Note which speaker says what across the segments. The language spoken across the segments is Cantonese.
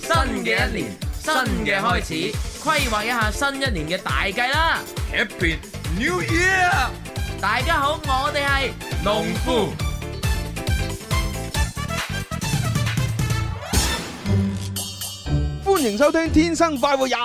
Speaker 1: 新嘅一年，新嘅開始，規劃一下新一年嘅大計啦！
Speaker 2: Happy New Year！
Speaker 1: 大家好，我哋係農夫。
Speaker 3: 歡迎收聽《天生快活人》。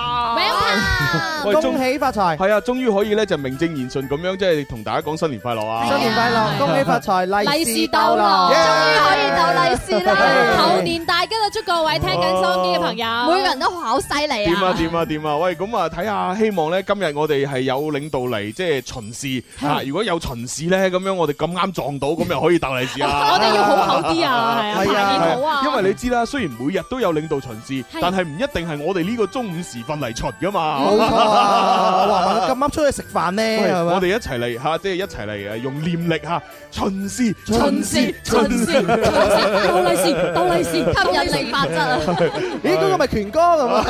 Speaker 3: 喂，
Speaker 4: 恭喜發財，
Speaker 3: 係啊，終於可以咧就名正言順咁樣，即係同大家講新年快樂啊！
Speaker 4: 新年快樂，恭喜發財，
Speaker 5: 利
Speaker 4: 利
Speaker 5: 是
Speaker 4: 是
Speaker 5: 到
Speaker 4: 到
Speaker 5: 來，
Speaker 4: 來，
Speaker 5: 終於可以到利是啦！
Speaker 4: Yeah
Speaker 5: 猴年大吉啦！祝各位聽緊收音機嘅朋友，每個人都好犀利
Speaker 3: 點嗯啊！點啊點啊！喂，咁啊睇下，希望咧今日我哋係有領導嚟，即係巡視啊！如果有巡視咧，咁樣我哋咁啱撞到，咁又可以鬥利是啊！
Speaker 5: 我哋要好好啲 啊，係啊，排
Speaker 4: 係啊
Speaker 5: 面好啊，
Speaker 3: 因為你知啦，雖然每日都有領導巡視，但係唔一定係我哋呢個中午時分嚟巡噶嘛。
Speaker 4: 冇錯 啊！哇，咁啱出去食飯咧，
Speaker 3: 喂
Speaker 4: 係
Speaker 3: 我
Speaker 4: 咪？
Speaker 3: 哋一齊嚟吓，即係一齊嚟啊！用念力吓 巡視，
Speaker 4: 巡
Speaker 5: 視巡視巡視到利是到利是，吸引力法則 啊！
Speaker 4: 咦，嗰個咪權哥咁啊？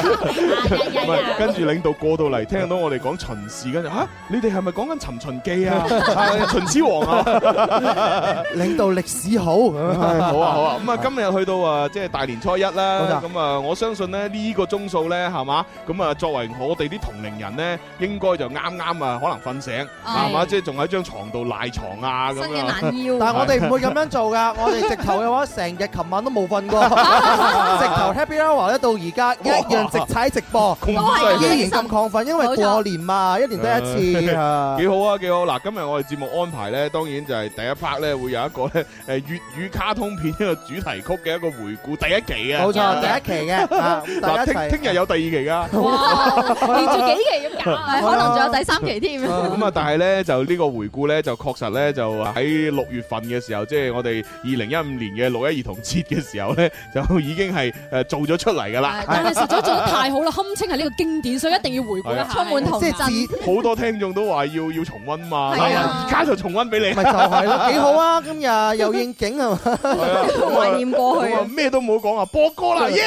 Speaker 3: 唔係，跟住領導過到嚟，聽到我哋講秦氏，跟住嚇，你哋係咪講緊《尋秦記》 啊？係秦始皇 啊！
Speaker 4: 領導歷史好咁樣，
Speaker 3: 好啊好啊，咁啊今日去到啊即係大年初一啦，
Speaker 4: 好
Speaker 3: 咁啊我相信咧呢個鐘數咧係嘛，咁啊作為我哋啲同齡人咧，應該就啱啱啊可能瞓醒係嘛，即係仲喺張床度賴床啊咁樣。
Speaker 5: 腰
Speaker 4: 但係我哋唔會咁樣做㗎，我哋直頭嘅話，成日琴晚都冇瞓過，直頭 Happy Hour 咧到而家一樣直踩直播，
Speaker 3: 咁
Speaker 5: 係
Speaker 3: 犀利
Speaker 4: 依然咁亢奮，因為過年嘛，一年得一次 啊。
Speaker 3: 幾好啊，幾好！嗱，今日我哋節目安排咧，當然就係第一 part 咧會有一個咧誒粵語卡通片一個主題曲嘅一個回顧第一期嘅。啊
Speaker 4: 冇
Speaker 6: Ờ,
Speaker 4: 錯，第一期嘅，啊大
Speaker 3: 嗱，
Speaker 4: 家一
Speaker 3: 聽
Speaker 4: 齊。
Speaker 3: 聽日有第二期啊 噶，
Speaker 4: 哦
Speaker 5: 哇，連續幾期咁 搞，啊哎
Speaker 4: 可能仲有
Speaker 5: 第三期添。
Speaker 3: 咁啊，但係咧就呢個回顧咧就確實咧就喺六月份嘅時候，即係我哋二零一五年嘅六一兒童節嘅時候咧，就已經係誒做咗出嚟噶啦，
Speaker 5: 但係實在做得太好啦，堪稱係呢個經典，所以一定要回顧一
Speaker 3: 啊
Speaker 5: 下，充滿
Speaker 4: 即係自
Speaker 3: 好多聽眾都話要要重温嘛，
Speaker 5: 係
Speaker 3: 嗱
Speaker 5: 啊
Speaker 3: 而家就重温俾你，
Speaker 4: 咪就係 咯，幾好啊！今日有應景係嘛？
Speaker 3: 係啊咁啊
Speaker 5: 念過
Speaker 3: 咁啊咩都冇講啊，播歌啦，耶！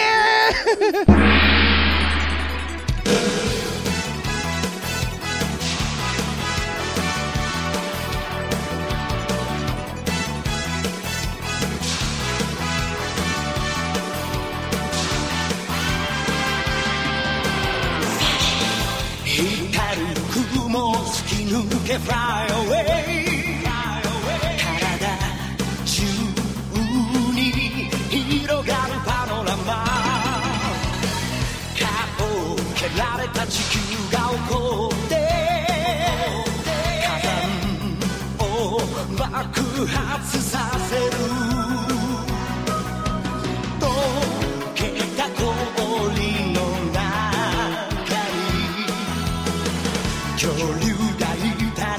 Speaker 7: 光る雲を突き抜け Fly away 体中に広がるパノラマかを蹴られた地球が怒って火山を爆発させる溶けた氷の中に恐竜がいたら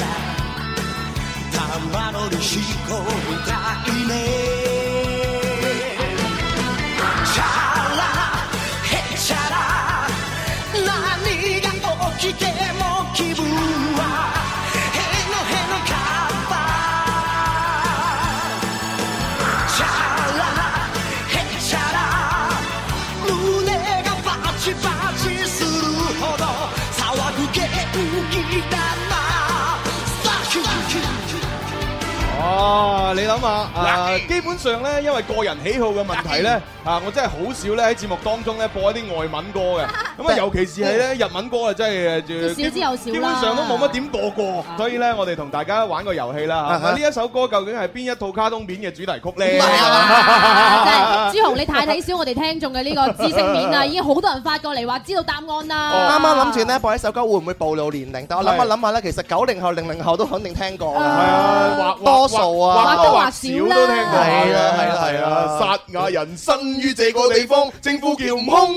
Speaker 7: 玉乗り飛行みたいねチャラへチャラ何が起きても気分はへのへのカバーチャラへチャラ胸がバチバチするほど騒ぐ元気だなスタッフ
Speaker 3: 哦，你諗下，啊，基本上咧，因為個人喜好嘅問題咧，啊，我真係好少咧喺節目當中咧播一啲外文歌嘅，咁啊，尤其是係咧日文歌啊，真係誒，
Speaker 5: 少之又少啦
Speaker 3: 基本上都冇乜點播過，所以咧，我哋同大家玩個遊戲啦，嚇，
Speaker 4: 啊哈
Speaker 3: 呢一首歌究竟係邊一套卡通片嘅主題曲 咧？
Speaker 5: 啊真係朱紅，你太睇小我哋聽眾嘅呢個知識面啊啦，已經好多人發過嚟話知道答案
Speaker 3: 哦
Speaker 5: 啦。
Speaker 4: 啱
Speaker 3: 啊
Speaker 4: 啱諗住咧播呢首歌會唔會暴露年齡？但我諗
Speaker 3: 係
Speaker 4: 一諗下咧，其實九零後、零零後都肯定聽過
Speaker 3: 係
Speaker 4: 啦。
Speaker 3: 啊，或
Speaker 4: 多數啊
Speaker 3: 或多或
Speaker 5: 或
Speaker 3: 少
Speaker 5: 多或少啦
Speaker 3: 都聽過下嘅，
Speaker 4: 係啦係啦
Speaker 3: 係
Speaker 4: 係啦
Speaker 3: 啊，撒亞人生於這個地方，政府叫唔空。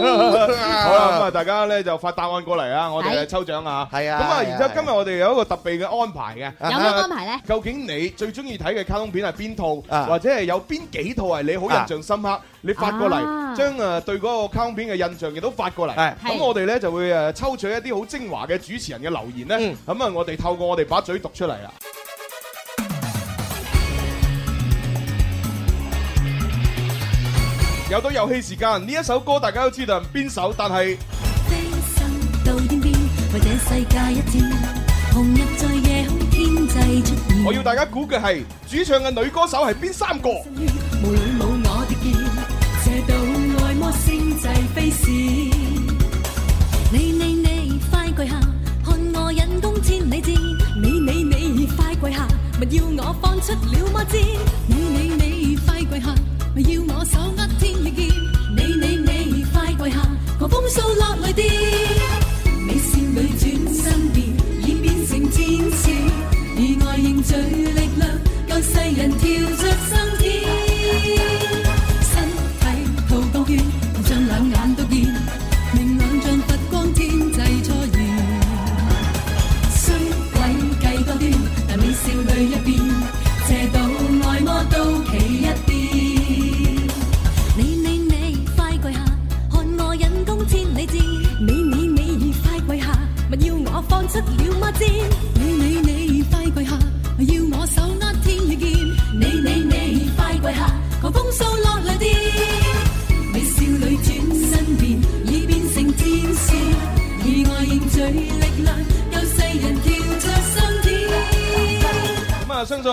Speaker 3: 好啦，咁啊，大家咧就發答案過嚟啊，我哋嚟
Speaker 5: 係
Speaker 3: 抽獎啊。
Speaker 4: 係啊
Speaker 3: 咁啊，
Speaker 4: 係啊
Speaker 3: 然之後今日我哋有一個特別嘅安排嘅。
Speaker 5: 有咩安排咧？
Speaker 3: 究竟你最中意睇嘅卡通片係邊套，
Speaker 4: 啊
Speaker 3: 或者係有邊幾套係你好印象深刻？你發過嚟，
Speaker 5: 啊
Speaker 3: 將誒對嗰個卡通片嘅印象亦都發過嚟。
Speaker 4: 係
Speaker 3: 咁
Speaker 5: 係
Speaker 3: 我哋咧就會誒抽取一啲好精華嘅主持人嘅留言咧
Speaker 4: 嗯，
Speaker 3: 咁啊我哋透過我哋把嘴讀出嚟啦。有到遊戲時間，呢一首歌大家都知道係邊首，但係
Speaker 8: 飛身到天邊，為這世界一戰。紅日在夜空天際出現。
Speaker 3: 我要大家估嘅係主唱嘅女歌手係邊三個？
Speaker 8: 無論冇我的劍，射到你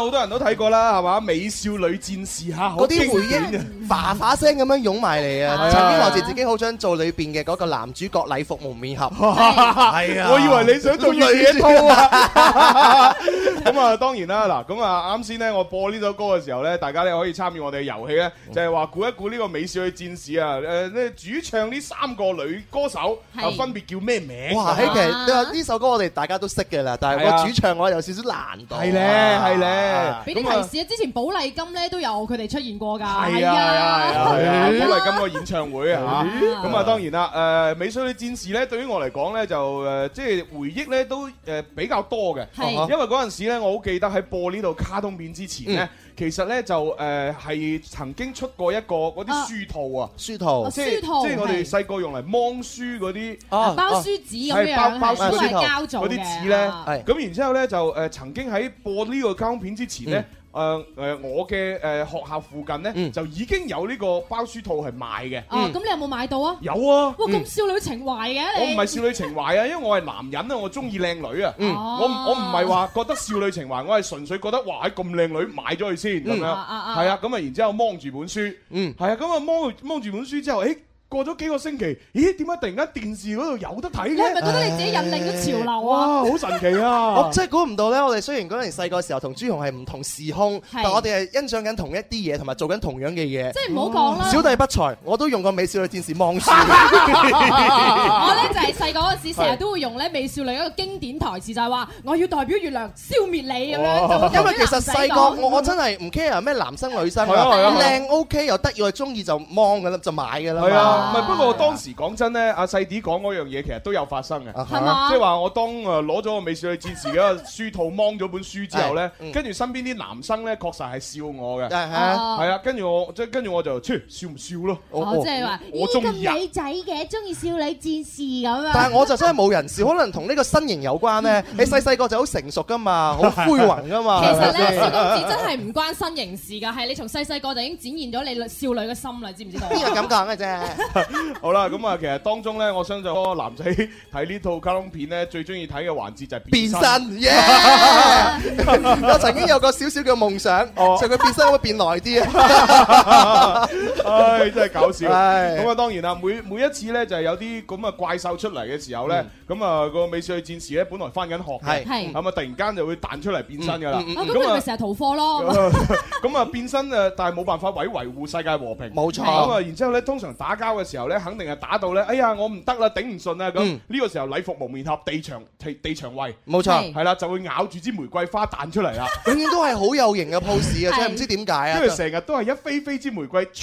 Speaker 3: 多人都睇過啦，係嘛？美少女戰士嚇，好
Speaker 4: 嗰
Speaker 3: 經
Speaker 4: 啲回
Speaker 3: 典嘅。
Speaker 4: 憶嗱嗱聲咁樣湧埋嚟
Speaker 5: 係
Speaker 4: 啊！
Speaker 5: 啊
Speaker 4: 曾經話自自己好想做裏邊嘅嗰個男主角禮服蒙 面俠，係
Speaker 3: 我以為你想做
Speaker 4: 女
Speaker 3: 嘢
Speaker 4: 主角
Speaker 3: 套啊！ 咁啊，當然啦，嗱，咁啊，啱先咧，我播呢首歌嘅時候咧，大家咧可以參與我哋嘅遊戲咧，就係話估一估呢個美少女戰士啊，誒，呢主唱呢三個女歌手啊，
Speaker 5: 係
Speaker 3: 分別叫咩名？
Speaker 4: 哇！希奇，
Speaker 5: 啊
Speaker 4: 你話呢首歌我哋大家都識嘅啦，但係
Speaker 3: 係啊
Speaker 4: 個主唱我有少少難度。啊
Speaker 3: 係咧，係咧。
Speaker 5: 俾啲提示啊！之前寶麗金咧都有佢哋出現過㗎，
Speaker 3: 係啊係啊係啊，因為今個演唱會啊嚇，
Speaker 5: 咦
Speaker 3: 咁啊當然啦，誒美少女戰士咧對於我嚟講咧就誒即係回憶咧都誒比較多嘅，哦
Speaker 5: 係
Speaker 3: 因為嗰陣時咧我好記得喺播呢度卡通片之前
Speaker 5: 嗯
Speaker 3: 咧，其實咧就誒係曾經出過一個嗰啲書套啊。
Speaker 4: 書圖
Speaker 5: 啊
Speaker 3: 即係
Speaker 5: 書套
Speaker 3: 即係我哋
Speaker 5: 係
Speaker 3: 細個用嚟掹書嗰啲，
Speaker 5: 啊包書紙咁
Speaker 3: 係包
Speaker 5: 樣，
Speaker 3: 包
Speaker 4: 書
Speaker 5: 都係
Speaker 4: 紙
Speaker 5: 膠做
Speaker 3: 嗰
Speaker 5: 嘅
Speaker 3: 啲紙咧
Speaker 5: 啊
Speaker 4: 係
Speaker 3: 咁然之後咧就誒曾經喺播呢個卡通片之前咧，誒誒我嘅誒學校附近咧
Speaker 4: 嗯
Speaker 3: 就已經有呢個包書套係賣嘅，
Speaker 5: 哦，咁你有冇買到啊？
Speaker 3: 有啊。
Speaker 5: 哇，
Speaker 4: 嗯
Speaker 5: 咁少女情懷嘅
Speaker 3: 我唔
Speaker 5: 你，
Speaker 3: 係少女情懷啊，因為我係男人啊，我中意靚女啊。
Speaker 4: 嗯
Speaker 5: 哦
Speaker 3: 我唔我唔係話覺得少女情懷，我係純粹覺得哇，咁靚女買咗佢先咁樣，係
Speaker 5: 啊啊啊
Speaker 3: 啊，咁啊，然之後掹住本書，
Speaker 4: 嗯
Speaker 3: 係啊，咁啊掹住掹住本書之後，誒過咗幾個星期，咦點解突然間電視嗰度有得睇
Speaker 5: 你係咪
Speaker 3: 嘅？
Speaker 5: 覺得你自己引領咗潮流
Speaker 3: 哇，
Speaker 5: 啊？
Speaker 3: 好神奇
Speaker 4: 我
Speaker 3: 啊！
Speaker 4: 真係估唔到咧！我哋雖然嗰陣細個時候同朱紅係唔同時空，但我哋係欣賞緊同一啲嘢，同埋做緊同樣嘅嘢
Speaker 5: 即。係唔好講啦。
Speaker 4: 小弟不才，我都用過美少女戰士望 啊書。
Speaker 5: 我咧就係細個嗰陣時，成日都會用咧美少女一個經典台詞，就係話我要代表月亮消滅你咁樣。就會
Speaker 4: 哦因
Speaker 5: 同
Speaker 4: 為
Speaker 5: 啲
Speaker 4: 其實
Speaker 5: 男仔
Speaker 4: 細個
Speaker 5: 講
Speaker 4: 我我真係唔 care 咩男生女生
Speaker 3: 係啊係啊
Speaker 4: 啊，
Speaker 3: 係啊
Speaker 4: 靚 OK 又得意又中意就芒㗎啦，就買㗎啦嘛。
Speaker 3: 係啊，唔係不
Speaker 5: 哇
Speaker 3: 過我當時講真咧，阿細啲講嗰樣嘢其實都有發生嘅。
Speaker 4: 啊
Speaker 5: 係嘛？
Speaker 3: 即係話我當誒攞咗個美少女戰士嘅書套掹咗本書之後咧
Speaker 4: 係，嗯
Speaker 3: 跟住身邊啲男生咧確實係笑我嘅，
Speaker 4: 係啊
Speaker 5: 哦
Speaker 3: 係啊，跟住我即係跟住我就，切笑唔笑咯？
Speaker 4: 我
Speaker 5: 哦，即係話
Speaker 3: 我
Speaker 5: 咦
Speaker 3: 中意啊
Speaker 5: 咁女仔嘅，中意少女戰士咁樣。
Speaker 4: 但係我就真係冇人笑，可能同呢個身形 有關咧。你細細個就好成熟噶嘛， 好灰宏噶嘛。
Speaker 5: 其實
Speaker 4: 係咪
Speaker 5: 咧，
Speaker 4: 先
Speaker 5: 小公子真係唔關身形事㗎，係你從細細個就已經展現咗你少女嘅心啦，知唔知道？啊
Speaker 4: 邊 個咁講 嘅啫？
Speaker 3: 好啦，咁啊，其實當中咧，我相信嗰個男仔睇呢套卡通片咧，最中意睇嘅環節就係
Speaker 4: 變
Speaker 3: 變身。
Speaker 4: 身，耶！我曾經有個少少嘅夢想，
Speaker 3: 哦
Speaker 4: 就佢變身會變耐啲 啊。
Speaker 3: 唉，真係搞笑。
Speaker 4: 唉
Speaker 3: 咁啊，當然啦，每每一次咧就係有啲咁嘅怪獸出嚟嘅時候咧，咁啊個美少女戰士咧本來翻緊學嘅，
Speaker 4: 嗯係
Speaker 5: 係
Speaker 4: 嗯
Speaker 3: 咁啊突然間就會彈出嚟變身噶啦。嗯
Speaker 5: 啊，咁你咪成日逃課咯。
Speaker 4: 哦
Speaker 3: 咁啊變身誒，但係冇辦法維維護世界和平。
Speaker 4: 冇
Speaker 3: 咁
Speaker 4: 錯，
Speaker 3: 啊，然之後咧，通常打交嘅時候咧，肯定係打到咧，哎呀，我唔得啦，頂唔順啦，啊咁
Speaker 4: 嗯
Speaker 3: 呢個時候禮服蒙面俠地長地地長位，
Speaker 4: 冇錯
Speaker 5: 係，
Speaker 3: 係啦，就會咬住支玫瑰花彈出嚟啦，
Speaker 4: 永遠都係好有型嘅 pose 啊！
Speaker 5: 係
Speaker 4: 真係唔知點解
Speaker 3: 因為
Speaker 4: 啊！
Speaker 3: 成日都係一飛飛支玫瑰，超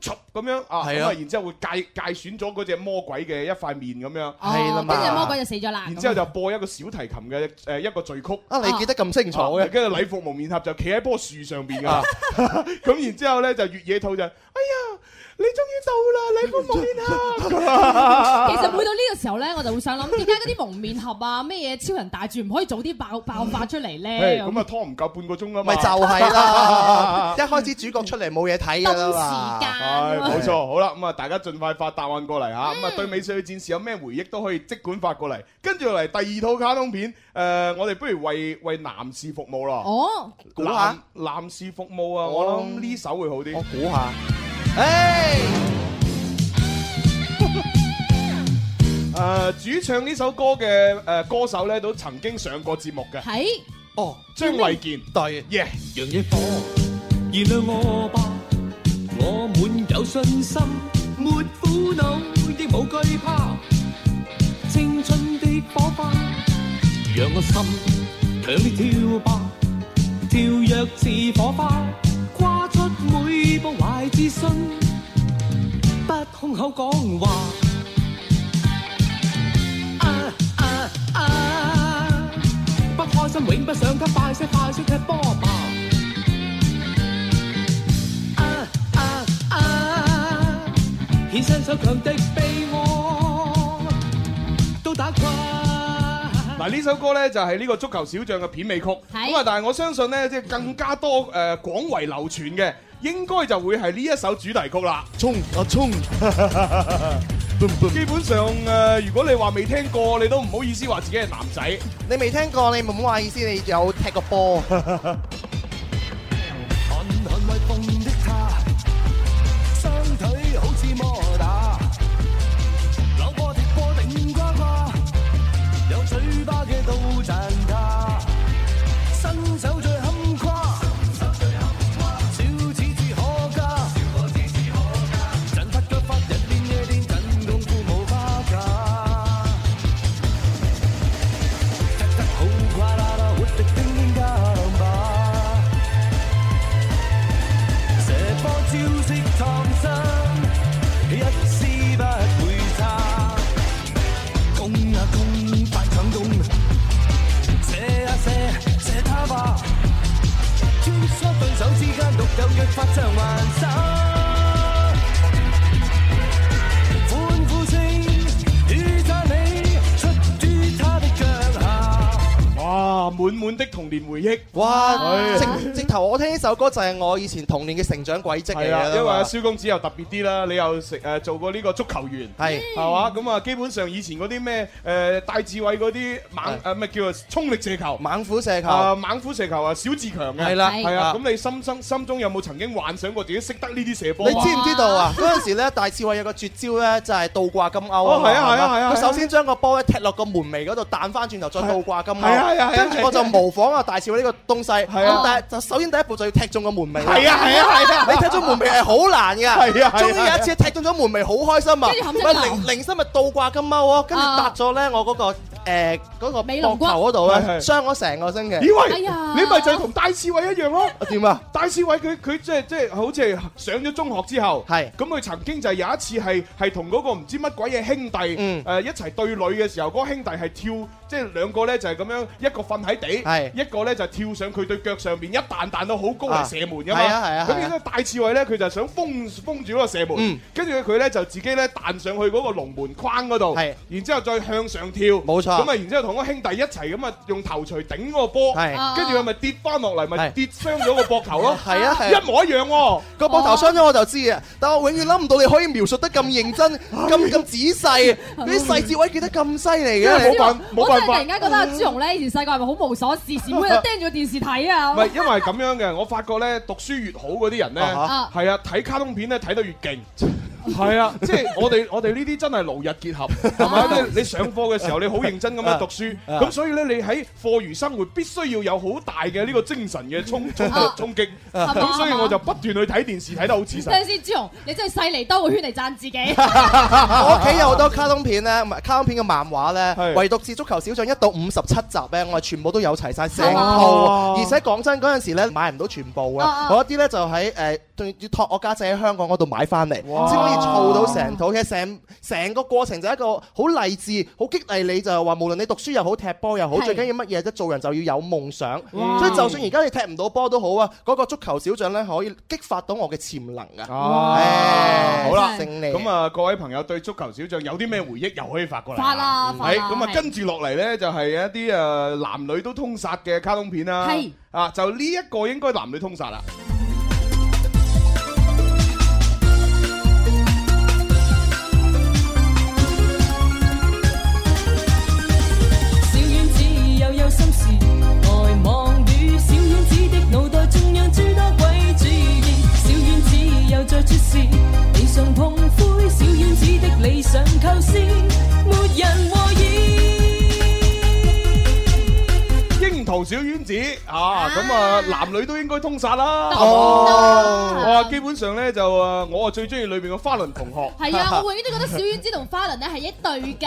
Speaker 3: 速咁樣啊，
Speaker 4: 係
Speaker 3: 咁
Speaker 4: 啊
Speaker 3: 啊，然之後會界界選咗嗰只魔鬼嘅一塊面咁樣，
Speaker 4: 係啦
Speaker 5: 哦
Speaker 4: 嘛
Speaker 5: 跟住魔鬼就死咗啦。啊
Speaker 3: 然之後就啊播一個小提琴嘅誒一個序曲。
Speaker 4: 啊，你記得咁清楚啊
Speaker 3: 啊
Speaker 4: 嘅，
Speaker 3: 跟住禮服蒙面俠就企喺棵樹上邊噶， 咁然之後咧就越野兔就，哎呀，你終於到啦，禮服蒙面俠。
Speaker 5: 其實每到呢個時候咧，我就會想諗，點解嗰啲蒙面俠啊、咩嘢超人大戰唔可以早啲爆爆發出嚟
Speaker 3: 誒
Speaker 5: 咧？
Speaker 3: 咁啊，拖唔夠半個鐘啊嘛，
Speaker 4: 咪就係 啦！一開始主角出嚟冇嘢睇㗎啦嘛
Speaker 5: 等時。間
Speaker 3: 係
Speaker 5: 咁樣。
Speaker 3: 冇錯，好啦，咁啊，大家盡快發答案過嚟嚇，咁啊，對美少女戰士有咩回憶都可以即管發過嚟。跟住落嚟第二套卡通片，誒，呃我哋不如為為男士服務咯，
Speaker 5: 哦，
Speaker 4: 估下哦
Speaker 3: 男男士服務啊，我諗呢首會好啲
Speaker 4: 我。估下， 誒。
Speaker 3: 誒，主唱呢首歌嘅誒歌手咧，都曾經上過節目嘅，
Speaker 5: 係
Speaker 4: 哦，
Speaker 3: 張衛健，
Speaker 4: 對，
Speaker 3: 耶，
Speaker 2: 讓野火燃亮我吧，我滿有信心，沒苦惱亦無懼怕，青春的火花，讓我心強烈跳吧，跳躍似火花，跨出每步懷自信，不空口講話。
Speaker 7: À,
Speaker 2: 啊啊啊！不開心永不想得，快些快些踢波吧！啊
Speaker 7: À,
Speaker 2: 啊啊！顯身手強敵被我都打垮。
Speaker 3: 嗱呢首歌咧就係呢個足球小將嘅片尾曲，咁啊，但係我相信咧，即係更加多誒廣為流傳嘅，應該就會係呢一首主題曲啦。
Speaker 4: 衝啊衝，
Speaker 3: 基本上誒、呃如果你話未聽過，你都唔好意思話自己係男仔。
Speaker 4: 你未聽過，你唔好話意思，你有踢過波。
Speaker 7: 發像幻手，歡呼聲雨讚你出於他的腳下。
Speaker 3: 哇，滿滿的童年回哎憶。
Speaker 4: 哇！
Speaker 3: 係
Speaker 4: 直直頭我聽呢首歌就係我以前童年嘅成長軌跡嚟
Speaker 3: 係啊，
Speaker 4: 嘅，
Speaker 3: 因為阿蕭公子又特別啲啊啦，你又食誒做過呢個足球員。
Speaker 4: 係
Speaker 3: 係嘛？咁啊，基本上以前嗰啲咩誒戴志偉嗰啲猛誒咪叫做衝力射球。
Speaker 4: 猛虎射球，
Speaker 3: 啊！猛虎射球啊，小志強嘅
Speaker 4: 係啦，
Speaker 5: 係
Speaker 3: 係啊，咁你心生心中有冇曾經幻想過自己識得呢啲射波
Speaker 4: 你
Speaker 3: 啊？
Speaker 4: 知唔知道啊？嗰陣時咧，大智慧有個絕招咧，就係倒掛金鈎
Speaker 3: 哦
Speaker 4: 啊！
Speaker 3: 係啊係啊
Speaker 4: 係嘛
Speaker 3: 係啊
Speaker 4: 佢首先將個波咧踢落個門楣嗰度，彈翻轉頭再倒掛金
Speaker 3: 係啊係啊係啊
Speaker 4: 鈎，跟住我就模仿啊大智慧呢個東西。
Speaker 3: 係啊
Speaker 4: 咁但係就首先第一步就要踢中個門楣。
Speaker 3: 係啊係啊係啊
Speaker 4: 你踢中門楣係好難㗎。
Speaker 3: 係啊係啊
Speaker 4: 終於有一次踢中咗門楣，好開心啊！
Speaker 5: 跟住冚
Speaker 4: 喂
Speaker 5: 咗
Speaker 4: 零零心咪倒掛金鈎喎，跟住
Speaker 5: 啊
Speaker 4: 搭咗咧我嗰個誒嗰個
Speaker 5: 尾
Speaker 4: 膊
Speaker 5: 龍骨
Speaker 4: 頭嗰度
Speaker 3: 係
Speaker 4: 咧，
Speaker 3: 係
Speaker 4: 傷咗成個星期。
Speaker 3: 咦
Speaker 5: 哎
Speaker 3: 喂，
Speaker 5: 呀
Speaker 3: 你咪就係同戴志偉一樣咯。
Speaker 4: 點啊？
Speaker 3: 戴思偉佢佢即係即係好似係上咗中學之後，
Speaker 4: 係
Speaker 3: 咁佢曾經就係有一次係係同嗰個唔知乜鬼嘢兄弟誒、
Speaker 4: 嗯
Speaker 3: 一齊對壘嘅時候，嗰、個兄弟係跳即係兩個咧就係咁樣，一個瞓喺
Speaker 4: 係
Speaker 3: 地，一個咧就跳上佢對腳上面一彈彈到好高
Speaker 4: 啊
Speaker 3: 嚟射門㗎嘛。
Speaker 4: 係啊係啊
Speaker 3: 咁
Speaker 4: 係啊
Speaker 3: 然之後戴志偉咧佢就想封封住嗰個射門
Speaker 4: 嗯，
Speaker 3: 跟住佢咧就自己咧彈上去嗰個龍門框嗰度
Speaker 4: 係，
Speaker 3: 然之後再向上跳，
Speaker 4: 冇錯
Speaker 3: 咁啊然之後同個兄弟一齊咁啊用頭槌頂嗰個波，
Speaker 4: 係
Speaker 5: 啊
Speaker 3: 跟住佢咪跌翻落嚟，咪
Speaker 4: 係
Speaker 3: 跌傷咗個膊頭咯。
Speaker 4: 係啊係啊
Speaker 3: 一。模一樣喎。
Speaker 4: 個膊頭傷咗我就知啊，但我永遠諗唔到你可以描述得咁認真、咁咁仔細，你啲細節位記得咁犀利
Speaker 3: 因為
Speaker 4: 嘅
Speaker 3: 啊冇。辦冇
Speaker 5: 我
Speaker 3: 辦
Speaker 5: 真係
Speaker 3: 法
Speaker 5: 突然間覺得阿朱紅咧，以前細個係咪好無所事事， 每日都盯住個電視睇啊
Speaker 3: 哦唔？係因為咁樣嘅，我發覺咧讀書越好嗰啲人咧，
Speaker 4: 啊
Speaker 3: 係啊睇卡通片咧睇得越 勁。係啊，即係我哋我哋呢啲真係勞逸結 合，係咪？你你上課嘅時候你好認真咁
Speaker 4: 啊
Speaker 3: 樣讀書，咁所以咧你喺課餘生活必須要有好大嘅呢個精神嘅衝衝
Speaker 5: 啊
Speaker 3: 衝擊，
Speaker 5: 嘛
Speaker 3: 咁所以我就不斷去睇電視睇得好仔
Speaker 5: 等陣
Speaker 3: 細。
Speaker 5: 先，朱紅，你真係細嚟兜個圈嚟讚 自己。
Speaker 4: 我屋企有好多卡通片咧，唔係卡通片嘅漫畫咧
Speaker 3: 係，
Speaker 4: 唯獨是足球小將一到五十七集咧，我係全部都有齊晒成
Speaker 3: 哇
Speaker 4: 套，而且講真嗰陣時咧買唔到全部
Speaker 5: 啊
Speaker 4: 啊
Speaker 5: 啊，
Speaker 4: 我一啲咧就喺誒仲要托我家姐喺香港嗰度買翻嚟，先可以湊到成套嘅成成個過程就係一個好勵志、好激勵你就係話，無論你讀書又好、踢波又好，
Speaker 5: 係
Speaker 4: 最緊要乜嘢啫？做人就要有夢想。
Speaker 3: 哇
Speaker 4: 所以就算而家你踢唔到波都好啊，嗰個足球小將咧可以激發到我嘅潛能啊！
Speaker 3: 哇
Speaker 4: 誒
Speaker 3: 好啦
Speaker 4: 勝利
Speaker 3: 咁啊，各位朋友對足球小將有啲咩回憶又可以發過嚟？
Speaker 5: 發啦發
Speaker 3: 係
Speaker 5: 啦。
Speaker 3: 咁啊，跟住落嚟咧就係一啲誒男女都通殺嘅卡通片啦。
Speaker 5: 係
Speaker 3: 啊，就呢一個應該男女通殺啦。
Speaker 9: 小丸子又有心事，呆望於小丸子的腦袋中央諸多鬼主意。小丸子又再出事，地上碰灰，小丸子的理想構思，沒人和議。
Speaker 3: 櫻桃小丸子啊，咁啊，男女都應該通殺啦。
Speaker 5: 啊哦
Speaker 3: 哇，基本上咧就誒，我啊最中意裏邊個花輪同學。
Speaker 5: 係 啊，我永遠都覺得小丸子同花輪咧係一對㗎。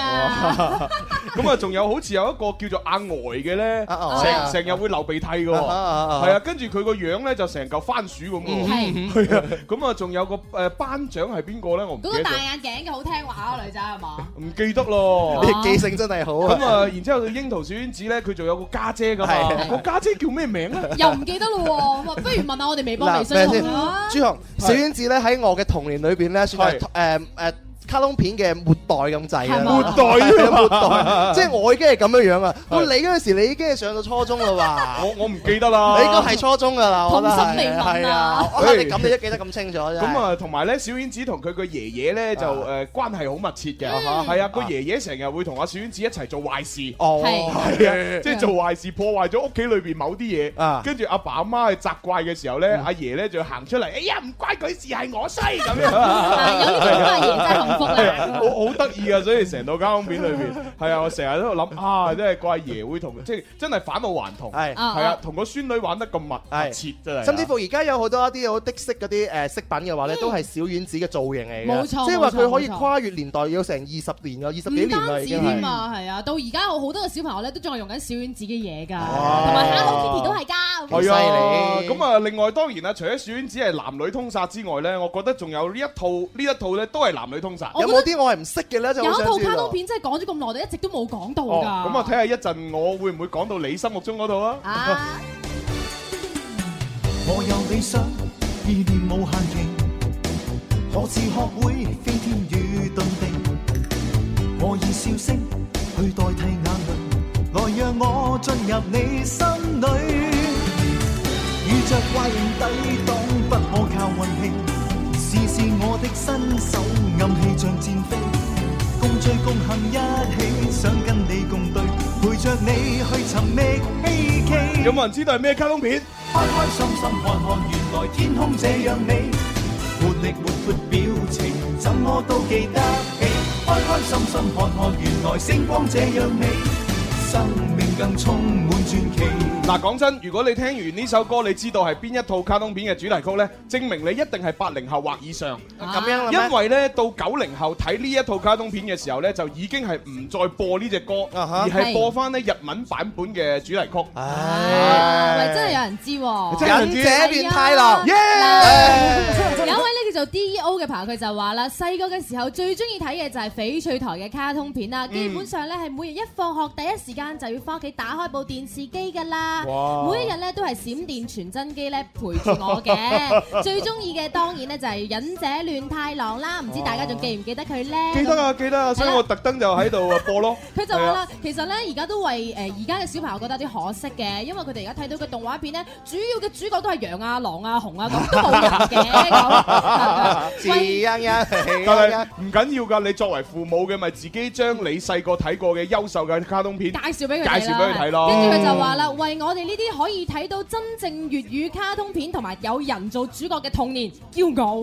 Speaker 3: 咁啊，仲有好似有一個叫做阿呆嘅咧，
Speaker 4: 啊啊
Speaker 3: 成成日會流鼻涕嘅喎。
Speaker 4: 啊啊啊啊
Speaker 3: 係啊，跟住佢個樣咧就成嚿番薯咁嘅喎。
Speaker 5: 係
Speaker 3: 係啊，咁啊，仲有個誒班長係邊個咧？我唔記
Speaker 5: 嗰個
Speaker 3: 得
Speaker 5: 戴
Speaker 3: 咗，
Speaker 5: 眼鏡嘅好聽話嘅女仔係嘛？
Speaker 3: 唔記得咯。
Speaker 5: 哦
Speaker 4: 你記性真係好啊
Speaker 3: 咁！啊，然之後櫻桃小丸子咧，佢仲有個家姐噶嘛？
Speaker 4: 係
Speaker 3: 個家姐叫咩名啊 咧？
Speaker 5: 又唔記得咯喎，咁啊不如問下我哋微博、微信
Speaker 4: 咩
Speaker 5: 同學啊。
Speaker 4: 朱紅小丸子咧喺我嘅童年裏邊咧，算係
Speaker 3: 係
Speaker 4: 誒誒卡通片嘅末代咁滯
Speaker 5: 係
Speaker 4: 啊！
Speaker 5: 嘛末
Speaker 3: 代啊
Speaker 4: 末 代，即係我已經係咁樣樣啊！
Speaker 3: 係
Speaker 4: 到你嗰陣時，你已經係上到初中啦
Speaker 3: 我我唔記得啊啦。
Speaker 4: 喎，你應該係初中噶啦，我覺得
Speaker 5: 童心未泯啊
Speaker 4: 係啊！我
Speaker 3: 嘿
Speaker 4: 覺得你咁你都記得咁清楚啫。
Speaker 3: 咁啊，同埋咧，小丸子同佢個爺爺咧就誒關係好密切嘅，係啊，個爺爺成日會同阿小丸子一齊做壞事。
Speaker 4: 哦，
Speaker 5: 係
Speaker 3: 係啊，即係做壞事破壞咗屋企裏邊某啲嘢
Speaker 4: 啊，
Speaker 3: 跟住阿爸阿媽去責怪嘅時候咧，阿爺咧就行出嚟， 哎呀唔關佢事，係我衰咁樣。
Speaker 5: 啊有呢啲咁嘅嘢真係幸福
Speaker 3: 係
Speaker 5: 啦。
Speaker 3: 啊， 好好得意啊！所以成套卡通片裏邊，係啊，我成日都喺度諗啊，真係個阿爺會同即係真係反老還童，
Speaker 4: 係
Speaker 3: 係啊，同個孫女玩得咁密密切真係啊，
Speaker 4: 甚至乎而家有好多一啲好的式嗰啲誒飾品嘅話咧，都係小丸子嘅造型嚟嘅，
Speaker 5: 嗯冇錯
Speaker 4: 即係話
Speaker 5: 冇錯
Speaker 4: 佢可以
Speaker 5: 冇錯
Speaker 4: 跨越年代，要成二十年嘅，二十幾
Speaker 5: 唔
Speaker 4: 年啦
Speaker 5: 單
Speaker 4: 已
Speaker 5: 止
Speaker 4: 經
Speaker 5: 添
Speaker 4: 係。
Speaker 5: 啊，係啊，到而家我好多嘅小朋友咧都仲係用緊小丸子嘅嘢㗎，同埋 Hello Kitty 都係㗎。
Speaker 3: 係啊，
Speaker 4: 犀利
Speaker 3: 哎咁啊，另外當然啦，除咗小丸子係男女通殺之外咧，我覺得仲有呢一套呢一套咧都係男女通殺。
Speaker 5: 我
Speaker 4: 有
Speaker 5: 覺得
Speaker 4: 冇啲我係唔識嘅咧？就
Speaker 5: 有
Speaker 4: 好
Speaker 5: 一
Speaker 4: 想
Speaker 5: 套
Speaker 4: 知道
Speaker 5: 卡通片真係講咗咁耐，我哋一直都冇講到㗎。
Speaker 3: 哦，咁啊睇下一陣我會唔會講到你心目中嗰套啊？
Speaker 5: 啊，
Speaker 7: 我有理想，意念無限期，何時學會飛天與遁地？我以笑聲去代替眼淚，來讓我進入你心裏。遇着怪人抵擋，不可靠運氣，試試我的身手，暗器像箭飛。共聚共行一起，想跟你共對，陪着你去尋覓希冀。
Speaker 3: 有冇人知道係咩卡通片？
Speaker 7: 開開心心看看，原來天空這樣美，活力活潑表情，怎麼都記得起。開開心心看看，原來星光這樣美，生命更充滿傳奇。
Speaker 3: 嗱，講真，如果你聽完呢首歌，你知道係邊一套卡通片嘅主題曲呢？證明你一定係八零後或以上，
Speaker 4: 啊咁樣啦咩
Speaker 3: 因為呢，到九零後睇呢一套卡通片嘅時候呢，就已經係唔再播呢只歌，
Speaker 4: 啊哈
Speaker 3: 而係播翻呢日文版本嘅主題曲。
Speaker 5: 啊喂，真係
Speaker 4: 唉，
Speaker 5: 有人知喎。
Speaker 3: 真係有人知
Speaker 4: 忍者變太郎，
Speaker 5: 有一位咧叫做 D.E.O 嘅朋友，佢就話啦，細個嘅時候最中意睇嘅就係翡翠台嘅卡通片啦，基本上咧係每日一放學第一時間就要翻屋企打開部電視機噶啦，
Speaker 3: 哇
Speaker 5: 每一日咧都係閃電傳真機咧陪住我 嘅，最中意嘅當然咧就係忍者亂太郎啦，唔知大家仲記唔記得佢咧？。
Speaker 3: 記得啊，記得啊，所以我特登就喺度啊播咯
Speaker 5: 佢就話啦，其實咧而家都為呃誒而家嘅小朋友覺得有啲可惜嘅，因為佢哋而家睇到嘅動畫片咧，主要嘅主角都係羊啊、狼啊、熊啊咁，都冇人嘅咁喂。
Speaker 4: 自欣欣，
Speaker 3: 係啊。但係唔緊要㗎，你作為父母嘅咪自己將你細個睇過嘅優秀嘅卡通片，
Speaker 5: 介紹俾佢哋啦
Speaker 3: 介紹俾佢睇咯
Speaker 5: 跟住佢就話啦，為我哋呢啲可以睇到真正粵語卡通片同埋有人做主角嘅童年驕傲。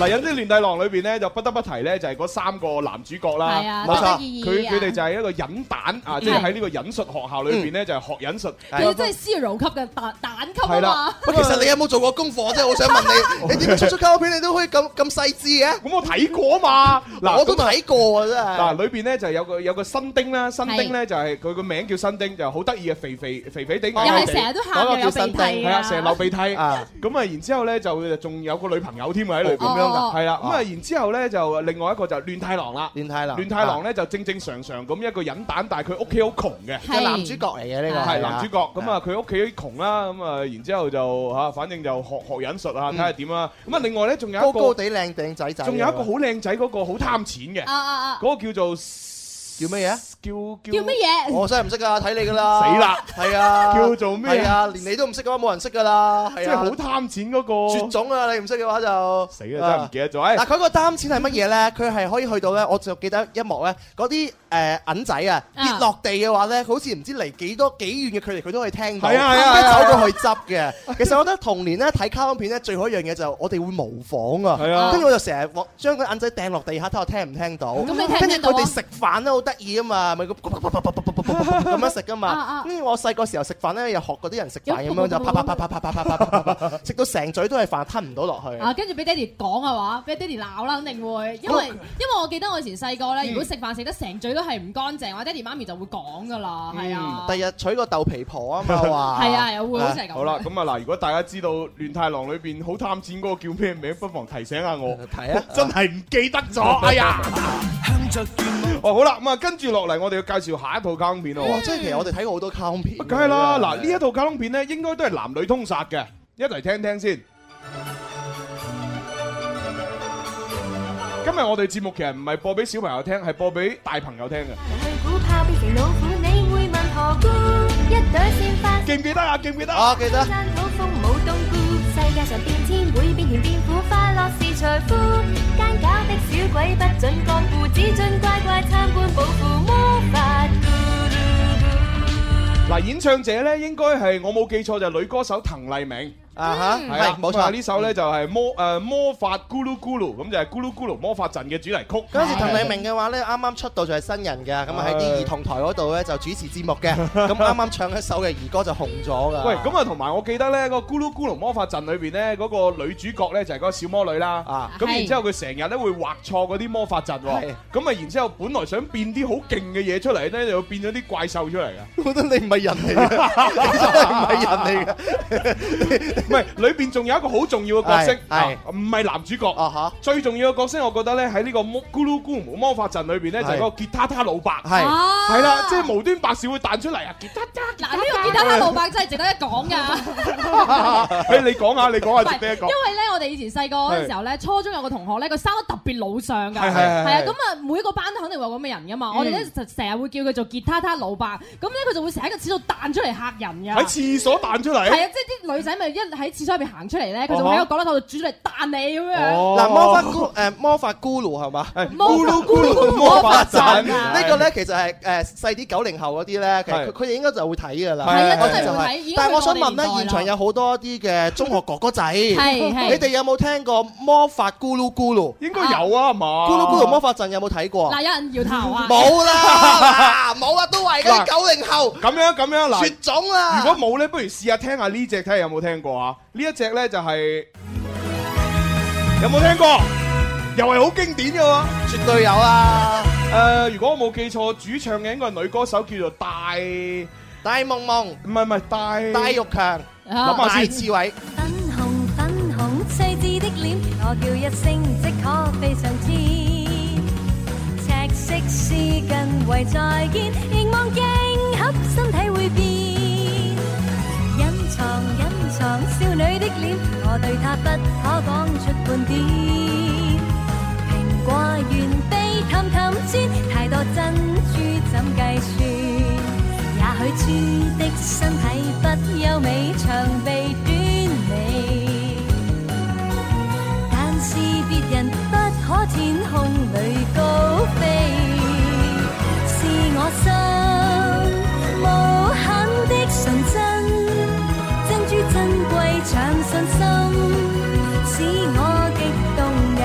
Speaker 3: 嗱《忍者亂太郎》裏邊咧就不得不提咧就係嗰三個男主角啦。
Speaker 5: 係啊，
Speaker 4: 冇
Speaker 5: 得
Speaker 4: 錯
Speaker 5: 得意
Speaker 3: 佢
Speaker 5: 義啊
Speaker 3: 佢哋就係一個忍蛋啊，即係喺呢個忍術學校裏邊咧就係學忍術。
Speaker 5: 佢哋真係 zero 級嘅蛋蛋級啊
Speaker 3: 係
Speaker 5: 嘛
Speaker 3: 啦。
Speaker 4: 喂，其實你有冇做過功課啫？我想問你，你點解出出卡通片你都可以咁咁細緻嘅？
Speaker 3: 咁我睇過嘛，嗱
Speaker 4: 我都睇過啊，真係
Speaker 3: 嗱，。裏邊咧就有個有個新丁啦，新丁咧就係佢個名叫新丁，就好得意嘅肥肥肥肥地，又
Speaker 5: 又係成日都喊
Speaker 4: 嗰個
Speaker 5: 又有
Speaker 4: 叫
Speaker 5: 鼻
Speaker 4: 新
Speaker 5: 涕
Speaker 3: 係 啊，
Speaker 5: 啊，
Speaker 3: 成日流鼻涕
Speaker 4: 啊
Speaker 3: 咁啊，然之後咧就仲有個女朋友添啊喺裏邊，
Speaker 5: 哦咁樣㗎
Speaker 3: 係啦，咁啊，然之後咧就另外一個就亂太郎啦，
Speaker 4: 亂太郎，
Speaker 3: 亂太郎咧就正正常常咁一個忍蛋，但係佢屋企好窮嘅。
Speaker 4: 係男主角嚟嘅呢個，
Speaker 3: 係男主角，咁啊佢屋企窮啦，咁啊然之後就嚇，反正就學學忍術啊，睇下點啦。咁啊另外咧仲有
Speaker 4: 高
Speaker 3: 一
Speaker 4: 高
Speaker 3: 個，
Speaker 4: 地靚靚仔仔，
Speaker 3: 仲有一個好靚仔嗰個好貪錢嘅，
Speaker 5: 啊啊啊！
Speaker 3: 嗰個叫做
Speaker 4: 叫乜嘢啊？
Speaker 3: 叫
Speaker 5: 叫乜？嘢？
Speaker 4: 我真係唔識噶，睇你噶啦，
Speaker 3: 死啦，
Speaker 4: 係啊，
Speaker 3: 叫做咩
Speaker 4: 係啊，連你都唔識嘅話，冇人識噶啦，
Speaker 3: 即
Speaker 4: 係
Speaker 3: 係
Speaker 4: 啊
Speaker 3: 好，貪錢嗰
Speaker 4: 絕
Speaker 3: 個。
Speaker 4: 種啊！你唔識嘅話就
Speaker 3: 死啊啦，真
Speaker 4: À.
Speaker 3: 係唔記得咗。
Speaker 4: 啊嗱，
Speaker 3: 誒
Speaker 4: 佢個擔錢係乜嘢咧？佢係可以去到咧，我就記得一幕咧，嗰啲誒銀仔啊，
Speaker 5: 啊
Speaker 4: 跌落地嘅話咧，佢好似唔知離幾多幾遠嘅距離，佢都可以聽到，
Speaker 3: 係啊係啊
Speaker 4: 跟住
Speaker 3: 係啊
Speaker 4: 走過去執嘅。其實我覺得童年咧睇卡通片咧，最好一樣嘢就係我哋會模仿
Speaker 3: 係
Speaker 4: 啊
Speaker 3: 啊，
Speaker 4: 跟住我就成日將個銀仔掟落地下，睇我聽唔聽到。
Speaker 5: 咁你聽唔聽到啊
Speaker 4: 跟住佢哋食飯咧好得意啊嘛，咪咁咁樣食噶
Speaker 5: 啊啊
Speaker 4: 嘛。跟住我細個時候食飯咧，又學嗰啲人食飯咁
Speaker 5: 有
Speaker 4: 樣就啪啪啪啪啪啪啪啪啪啪，食到成嘴都係飯，吞唔到落去。
Speaker 5: 啊，跟住俾爹哋講嘅話，俾爹哋鬧啦，肯定會，因為因為我記得我以前細個
Speaker 3: 嗯
Speaker 5: 咧，如果食飯食得成嘴都係唔乾淨，我爹哋媽咪就會講噶啦，係啊，
Speaker 4: 第日娶個豆皮婆 啊嘛，話
Speaker 5: 係啊，又會好似係咁。
Speaker 3: 好啦，，嗯咁啊嗱，如果大家知道《亂太郎》裏邊好貪錢嗰個叫咩名，不妨提醒下 我。
Speaker 4: 睇啊，
Speaker 3: 真係唔記得咗，哎呀！
Speaker 7: 向着願望。
Speaker 3: 哦，好啦，咁啊，跟住落嚟，我哋要介紹下一套卡通片咯喎。
Speaker 4: 哇！即係其實我哋睇過好多卡通片，
Speaker 3: 啊梗係啦，嗱呢一套卡通片咧，應該都係男女通殺嘅，一齊聽聽先。今日我哋節目其實唔係播俾小朋友聽，係播俾大朋友聽嘅。
Speaker 8: 去估炮變成老虎，你會問何故？一朵鮮花。
Speaker 3: 記唔記得啊？記唔記得啊？
Speaker 4: 啊記得
Speaker 8: 山土風舞冬菇，世界上變天會變甜變苦，快樂是財富。奸狡的小鬼不准光顧，只准乖乖參觀保護魔法。
Speaker 3: 嗱，演唱者咧應該係我冇記錯就係女歌手滕麗明，
Speaker 4: 啊嚇，
Speaker 3: 係啦
Speaker 4: 係冇
Speaker 3: 咁啊
Speaker 4: 錯。
Speaker 3: 呢首咧就係魔誒魔法咕嚕咕嚕，咁就係咕嚕咕嚕魔法陣嘅主題曲。
Speaker 4: 嗰陣時滕麗明嘅話咧，啱啱出道就係新人嘅，咁啊喺啲兒童台嗰度咧就主持節目嘅，咁啱啱唱一首嘅兒歌就紅咗噶。
Speaker 3: 喂， 咁啊，同埋我記得咧，個《咕嚕咕嚕魔法陣》裏邊咧，嗰個女主角咧就係嗰個小魔女啦。
Speaker 4: 啊
Speaker 3: 咁
Speaker 5: 係
Speaker 3: 然之後佢成日咧會畫錯嗰啲魔法陣
Speaker 4: 係
Speaker 3: 喎。咁啊，然之後本來想變啲好勁嘅嘢出嚟咧，就變咗 啲怪獸出嚟㗎。
Speaker 4: 我覺得你唔係人嚟嘅，你真係唔係人嚟嘅，
Speaker 3: 唔係裏邊仲有一個好重要嘅角色，
Speaker 4: 係係
Speaker 3: 啊唔係男主角。最重要嘅角色，我覺得咧喺呢個魔咕嚕咕嚕魔法陣裏邊咧，就
Speaker 4: 係
Speaker 3: 係嗰個吉他他老伯。
Speaker 4: 係
Speaker 5: 啊
Speaker 3: 係啦，即係無端白事會彈出嚟啊！吉 他
Speaker 5: 嗱，呢個吉他他老伯真係值得一講㗎。
Speaker 3: 誒你講下，你 講下，值得一
Speaker 5: 因
Speaker 3: 講。
Speaker 5: 為咧，我哋以前細個嗰陣時候咧，初中有個同學咧，佢生得特別老相㗎，
Speaker 3: 係係係嗯
Speaker 5: 啊，咁啊，每個班都肯定會有咁嘅人㗎嘛。我哋咧就成日會叫佢做吉他他老伯，咁咧佢就會成日喺個廁所彈出嚟嚇人
Speaker 4: 啊
Speaker 5: 㗎。
Speaker 3: 喺廁所彈出嚟。
Speaker 5: 係啊，即係啲女仔咪一喺廁所入邊行出嚟咧，佢
Speaker 3: 哦
Speaker 5: 就會喺個角落頭度煮出嚟彈你咁樣。
Speaker 4: 嗱，魔法咕誒魔法咕嚕係嘛？
Speaker 5: 哦魔法啊咕嚕咕嚕
Speaker 4: 魔法陣
Speaker 3: 係
Speaker 4: 呢個咧其實係誒細啲九零後嗰啲咧，其實佢佢哋應該就會睇㗎啦。
Speaker 3: 係啊
Speaker 4: 我
Speaker 3: 真係
Speaker 4: 哋就
Speaker 5: 會睇已經去到
Speaker 4: 但係我想
Speaker 5: 我哋
Speaker 4: 問
Speaker 5: 年代啦
Speaker 4: 咧，現場有好多啲嘅中學哥哥仔，你
Speaker 5: 係係
Speaker 4: 哋有冇聽過魔法咕嚕咕嚕？
Speaker 3: 應該有啊，係嘛？
Speaker 4: 咕嚕咕嚕魔法陣有冇睇過
Speaker 5: 嗱，？有人搖頭啊！
Speaker 4: 冇 啦，嗱冇啦，都係嗰
Speaker 3: 嗱
Speaker 4: 啲九零後啊
Speaker 3: 咁樣咁樣嗱
Speaker 4: 絕。種啦。
Speaker 3: 如果冇咧，不如試下聽下呢只，睇下有冇聽過啊？呢一隻咧就係有冇聽過？又係好經典嘅喎。
Speaker 4: 絕對有啊啦，
Speaker 3: 誒、如果我冇記錯，主唱嘅應該係女歌手叫做戴，唔
Speaker 4: 戴夢夢、
Speaker 3: 係唔係戴
Speaker 4: 戴玉強、
Speaker 5: 啊
Speaker 3: 諗下
Speaker 4: 戴
Speaker 3: 先
Speaker 4: 志偉，
Speaker 8: 粉紅粉紅細緻的臉，我叫一聲即可飛上天。赤色絲巾圍再見，凝望鏡盒身體會變。隱藏隱藏少女的臉，我對她不可講出半點。蘋果園被氹氹轉，太多珍珠怎計算？也許豬的身體不優美，長臂短尾，但是別人不可天空裏高飛，是我心無限的純真，珍珠珍貴長信心，使我極動人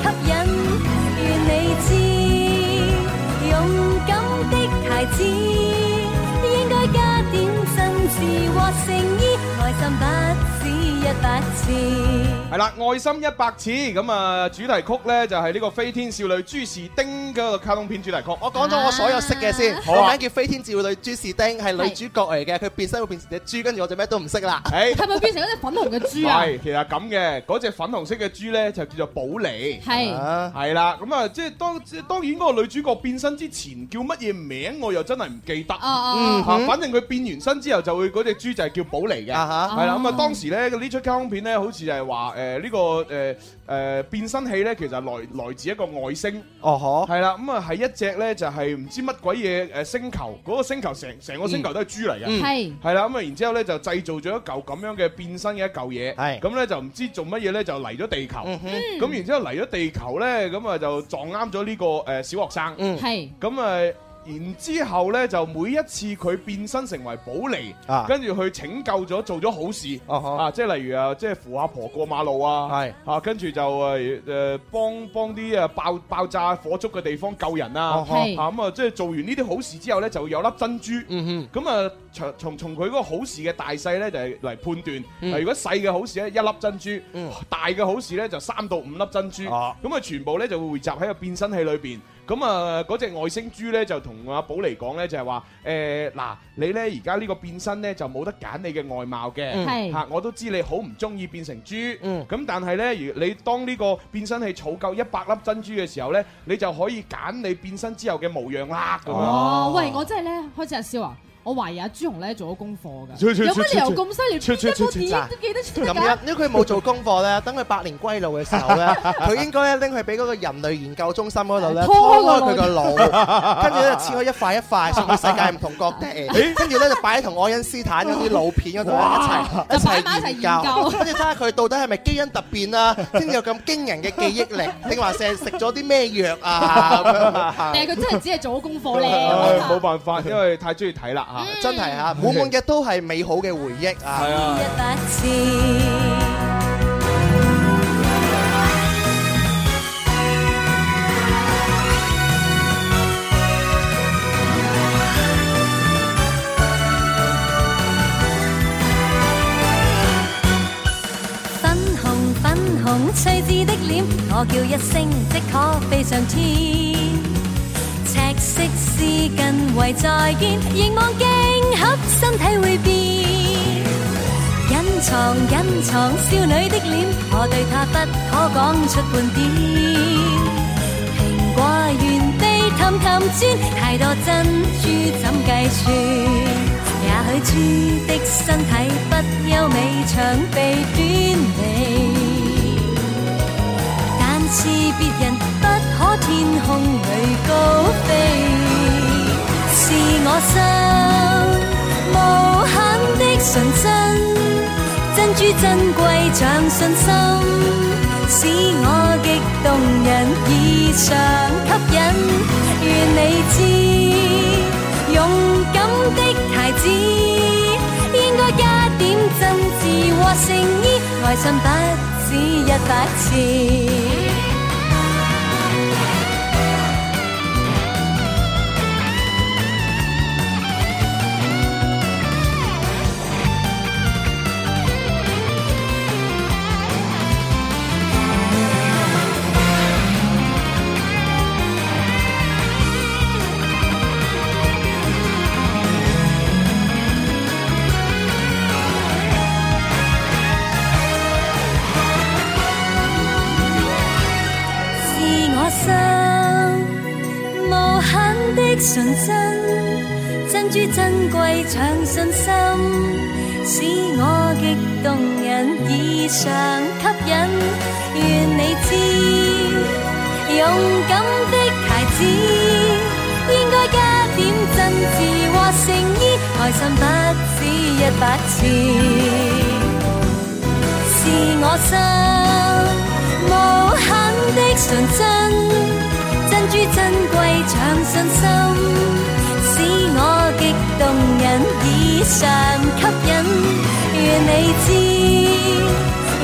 Speaker 8: 異常吸引。願你知。勇敢的孩子，應該加點真摯和誠意，愛心不止一百次。
Speaker 3: 係啦，愛心一百次咁啊！主題曲咧就係呢個《飛天少女朱士丁》嗰個卡通片主題曲。
Speaker 4: 我講咗我所有識嘅先，
Speaker 3: 好
Speaker 4: 個
Speaker 3: 啊
Speaker 4: 名叫飛天照女朱士丁，係女主角嚟嘅，佢變身會變成只豬，跟住我就咩都唔識啦。哎
Speaker 3: 誒，
Speaker 5: 係咪變成嗰只粉紅嘅豬啊？
Speaker 3: 係其實咁嘅，嗰只粉紅色嘅豬咧就叫做寶莉。
Speaker 5: 係
Speaker 4: 啊
Speaker 3: 係啦，咁啊，即係當即係當然嗰個女主角變身之前叫乜嘢名，我又真係唔記得。
Speaker 5: 哦哦，
Speaker 4: 嗯
Speaker 3: 啊，
Speaker 4: 哼
Speaker 3: 反正佢變完身之後就會嗰只豬就係叫寶莉嘅。
Speaker 4: 啊
Speaker 3: 係啦，咁啊當時咧呢出卡通片咧，好似就係話誒呢個誒誒變身器咧，其實來來自一個外星，
Speaker 4: 哈，哦呵，
Speaker 3: 係啦，咁啊係一隻咧就係唔知乜鬼嘢誒星球，嗰個星球成成個星
Speaker 4: 嗯
Speaker 3: 球都係豬嚟嘅。
Speaker 5: 係
Speaker 3: 係啦，咁啊，然之後咧就製造咗一嚿咁樣嘅變身嘅一嚿嘢，
Speaker 4: 係
Speaker 3: 咁咧就唔知做乜嘢咧就嚟咗地球，
Speaker 4: 嗯哼，
Speaker 3: 咁然之後嚟咗地球咧，咁啊就撞啱咗呢個誒小學生，
Speaker 4: 嗯
Speaker 5: 係
Speaker 3: 咁啊，然之後咧就每一次佢變身成為寶莉，
Speaker 4: 啊
Speaker 3: 跟住去拯救咗做咗好事。
Speaker 4: 哦呵，
Speaker 3: 啊，即係例如啊，即係扶阿婆過馬路啊，
Speaker 4: 係
Speaker 3: 啊，跟住就誒誒幫幫啲誒爆爆炸火燭嘅地方救人啊
Speaker 4: 哦，
Speaker 5: 係
Speaker 3: 啊咁啊，即係做完呢啲好事之後咧，就會有粒珍珠。
Speaker 4: 嗯
Speaker 3: 咁啊，從從從佢嗰個好事嘅大細咧，就係嚟判斷。
Speaker 4: 嗯
Speaker 3: 嗱如果細嘅好事咧，一粒珍珠；
Speaker 4: 嗯
Speaker 3: 大嘅好事咧，就三到五粒珍珠。
Speaker 4: 哦
Speaker 3: 咁啊，全部咧就會匯集喺個變身器裏邊。咁啊，嗰只外星豬咧就同阿寶嚟講咧，就係話誒嗱，你咧而家呢個變身咧就冇得揀你嘅外貌嘅。
Speaker 4: 嗯
Speaker 5: 係
Speaker 3: 嚇，我都知你好唔中意變成豬，咁、
Speaker 4: 嗯
Speaker 3: 但係呢，如你當呢個變身器儲夠一百粒珍珠嘅時候呢，你就可以揀你變身之後嘅模樣啦。咁樣
Speaker 5: 哦，喂，我真係咧開始阿笑啊！我懷疑阿朱紅咧做咗功課㗎，
Speaker 3: 切切切
Speaker 5: 有乜理由咁犀
Speaker 3: 切
Speaker 5: 利？
Speaker 3: 切
Speaker 5: 邊一
Speaker 3: 切
Speaker 5: 個
Speaker 3: 切
Speaker 5: 電影 都記得
Speaker 4: 哼，
Speaker 5: 出
Speaker 4: 咁
Speaker 5: 㗎？
Speaker 4: 樣，如果佢冇做功課咧，等佢百年歸老嘅時候 咧，佢應該咧拎去俾嗰個人類研究中心嗰度咧，
Speaker 5: 拖
Speaker 4: 拖
Speaker 5: 開佢
Speaker 4: 開
Speaker 5: 個
Speaker 4: 佢 個腦，跟住咧切開一塊一塊，送去世界唔同各地，跟住咧就擺喺同愛因斯坦嗰啲老片嗰度一齊一
Speaker 5: 就擺埋一齊
Speaker 4: 齊
Speaker 5: 研
Speaker 4: 研
Speaker 5: 究
Speaker 4: 究。跟住睇下佢到底係咪基因突變啦，先有咁驚人嘅記憶 力，定話成日食咗啲咩藥啊咁樣啊
Speaker 5: 定係佢真係只係做咗嗯功課咧？
Speaker 3: 唉
Speaker 5: 我
Speaker 3: 冇辦法，
Speaker 1: 嗯
Speaker 3: 因為太中意睇啦啊嚇。
Speaker 4: 真係嚇，滿滿嘅都係美好嘅回憶啊！
Speaker 3: 啊
Speaker 8: 一百次。粉紅粉紅細緻的臉，我叫一聲即可飛上天。赤色絲巾圍再見，凝望鏡盒，身體會變。隱隱藏隱藏少女的臉，我對她不可講出半點。蘋果原地氹氹轉，太多珍珠怎計算？也許豬的身體不優美，長臂短尾。但是別人不可天空裏高飛，是我心無限的純真，珍珠珍貴像信心，使我極動人異常吸引，願你知。勇敢的孩子，應該加點真摯和誠意，愛心不止一百次。是我心無限的純真，珍珠珍貴像信心，使我極動人異常吸引。願你知，勇敢的孩子應該加點真摯和誠意，愛心不止一百次。是我心無限的純真，珍珠珍貴像信心，使我極動人以上吸引。願你知，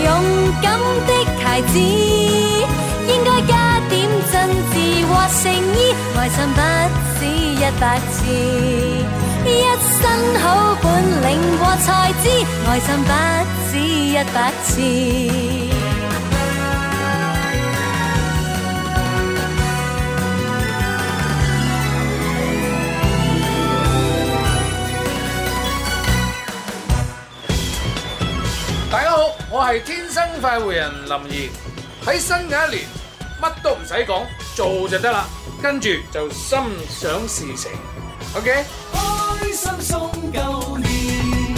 Speaker 8: 勇敢的孩子應該加點真摯和誠意，愛心不止一百次。一身好本領和才智，愛心不止一百次。
Speaker 1: 大家好，我係天生快活人林怡。喺新嘅一年，乜都唔使講，做就得啦。跟住就心想事成。OK，
Speaker 7: 開心送舊年，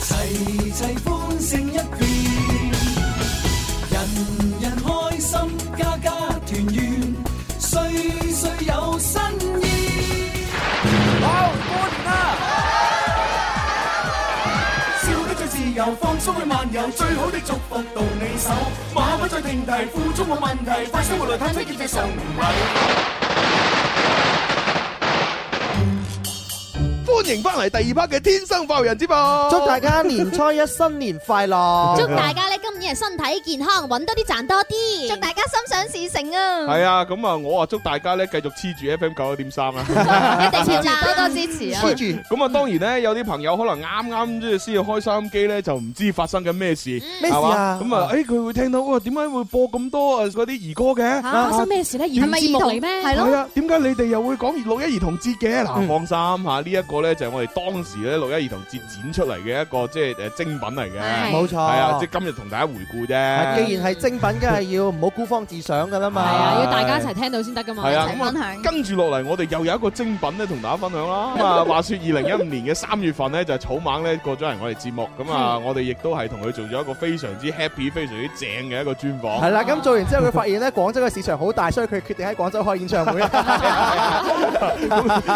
Speaker 7: 齊齊歡聲一片，人人開心，家家團圓，歲歲有新意。好，過年啦！笑得最自由，放鬆去漫遊，最好的祝福到你手，馬不再停蹄，付出冇問題，快生活來探出結只送禮。
Speaker 4: 歡迎翻嚟第二 part 嘅天生快活人節目，祝大家年初一新年快 樂，
Speaker 10: 祝大家咧今年係身體健康，揾多啲賺多啲，祝大家心想事成啊！
Speaker 3: 系啊，咁啊，我啊祝大家咧繼續黐住 FM 九一點三啊啦。
Speaker 11: 哎
Speaker 10: 一定要多多支持啊！
Speaker 3: 咁啊，當然咧，有啲朋友可能啱啱即係先至開收音機咧，就唔知發生緊咩事，
Speaker 10: 咩事啊
Speaker 3: 係嘛咁
Speaker 4: 哦
Speaker 3: 啊，誒佢會聽到哇，點解會播咁多啊嗰啲兒歌嘅？
Speaker 10: 嚇發生咩事咧兒童節目嚟咩
Speaker 3: 係
Speaker 10: 係咯
Speaker 3: 係啊，點解你哋又會講六一兒童節嘅？
Speaker 4: 嗯
Speaker 3: 嗱，放心嚇，呢一個咧就係我哋當時咧六一兒童節展出嚟嘅一個即係誒精品嚟嘅，
Speaker 4: 係冇錯
Speaker 3: 係啊，即係今日同大家回顧啫。
Speaker 4: 既然係精品，梗係要唔好孤芳自賞噶啦嘛，
Speaker 3: 係啊要大家一齊
Speaker 5: 聽到先得噶嘛
Speaker 3: 係啊，咁啊，跟住落嚟，我哋又有一個精品咧，同大家分享啦。咁啊，
Speaker 4: 嗯
Speaker 3: 話說二零一五年嘅三月份咧，就係草蜢咧過咗嚟我哋節目，咁啊，
Speaker 4: 嗯
Speaker 3: 我哋亦都係同佢做咗一個非常之 happy、非常之正嘅一個專訪。
Speaker 4: 係啦，咁做完之後，佢發現咧廣州嘅市場好大，所以佢決定喺廣州開演唱會。
Speaker 5: 啊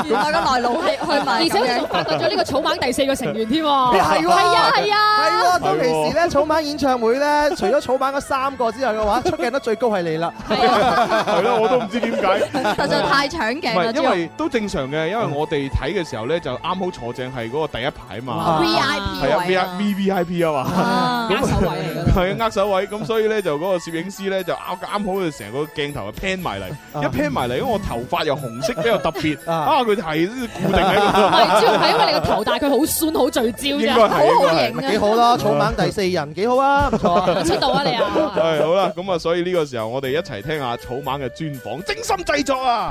Speaker 10: 原來個來路係去埋
Speaker 5: 而
Speaker 10: 咁樣
Speaker 5: 且我仲發掘咗呢個草蜢第四個成員添喎。
Speaker 4: 係喎，
Speaker 5: 係啊係啊，
Speaker 4: 係喎。當其時咧，草蜢演唱會咧，除咗草蜢嗰三個之外嘅話，出鏡得最高係你啦。
Speaker 3: 係咯，我都唔知點解。
Speaker 10: 實在太搶
Speaker 11: 啊
Speaker 3: 唔
Speaker 10: 鏡啦！
Speaker 3: 係，因為都正常嘅，因為我哋睇嘅時候咧，就啱好坐正係嗰個第一排嘛
Speaker 10: 哇 VIP
Speaker 3: 係啊
Speaker 10: 位
Speaker 3: V
Speaker 10: 啊
Speaker 3: V V I P 啊 嘛，
Speaker 10: 握手位
Speaker 3: 嚟㗎，係啊握手位，咁所以咧就嗰個攝影師咧就啱啱好就成個鏡頭啊 pan 埋嚟，一 pan 埋嚟，因為我頭髮又紅色比較特別，啊佢係固定喺
Speaker 5: 唔 係，主要係因為你個
Speaker 3: 嗰度。
Speaker 5: 頭大，佢好酸，好聚焦
Speaker 3: 應
Speaker 5: 啫，
Speaker 3: 該係應該係
Speaker 4: 咪幾好啦，草蜢第四人幾好啊，唔 錯啊。
Speaker 5: 出道啊你啊！
Speaker 3: 係好啦，咁啊，所以呢個時候我哋一齊聽下草蜢嘅專訪，精心製作啊！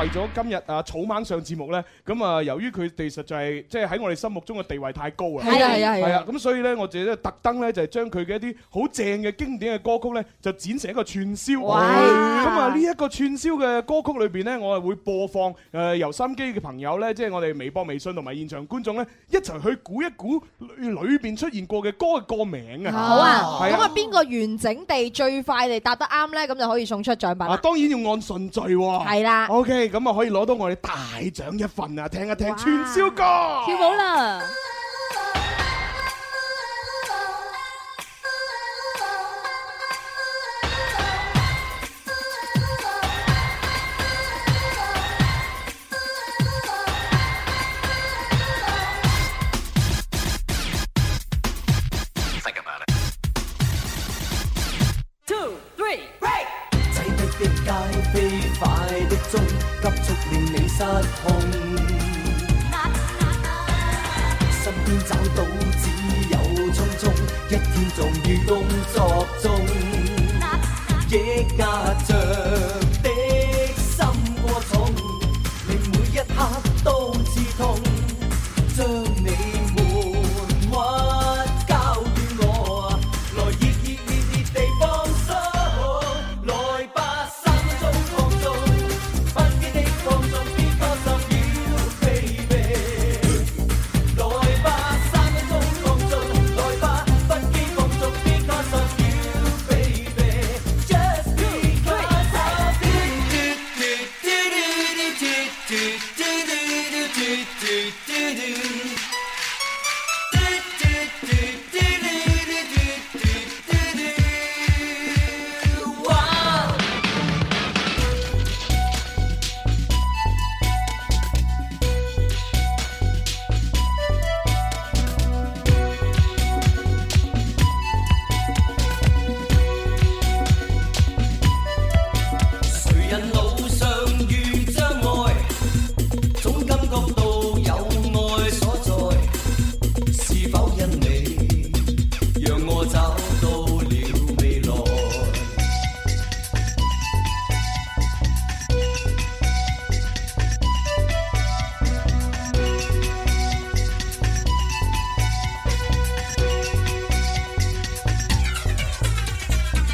Speaker 3: 為咗今日啊草蜢上節目咧，咁啊由於佢哋實在係即係喺我哋心目中嘅地位太高啊，
Speaker 12: 係啊係啊係啊
Speaker 3: 係啊，咁所以咧我哋咧特登咧就係將佢嘅一啲好正嘅經典嘅歌曲咧就剪成一個串燒。
Speaker 12: 哇
Speaker 3: 咁啊呢一個串燒嘅歌曲裏邊咧，我係會播放誒由心機嘅朋友咧，即係我哋微博、微信同埋現場觀眾咧一齊去估一估裏裏邊出現過嘅歌嘅歌名啊。
Speaker 12: 好啊，
Speaker 3: 係
Speaker 12: 咁啊邊個完整地最快地答得啱咧，咁就可以送出獎品
Speaker 3: 啊，
Speaker 12: 啦。
Speaker 3: 當然要按順序喎。
Speaker 12: 係啦
Speaker 3: ，OK，咁啊可以攞到我哋大獎一份啊！聽一聽串燒歌，
Speaker 11: 跳舞啦！
Speaker 8: Two, three, break.
Speaker 7: 擠逼的街飛快的鐘，急速令你失控。身邊找到只有匆匆，一天終於工作中，抑壓着的心過重，令每一刻都刺痛，將你悶屈交給我，來熱熱烈烈地放鬆。來吧，三分鐘放縱，不羈的放縱邊個受了，baby？來吧，三分鐘放縱，來吧，不羈放縱邊個受了，baby？Just because I Wow! 誰人路上遇障礙，總感覺到有愛所在。是否因你，讓我找到了未來？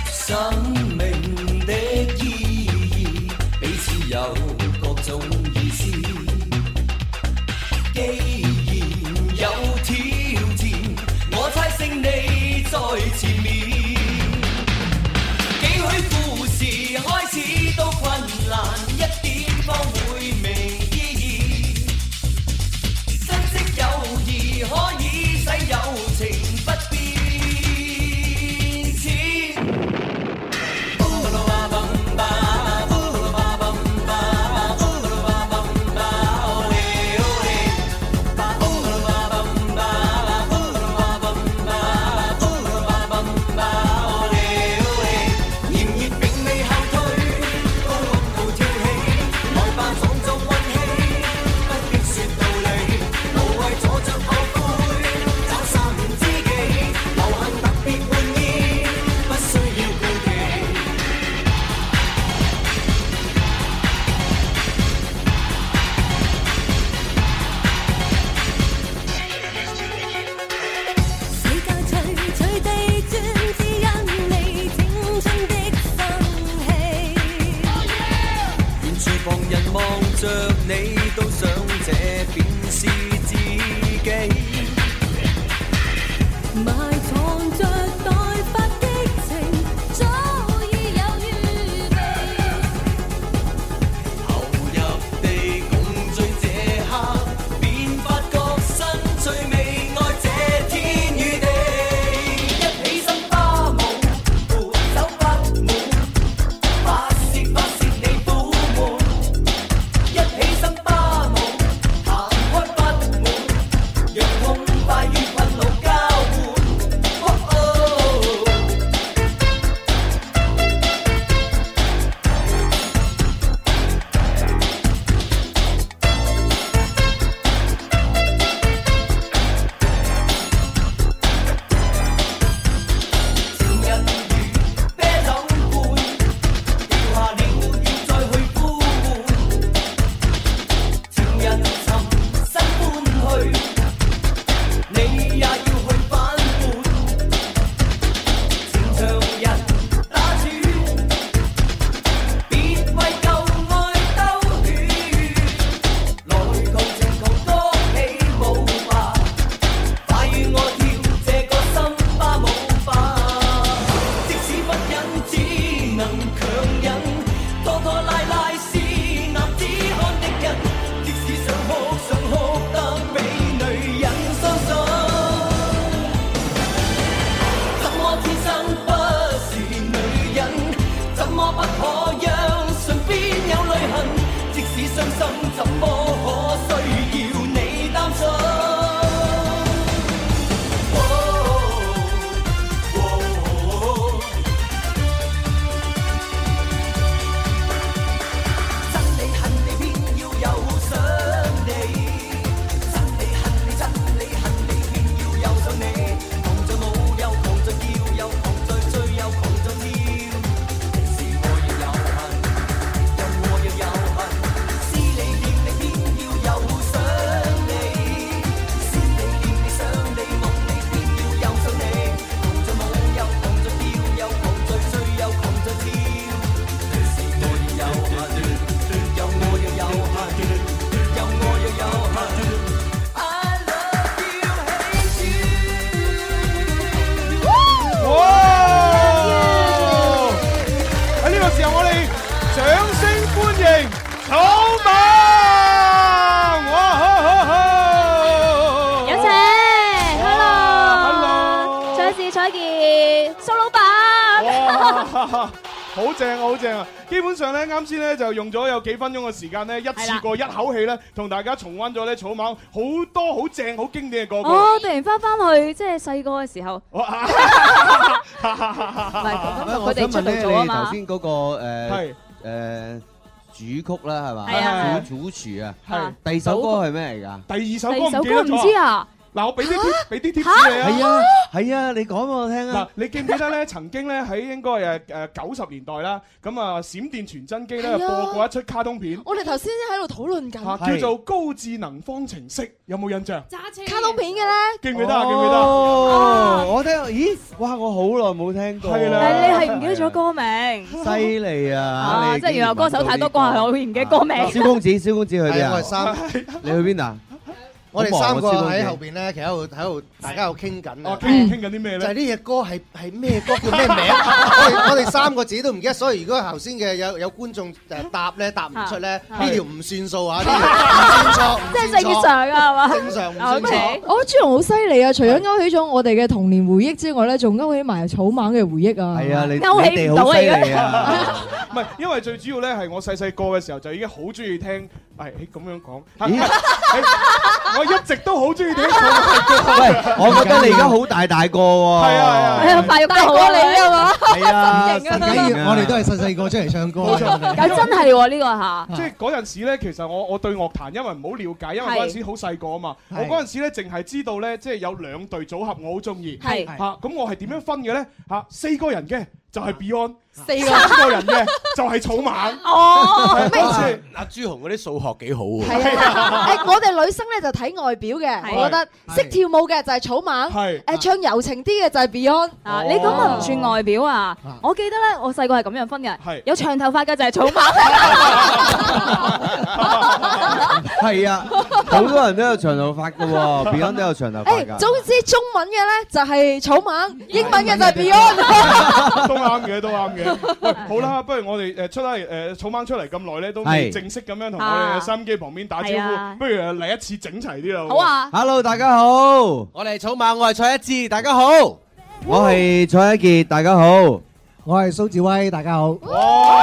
Speaker 7: 生命的意義，彼此有各種意思。既然有挑戰，我猜勝你在前面。幾許故事開始都困難，一點方會明意義。珍惜友誼可以使友情不變淺。
Speaker 3: 哦哇！好正啊，好正啊！基本上咧，啱先咧就用咗有幾分鐘嘅時間咧，一次過一口氣咧，同大家重溫咗咧草蜢好多好正、好經典嘅歌曲。
Speaker 12: 哦
Speaker 11: 我突然翻翻去即係細個嘅時候，
Speaker 13: 我
Speaker 11: 佢哋
Speaker 13: 想
Speaker 11: 出
Speaker 13: 問
Speaker 11: 道
Speaker 13: 咧，
Speaker 11: 咗啊
Speaker 13: 你
Speaker 11: 嘛
Speaker 13: 頭先嗰個誒
Speaker 3: 係
Speaker 13: 誒主曲啦，係嘛？
Speaker 11: 係啊
Speaker 13: 主主廚啊，
Speaker 11: 係
Speaker 13: 第二首歌係咩嚟㗎？
Speaker 3: 第二
Speaker 11: 第二首歌唔知啊，
Speaker 3: 嗱，我俾啲貼俾啲貼
Speaker 11: 嚇
Speaker 3: 士你
Speaker 11: 係
Speaker 3: 啊！
Speaker 11: 啊，
Speaker 3: 係啊，你講俾我聽啊！嗱，你記唔記得咧？曾經咧喺應該誒誒九十年代啦，咁啊閃電傳真機咧
Speaker 12: 係啊
Speaker 3: 播過一出卡通片，
Speaker 12: 我哋頭先喺度討論緊，
Speaker 3: 啊叫做《高智能方程式》，有冇印象？
Speaker 12: 卡通片嘅咧，
Speaker 3: 記唔記得啊？記唔記得啊？
Speaker 13: 哦，我聽，咦，哇！我好耐冇聽過。
Speaker 3: 係啦
Speaker 11: 但係你係唔記得咗歌名，
Speaker 13: 犀利啊！
Speaker 11: 啊！
Speaker 13: 你
Speaker 11: 即係原來歌手太多歌係我會唔記得歌名。
Speaker 13: 啊蕭公子，蕭公子去邊
Speaker 11: 係
Speaker 13: 啊？
Speaker 11: 我哋三，
Speaker 13: 你去邊啊？
Speaker 6: 我哋
Speaker 13: 好忙啊
Speaker 6: 三個
Speaker 13: 蕭公子
Speaker 6: 喺後邊咧，其實喺度喺度，大家喺度傾緊啊！
Speaker 3: 傾傾緊啲咩咧？
Speaker 6: 就係呢只歌係係咩歌叫咩名？我哋我哋三個自己都唔記得，所以如果頭先嘅有有觀眾誒答咧答唔出咧，呢條唔算數啊！呢條唔算錯，唔
Speaker 11: 即係
Speaker 6: 算錯
Speaker 11: 正常啊係嘛
Speaker 6: 正常
Speaker 12: Ờ,
Speaker 6: 唔算
Speaker 11: OK
Speaker 6: 錯。
Speaker 12: 我覺得朱紅好犀利啊！除咗勾起咗我哋嘅童年回憶之外咧，仲勾起埋草蜢嘅回憶啊！
Speaker 13: 係啊，你你
Speaker 12: 勾起
Speaker 13: 哋好犀 利啊！
Speaker 3: 唔係，因為最主要咧係我細細個嘅時候就已經好中意聽，係誒咁樣講，
Speaker 13: 咦
Speaker 3: 係係我一直都好中意聽草
Speaker 13: 喂，我覺得你 而家好大大個喎。係啊
Speaker 11: 係啊，發育得好啊你啊嘛，
Speaker 13: 係啊，
Speaker 11: 神經啊
Speaker 6: 唔緊要我哋都係細細個出嚟唱歌
Speaker 3: 冇錯
Speaker 6: 嘅。
Speaker 11: 咁 真係喎呢個嚇，
Speaker 3: 即係嗰陣時咧，其實我我對樂壇因為唔好了解，因為
Speaker 11: 係
Speaker 3: 嗰陣時好細個啊嘛。我
Speaker 11: 係
Speaker 3: 嗰陣時咧，淨係知道咧，即係有兩隊組合我好中意。
Speaker 11: 係
Speaker 3: 嚇，咁我係點樣分嘅咧？嚇，四個人嘅就係 Beyond，四
Speaker 11: 個
Speaker 3: 三個人嘅就係 草蜢。
Speaker 12: 哦咩
Speaker 3: 嗰陣時
Speaker 14: 阿朱紅嗰啲數學幾好喎。
Speaker 12: 係啊！ 誒，我哋女生咧就睇外表嘅，我覺得識跳舞嘅就係草蜢，誒唱柔情啲嘅就係 Beyond。
Speaker 11: 啊！你咁啊唔算外表啊！我記得咧，我細個係咁樣分嘅，有長頭髮嘅就係草蜢，
Speaker 13: 係啊，好多人都有長頭髮嘅 喎，Beyond 都有長頭髮
Speaker 12: 誒，
Speaker 13: 㗎。
Speaker 12: 總之中文嘅咧就係 草蜢，英文嘅就係 Beyond。
Speaker 3: 都啱嘅，都啱嘅。喂，好啦，不如我哋誒出嚟誒草蜢出嚟咁耐咧，都未
Speaker 13: 係
Speaker 3: 正式咁樣同我哋嘅收音機旁邊打招
Speaker 13: 係啊
Speaker 3: 呼，不如誒嚟一次整齊啲啦。
Speaker 13: Hello，大家好，我
Speaker 6: 哋草蜢，我係蔡一智，大家好。
Speaker 13: 我係蔡一傑，大家好。
Speaker 6: 我係蘇志威，大家好。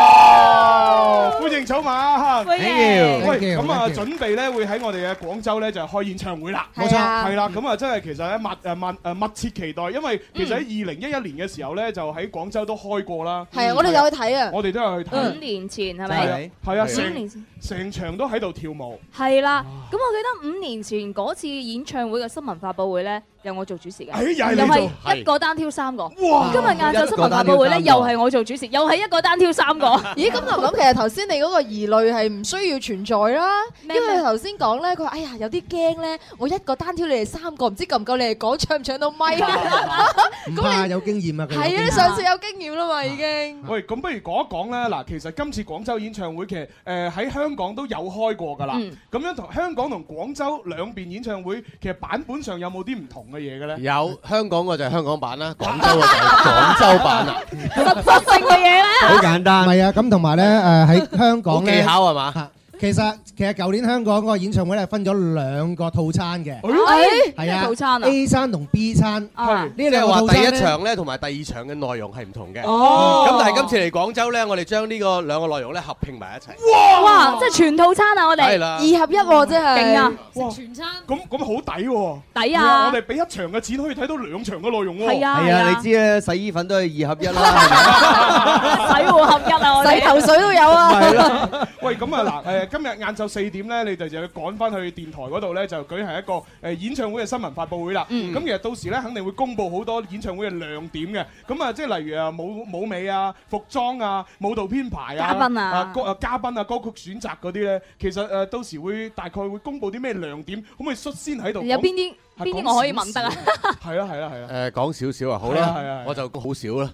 Speaker 3: 哇！歡迎草蜢，
Speaker 13: 歡迎 Thank you
Speaker 3: 喂
Speaker 13: Thank，you，
Speaker 3: 咁啊，
Speaker 13: thank you
Speaker 3: 準備咧會喺我哋嘅廣州咧就開演唱會啦，
Speaker 13: 冇錯係啊
Speaker 3: 係啦，咁啊真係其實咧密誒密誒密切期待，因為其實喺二零一一年嘅時候咧就喺廣州都開過啦，
Speaker 12: 係啊，我哋有去睇啊。
Speaker 3: 我哋都有去
Speaker 11: 五
Speaker 3: 睇，
Speaker 11: 年前係
Speaker 3: 係啊
Speaker 11: 咪？
Speaker 3: 嗯係啊，
Speaker 11: 五年前
Speaker 3: 成。成場都喺度跳舞，
Speaker 11: 係啦，咁我記得五年前嗰次演唱會嘅新聞發佈會咧，有我做主持嘅，
Speaker 3: 哎又係你
Speaker 11: 又係
Speaker 3: 做
Speaker 11: 一個單挑三個。
Speaker 3: 哇
Speaker 11: 今日晏晝新聞發佈會咧，
Speaker 12: 一個單挑三個
Speaker 11: 又係我做主持，又係一 個單挑三 個。
Speaker 12: 咦，咁就咁，其實頭先你嗰個疑慮係唔需要存在啦，因為佢頭先講咧，佢話哎呀有啲驚咧，我一個單挑你哋三個，唔知夠唔夠你哋講唱唔唱到 咪啊？
Speaker 6: 唔怕，有經驗啊！佢
Speaker 12: 係啊，
Speaker 6: 有經
Speaker 12: 你
Speaker 6: 驗
Speaker 12: 上次有經驗啦嘛，已經。
Speaker 3: 喂，咁不如講一講啦。嗱，其實今次廣州演唱會其實誒喺香港都有開過㗎啦。
Speaker 14: 嗯
Speaker 3: 咁樣同香港同廣州兩邊演唱會，其實版本上有冇啲唔同嘅嘢嘅咧？
Speaker 6: 有香港嘅就係香港版 啦，廣州嘅就係廣州版啦，
Speaker 11: 實性嘅嘢咧，
Speaker 13: 好簡單。
Speaker 15: 唔係啊，咁同埋咧誒喺香港
Speaker 6: 好
Speaker 15: 咧
Speaker 6: 技，巧係嘛？
Speaker 15: 其實其實舊年香港嗰個演唱會咧分咗兩個套餐嘅，
Speaker 11: 哎
Speaker 15: 係
Speaker 11: 咩
Speaker 15: 啊，
Speaker 11: 套餐啊
Speaker 15: A 餐同 B 餐，
Speaker 11: 啊
Speaker 15: 呢
Speaker 14: 即
Speaker 15: 兩
Speaker 14: 係
Speaker 15: 個套
Speaker 14: 話
Speaker 15: 餐
Speaker 14: 第一
Speaker 15: 咧。
Speaker 14: 場咧同埋第二場嘅內容係唔同嘅。
Speaker 11: 哦
Speaker 14: 咁但係今次嚟廣州咧，我哋將呢個兩個內容咧合拼埋一齊。
Speaker 11: 哇！即係全套餐啊，我哋
Speaker 14: 係啦二合一
Speaker 12: 喎真係
Speaker 11: 勁啊！
Speaker 3: 全餐咁咁好抵喎！
Speaker 11: 抵啊
Speaker 3: 係我哋俾一場嘅錢可以睇到兩場嘅內容喎。
Speaker 11: 係啊
Speaker 13: 係啊，你知咧，洗衣粉都係二合一 啦。
Speaker 11: 洗護合一啊，我哋
Speaker 12: 洗頭水都有啊
Speaker 3: 係啦喂，咁啊嗱，誒今日晏晝四點咧，你哋就要趕翻去電台嗰度咧，就舉行一個誒演唱會嘅新聞發佈會啦。咁其實到時咧，肯定會公布好多演唱會嘅亮點嘅。咁啊，即係例如啊舞舞美啊、服裝啊、舞蹈編排啊、
Speaker 11: 嘉賓啊
Speaker 3: 歌啊嘉賓啊、歌曲選擇嗰啲咧，其實誒到時會大概會公布啲咩亮點，可唔可以率先喺度講？
Speaker 11: 有邊啲
Speaker 3: 係
Speaker 11: 邊
Speaker 3: 講
Speaker 11: 啲我可以
Speaker 3: 少
Speaker 11: 問得啊？
Speaker 3: 係啦係啦係啦。
Speaker 14: 誒講少少啊，好
Speaker 3: 係啊係啊係啊
Speaker 14: 啦，我就好少啦。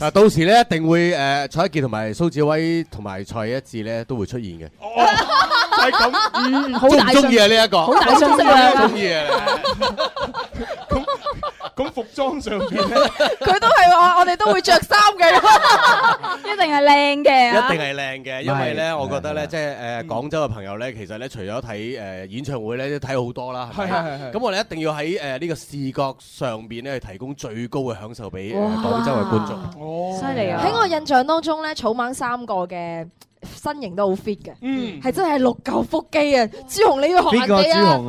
Speaker 14: 啊，到時咧一定會誒蔡一傑同埋蘇志威同埋蔡一智咧都會出現嘅。
Speaker 3: 係咁，
Speaker 11: 嗯，
Speaker 14: 好大中唔中意啊信
Speaker 11: à,
Speaker 14: 呢一個好大信息啊中意啊
Speaker 3: 咁服裝上邊咧，
Speaker 12: 佢都係
Speaker 11: ờ,
Speaker 12: 話我哋都會着衫嘅，
Speaker 11: 一定係靚嘅
Speaker 14: 一
Speaker 11: 啊，
Speaker 14: 定係靚嘅，因為
Speaker 13: 係
Speaker 14: 咧，我覺得咧，即係誒廣州嘅朋友咧，其實咧，除咗睇誒演唱會咧，都睇好多啦，係
Speaker 3: 係係
Speaker 14: 咪？
Speaker 3: 係
Speaker 14: 咁我哋一定要喺誒呢個視覺上邊咧，去提供最高嘅享受俾誒
Speaker 3: 哇
Speaker 14: 廣州嘅觀眾。
Speaker 3: 哦
Speaker 11: 犀利啊！
Speaker 12: 喺我印象當中咧，草蜢三個嘅身形都好 fit 嘅，
Speaker 11: 嗯
Speaker 12: 係真係六嚿腹肌啊！朱紅你要學人
Speaker 13: 邊個朱
Speaker 12: 哋啊！
Speaker 13: 紅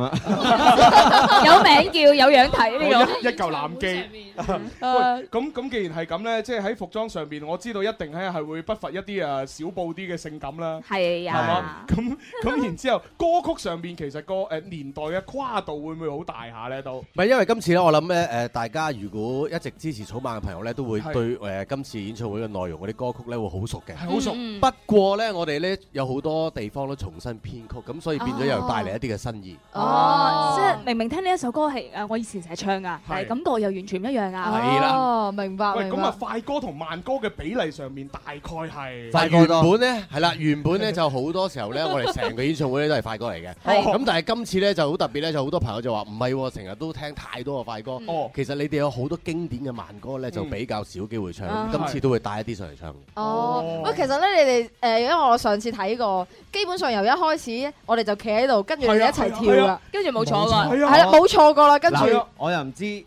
Speaker 13: 啊？
Speaker 11: 有名叫有樣睇呢
Speaker 3: 一一嚿腩肌。 喂，咁咁既然係咁咧，即係喺服裝上邊，我知道一定咧係會不乏一啲啊小布啲嘅性感啦。
Speaker 11: 個係
Speaker 3: 係
Speaker 11: 啊。
Speaker 3: 嘛？咁咁然之後，歌曲上邊其實個誒年代嘅跨度會唔會好大下咧？都
Speaker 14: 唔係因為今次咧，我諗咧誒，大家如果一直支持草蜢嘅朋友咧，都會
Speaker 3: 係
Speaker 14: 對誒今次演唱會嘅內容嗰啲歌曲咧會好熟嘅，係
Speaker 3: 好熟
Speaker 11: 嗯
Speaker 14: 不過咧，我哋咧有好多地方都重新編曲，咁所以變咗又帶嚟一啲嘅新意。
Speaker 11: ờ, 哦，即係明明聽呢一首歌係誒我以前成日唱噶，但係感覺又完全唔一樣啊！
Speaker 14: 係啦
Speaker 11: Ờ,
Speaker 12: 哦，明白
Speaker 3: 喂，
Speaker 12: 明
Speaker 3: 咁
Speaker 12: 白
Speaker 3: 啊。快歌同慢歌嘅比例上面大概係
Speaker 14: 但原本咧係啦，原本咧就好多時候咧，我哋成個演唱會咧都係快歌嚟嘅。哦
Speaker 3: 係
Speaker 14: 咁但係今次咧就好特別咧，就好多朋友就話唔係喎，成日都聽太多嘅快歌
Speaker 3: 嗯。
Speaker 14: 其實你哋有好多經典嘅慢歌咧，就比較少機會
Speaker 12: 嗯
Speaker 14: 唱。今次都會帶一啲上嚟唱。
Speaker 12: 哦，喂，其實咧，你哋誒，因為我上次睇過，基本上由一開始我哋就企喺度，跟住你哋一齊跳
Speaker 13: 係
Speaker 12: 啦
Speaker 13: 啊，
Speaker 11: 跟住
Speaker 13: 冇錯㗎
Speaker 12: 係
Speaker 13: 係啊
Speaker 12: 啦，冇錯過啦，跟住
Speaker 13: 嗱我又唔知誒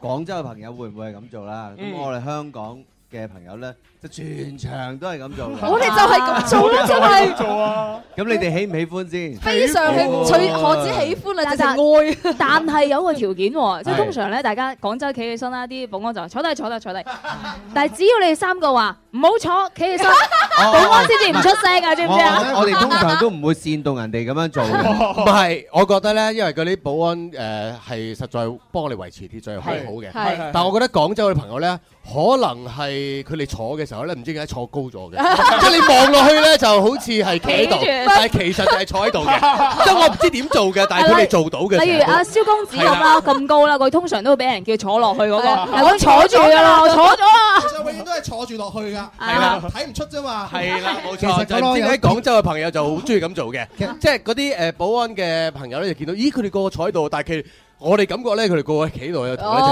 Speaker 13: 廣州嘅朋友會唔會係咁做啦？咁
Speaker 12: 嗯
Speaker 13: 我哋香港嘅朋友咧，就全場都係咁 做啦。
Speaker 12: 我哋就係咁做啦，真
Speaker 13: 係
Speaker 12: 係
Speaker 3: 啊！
Speaker 13: 咁你哋喜唔喜歡先？
Speaker 12: 非常喜
Speaker 13: 哦
Speaker 12: 取何止喜歡啊，直情
Speaker 11: 愛， 但係有個條件喎，即係
Speaker 13: 係
Speaker 11: 通常咧，大家廣州企起身啦，啲保安就話坐低坐低坐低，但係只要你哋三個話唔好坐，企起身，保安先至唔出聲啊，知唔知
Speaker 14: 哦
Speaker 11: 啊？
Speaker 13: 我我我哋 通常都唔會煽動人哋咁樣做嘅。
Speaker 14: 唔係，我覺得咧，因為嗰啲保安誒呃係實在幫我哋維持秩序係好
Speaker 13: 係係係
Speaker 14: 嘅。但我覺得廣州嘅朋友咧，可能係佢哋坐嘅時候咧，唔知點解坐高 咗嘅，即係你望落去咧就好似係企喺
Speaker 11: 企
Speaker 14: 度
Speaker 11: 住，
Speaker 14: 但係其實就係坐喺度嘅。 即係我唔知點做嘅，但係佢哋做到嘅。
Speaker 11: 例如阿蕭公子咁
Speaker 14: 啊
Speaker 11: 啦，咁高啦，佢通常都會俾人叫坐落去嗰個，係我坐住㗎啦，我坐咗啦。
Speaker 15: 其實永遠都係坐住落去㗎，
Speaker 14: 係
Speaker 5: 啊
Speaker 14: 啦
Speaker 15: 睇唔出啫嘛。
Speaker 14: 係 啦，冇
Speaker 15: 其實
Speaker 14: 錯，就係
Speaker 15: 嗰
Speaker 14: 唔知
Speaker 15: 個
Speaker 14: 喺
Speaker 15: 有
Speaker 14: 廣州嘅朋友就好中意咁做嘅，即係嗰啲誒保安嘅朋友咧就見到，咦佢哋個個坐喺度，但係佢我哋感覺咧佢哋個個喺企度又同我一齊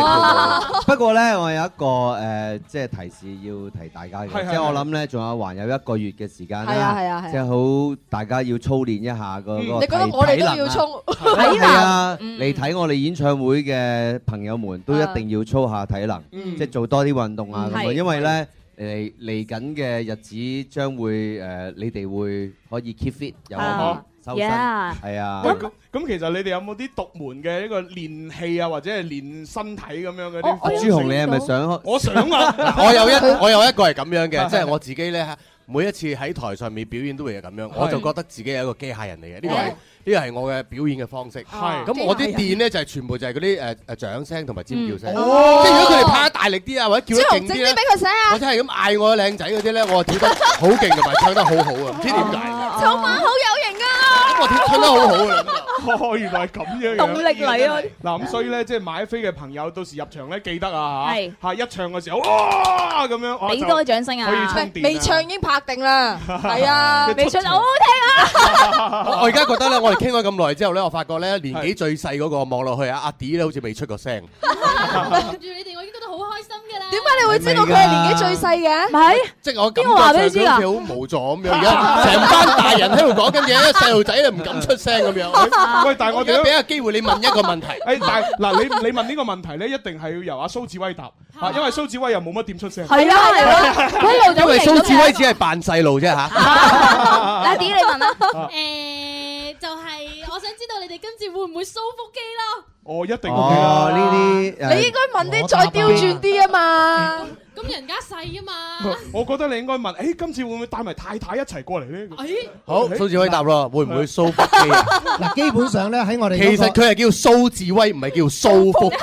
Speaker 14: 做。
Speaker 13: 不過咧，我有一個誒，即係提示要提大家
Speaker 14: 係
Speaker 13: 嘅，
Speaker 14: 係
Speaker 13: 即係我諗咧，仲有還有一個月嘅時間
Speaker 12: 係啊
Speaker 13: 啦
Speaker 12: 係啊係啊，
Speaker 13: 即係好大家要操練一下個
Speaker 12: 嗯你
Speaker 13: 個
Speaker 12: 覺得我哋都要操體能
Speaker 13: 體能啊係啊！
Speaker 12: 嗯
Speaker 13: 嚟睇我哋演唱會嘅朋友們都一定要操下體能，
Speaker 11: Ờ.
Speaker 12: 嗯
Speaker 13: 即係做多啲運動啊
Speaker 12: 嗯
Speaker 13: 咁啊，
Speaker 12: 係
Speaker 13: 因為咧。嚟嚟緊嘅日子將會誒、你哋會可以 keep fit
Speaker 11: Ờ.
Speaker 13: 又可
Speaker 3: 啊
Speaker 13: 以修身，
Speaker 3: Yeah
Speaker 13: 係啊。
Speaker 3: 喂咁咁其實你哋有冇啲獨門嘅一個練氣啊，或者係練身體咁樣嗰啲
Speaker 13: 我
Speaker 3: 方式？
Speaker 13: 朱紅你係咪想開
Speaker 3: 我想啊！
Speaker 14: 嗱我有一
Speaker 3: 佢
Speaker 14: 我有一個係咁樣嘅，
Speaker 3: 係
Speaker 14: 即係我自己咧，每一次喺台上面表演都會係咁樣，我就覺得自己係一個機械人嚟嘅，呢個係。呢個係我嘅表演嘅方式，
Speaker 3: 係
Speaker 14: 咁我啲電咧就係全部就係嗰啲誒誒掌聲同埋尖叫聲，
Speaker 3: 嗯哦
Speaker 14: 即係如果佢哋拍得大力啲啊，或者叫得勁
Speaker 12: 整
Speaker 14: 啲
Speaker 12: 啲
Speaker 14: 咧
Speaker 12: 俾，佢寫啊
Speaker 14: 我！真係咁嗌我靚仔嗰啲咧，我跳得好勁同埋唱得好好啊，唔知點解
Speaker 3: 哦
Speaker 14: 嘅，
Speaker 12: 草蜢好有型
Speaker 14: 咁我跳唱得 好好啊，咁就
Speaker 3: 哦，原來係咁樣樣
Speaker 12: 動力嚟啊
Speaker 3: 嗱咁所以咧，即係買飛嘅朋友，到時入場咧記得啊
Speaker 11: 係
Speaker 3: 嚇，嚇一唱嘅時候，哇咁樣，哇
Speaker 11: 俾多啲掌聲啊
Speaker 3: 可以充電啊
Speaker 12: 未唱已經拍定啦，係啊，
Speaker 11: 未唱就好好聽啊！
Speaker 14: 我而家覺得咧，我哋傾咗咁耐之後咧，我發覺咧年紀最細嗰個望落去啊，阿 D 咧好似未出過聲。
Speaker 5: 跟住你哋，我已經覺得好開心㗎啦。
Speaker 12: 點解你會知道佢係年紀最細嘅？唔
Speaker 11: 係，
Speaker 14: 即係我
Speaker 12: 邊個話俾你知
Speaker 14: 好
Speaker 12: 啊？
Speaker 14: 似好無助咁樣，而家成班大人喺度講，跟住啲細路仔咧唔敢出聲咁 樣。
Speaker 3: 喂但係我
Speaker 14: 而
Speaker 3: 哋
Speaker 14: 家俾個機會你問一個 問題。
Speaker 3: 誒，但係嗱，你你問呢個問題咧，一定係要由阿蘇志威答，嚇，因為蘇志威又冇乜點出 聲。
Speaker 11: 係啊係啊佢一路就
Speaker 14: 因為蘇志威只係扮細路啫嚇。
Speaker 11: 阿 D 你問啦，
Speaker 5: 誒，就係我想知道你哋今次會唔會收腹肌啦？
Speaker 3: 我一定
Speaker 13: 哦，
Speaker 3: Ờ,
Speaker 13: 呢啲誒
Speaker 12: 你應該問啲再刁轉啲啊嘛！
Speaker 5: 咁人家細啊嘛。
Speaker 3: 我覺得你應該問，誒，今次會唔會帶埋太太一齊過嚟咧？
Speaker 5: 誒，
Speaker 14: 好，蘇志威答啦，會唔會蘇腹肌 啊？
Speaker 15: 嗱，基本上咧喺我哋
Speaker 14: 其實
Speaker 15: 嗰個
Speaker 14: 佢係叫蘇志威，唔係叫蘇腹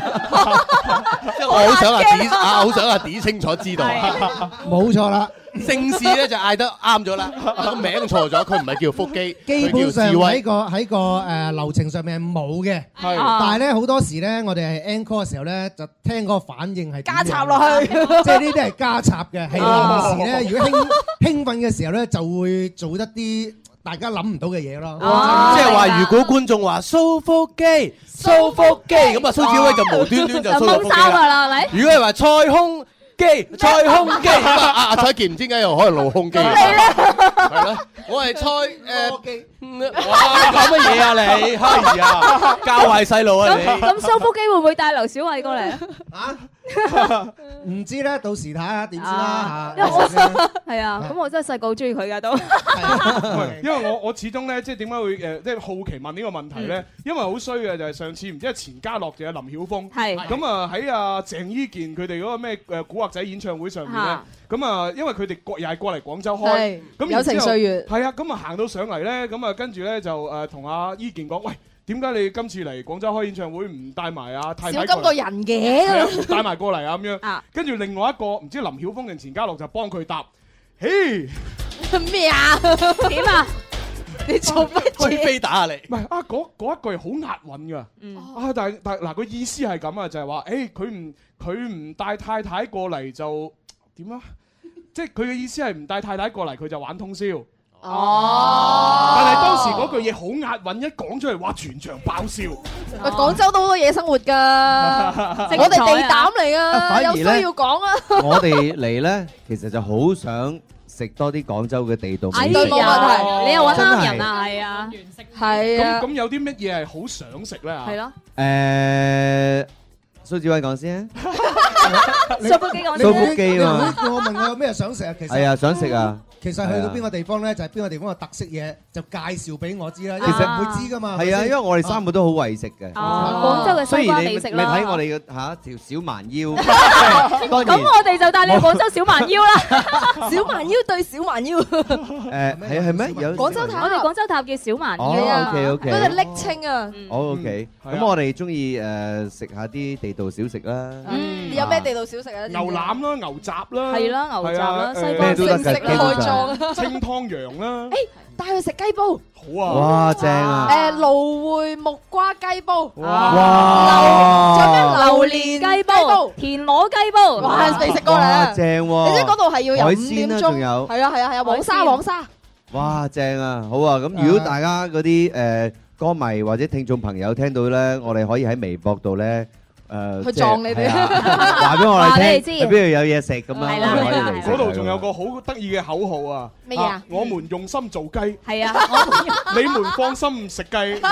Speaker 14: 肌。即係我好想阿 D，啊好想阿 D 清楚知道。
Speaker 15: 冇錯啦，
Speaker 14: 姓氏咧就嗌得啱咗啦，個名錯咗，佢唔係叫腹肌，
Speaker 15: 基本
Speaker 14: 佢
Speaker 15: 上
Speaker 14: 叫志
Speaker 15: 喺
Speaker 14: 威。
Speaker 15: 個喺個誒流程上面係冇嘅，
Speaker 14: 係
Speaker 12: 啊
Speaker 15: 但係咧好多時咧，我哋係 encore 嘅時候咧，就聽嗰個反應係點樣
Speaker 12: 加插落去
Speaker 15: 即係呢啲係加插嘅，
Speaker 12: 哦
Speaker 15: 係平時咧，如果興興奮嘅時候咧，就會做得啲大家諗唔到嘅嘢
Speaker 6: 哦
Speaker 15: 咯。
Speaker 14: 哦
Speaker 12: 哦
Speaker 14: 即係話，如果觀眾話蘇腹肌、蘇腹肌，咁啊蘇志威就無端端就蘇到腹肌
Speaker 11: 就掹衫㗎
Speaker 14: 啦。
Speaker 11: 啦，係咪？
Speaker 14: 如果係話菜胸肌、菜胸肌，咁啊阿蔡健唔知點解又可能露胸肌。啊係咯，我係菜誒，嗯哇講乜嘢啊 你？係啊，教壞細路啊你！
Speaker 11: 咁咁收腹肌會唔會帶劉小慧過嚟啊？
Speaker 15: 唔知咧，到時睇下 點知
Speaker 11: 啊
Speaker 15: 啦
Speaker 11: 因為我
Speaker 15: 嚇。
Speaker 11: 係啊，咁我真係細個好中意佢噶都。
Speaker 3: 因為我我始終咧，即係點解會呃誒，即係好奇問呢個問題咧？
Speaker 12: 嗯
Speaker 3: 因為好衰嘅就係上次唔知係錢嘉樂定係林曉峰，
Speaker 11: 係
Speaker 3: 咁啊喺啊鄭伊健佢哋嗰個咩誒古惑仔演唱會上面咧
Speaker 11: 嚇，
Speaker 3: 咁啊因為佢哋過又係過嚟廣州
Speaker 12: 係
Speaker 3: 開，
Speaker 12: 友
Speaker 3: 咁
Speaker 12: 情
Speaker 3: 然之後
Speaker 12: 歲月
Speaker 3: 係啊，咁啊行到上嚟咧，咁啊跟住咧就誒同阿伊健講，喂。點解你今次嚟廣州開演唱會唔帶埋阿太
Speaker 12: 少
Speaker 3: 太
Speaker 12: 咁個
Speaker 3: 過嚟
Speaker 12: 人嘅
Speaker 3: 係啊唔帶埋過嚟啊咁樣
Speaker 12: 啊，
Speaker 3: 跟住另外一個唔知林曉峰定錢嘉樂就幫佢答，嘿。
Speaker 12: 咩啊？
Speaker 11: 點啊？
Speaker 12: 你 做乜
Speaker 14: 推
Speaker 12: 嘢？
Speaker 14: 飛打下你。
Speaker 3: 唔係啊，嗰嗰一句好押韻噶。啊，但係但係嗱，個意思係咁啊，就係話，誒佢唔佢唔帶太太過嚟就點啊？即係佢嘅意思係唔帶太太過嚟，佢就玩通宵。
Speaker 12: 哦
Speaker 3: 但係當時嗰句嘢好押韻，一講出嚟，哇！全場爆笑。
Speaker 12: 喂，廣州都好多嘢生活㗎，我哋地膽嚟
Speaker 13: 反
Speaker 12: 啊，
Speaker 13: 而
Speaker 12: 有需
Speaker 13: 呢
Speaker 12: 要講啊。
Speaker 13: 我哋嚟咧，其實就好想食多啲廣州嘅地道美食。
Speaker 11: 你又揾啱人
Speaker 13: 真係！
Speaker 11: 啊，係啊，
Speaker 12: 係
Speaker 3: 咁
Speaker 12: 啊，
Speaker 3: 咁有啲乜嘢係好想食咧？
Speaker 11: 係咯，
Speaker 13: 誒，蘇志威講先啊，
Speaker 11: 數部機講
Speaker 13: 數部機啊
Speaker 15: 你
Speaker 13: 嘛
Speaker 15: 會，叫我問我有咩想食啊？其實
Speaker 13: 係啊，想食啊，
Speaker 15: 其實去到邊
Speaker 13: 係啊？
Speaker 15: 個地方咧，就係邊個地方嘅特色嘢，就介紹俾我知啦。
Speaker 13: 其實
Speaker 15: 唔會知㗎嘛。
Speaker 13: 係啊，因為我哋三個都好為食嘅。
Speaker 11: 哦廣州嘅西瓜
Speaker 13: 雖然你
Speaker 11: 美食啦
Speaker 13: 你睇我哋嘅嚇條小 蠻腰，
Speaker 11: Ờ,
Speaker 13: 當
Speaker 11: 咁
Speaker 13: 然
Speaker 11: 我哋就帶你去廣州小蠻腰啦。
Speaker 12: 小蠻腰對小蠻腰，
Speaker 13: 誒係係咩？有
Speaker 12: 廣州塔
Speaker 11: 我哋廣州塔叫小蠻
Speaker 13: 哦
Speaker 11: 腰啊。
Speaker 13: ，OK，OK
Speaker 12: 嗰度拎清啊。
Speaker 11: Ừ.
Speaker 13: 哦，OK，
Speaker 3: 係
Speaker 13: 咁
Speaker 3: 啊
Speaker 13: 我哋中意誒食下啲地道小食啦。
Speaker 12: 你有咩地道小食啊？
Speaker 3: 牛腩啦，牛雜啦，
Speaker 12: 係啦牛雜啦
Speaker 3: 係啊
Speaker 12: 西瓜咩都得㗎正式基本上內臟
Speaker 3: 清湯羊啦，
Speaker 12: 帶佢食雞煲。
Speaker 3: 好啊！
Speaker 13: 哇，正啊！
Speaker 12: 誒蘆薈木瓜雞煲，
Speaker 13: Ờ, 哇！
Speaker 12: 仲有咩榴
Speaker 11: 榴
Speaker 12: 蓮
Speaker 11: 蓮雞
Speaker 12: 雞
Speaker 11: 煲
Speaker 12: 煲、
Speaker 11: 田螺雞煲，
Speaker 12: 哇未食過
Speaker 13: 哇，
Speaker 12: 咧。
Speaker 13: 正喎！
Speaker 12: 你知嗰度係要
Speaker 13: 海
Speaker 12: 由五
Speaker 13: 鮮
Speaker 12: 點
Speaker 13: 啦
Speaker 12: 鐘，
Speaker 13: 仲有
Speaker 12: 係啊係啊係啊，黃沙黃沙。
Speaker 13: 哇，正啊！好啊，咁如果大家嗰啲誒歌迷或者聽眾朋友聽到咧，我哋可以喺微博度咧誒
Speaker 3: 去撞你哋
Speaker 13: 即係係啊話俾我哋聽，
Speaker 3: 話俾你
Speaker 13: 邊
Speaker 3: 知
Speaker 13: 度有嘢食咁樣，
Speaker 3: 係
Speaker 13: 我
Speaker 3: 啦
Speaker 13: 哋可以嚟食
Speaker 3: 嗰度仲有個好得意嘅口號啊！
Speaker 11: 咩啊
Speaker 3: 我們用心做雞，
Speaker 11: 係 啊，
Speaker 3: 你們放心食雞， 咁樣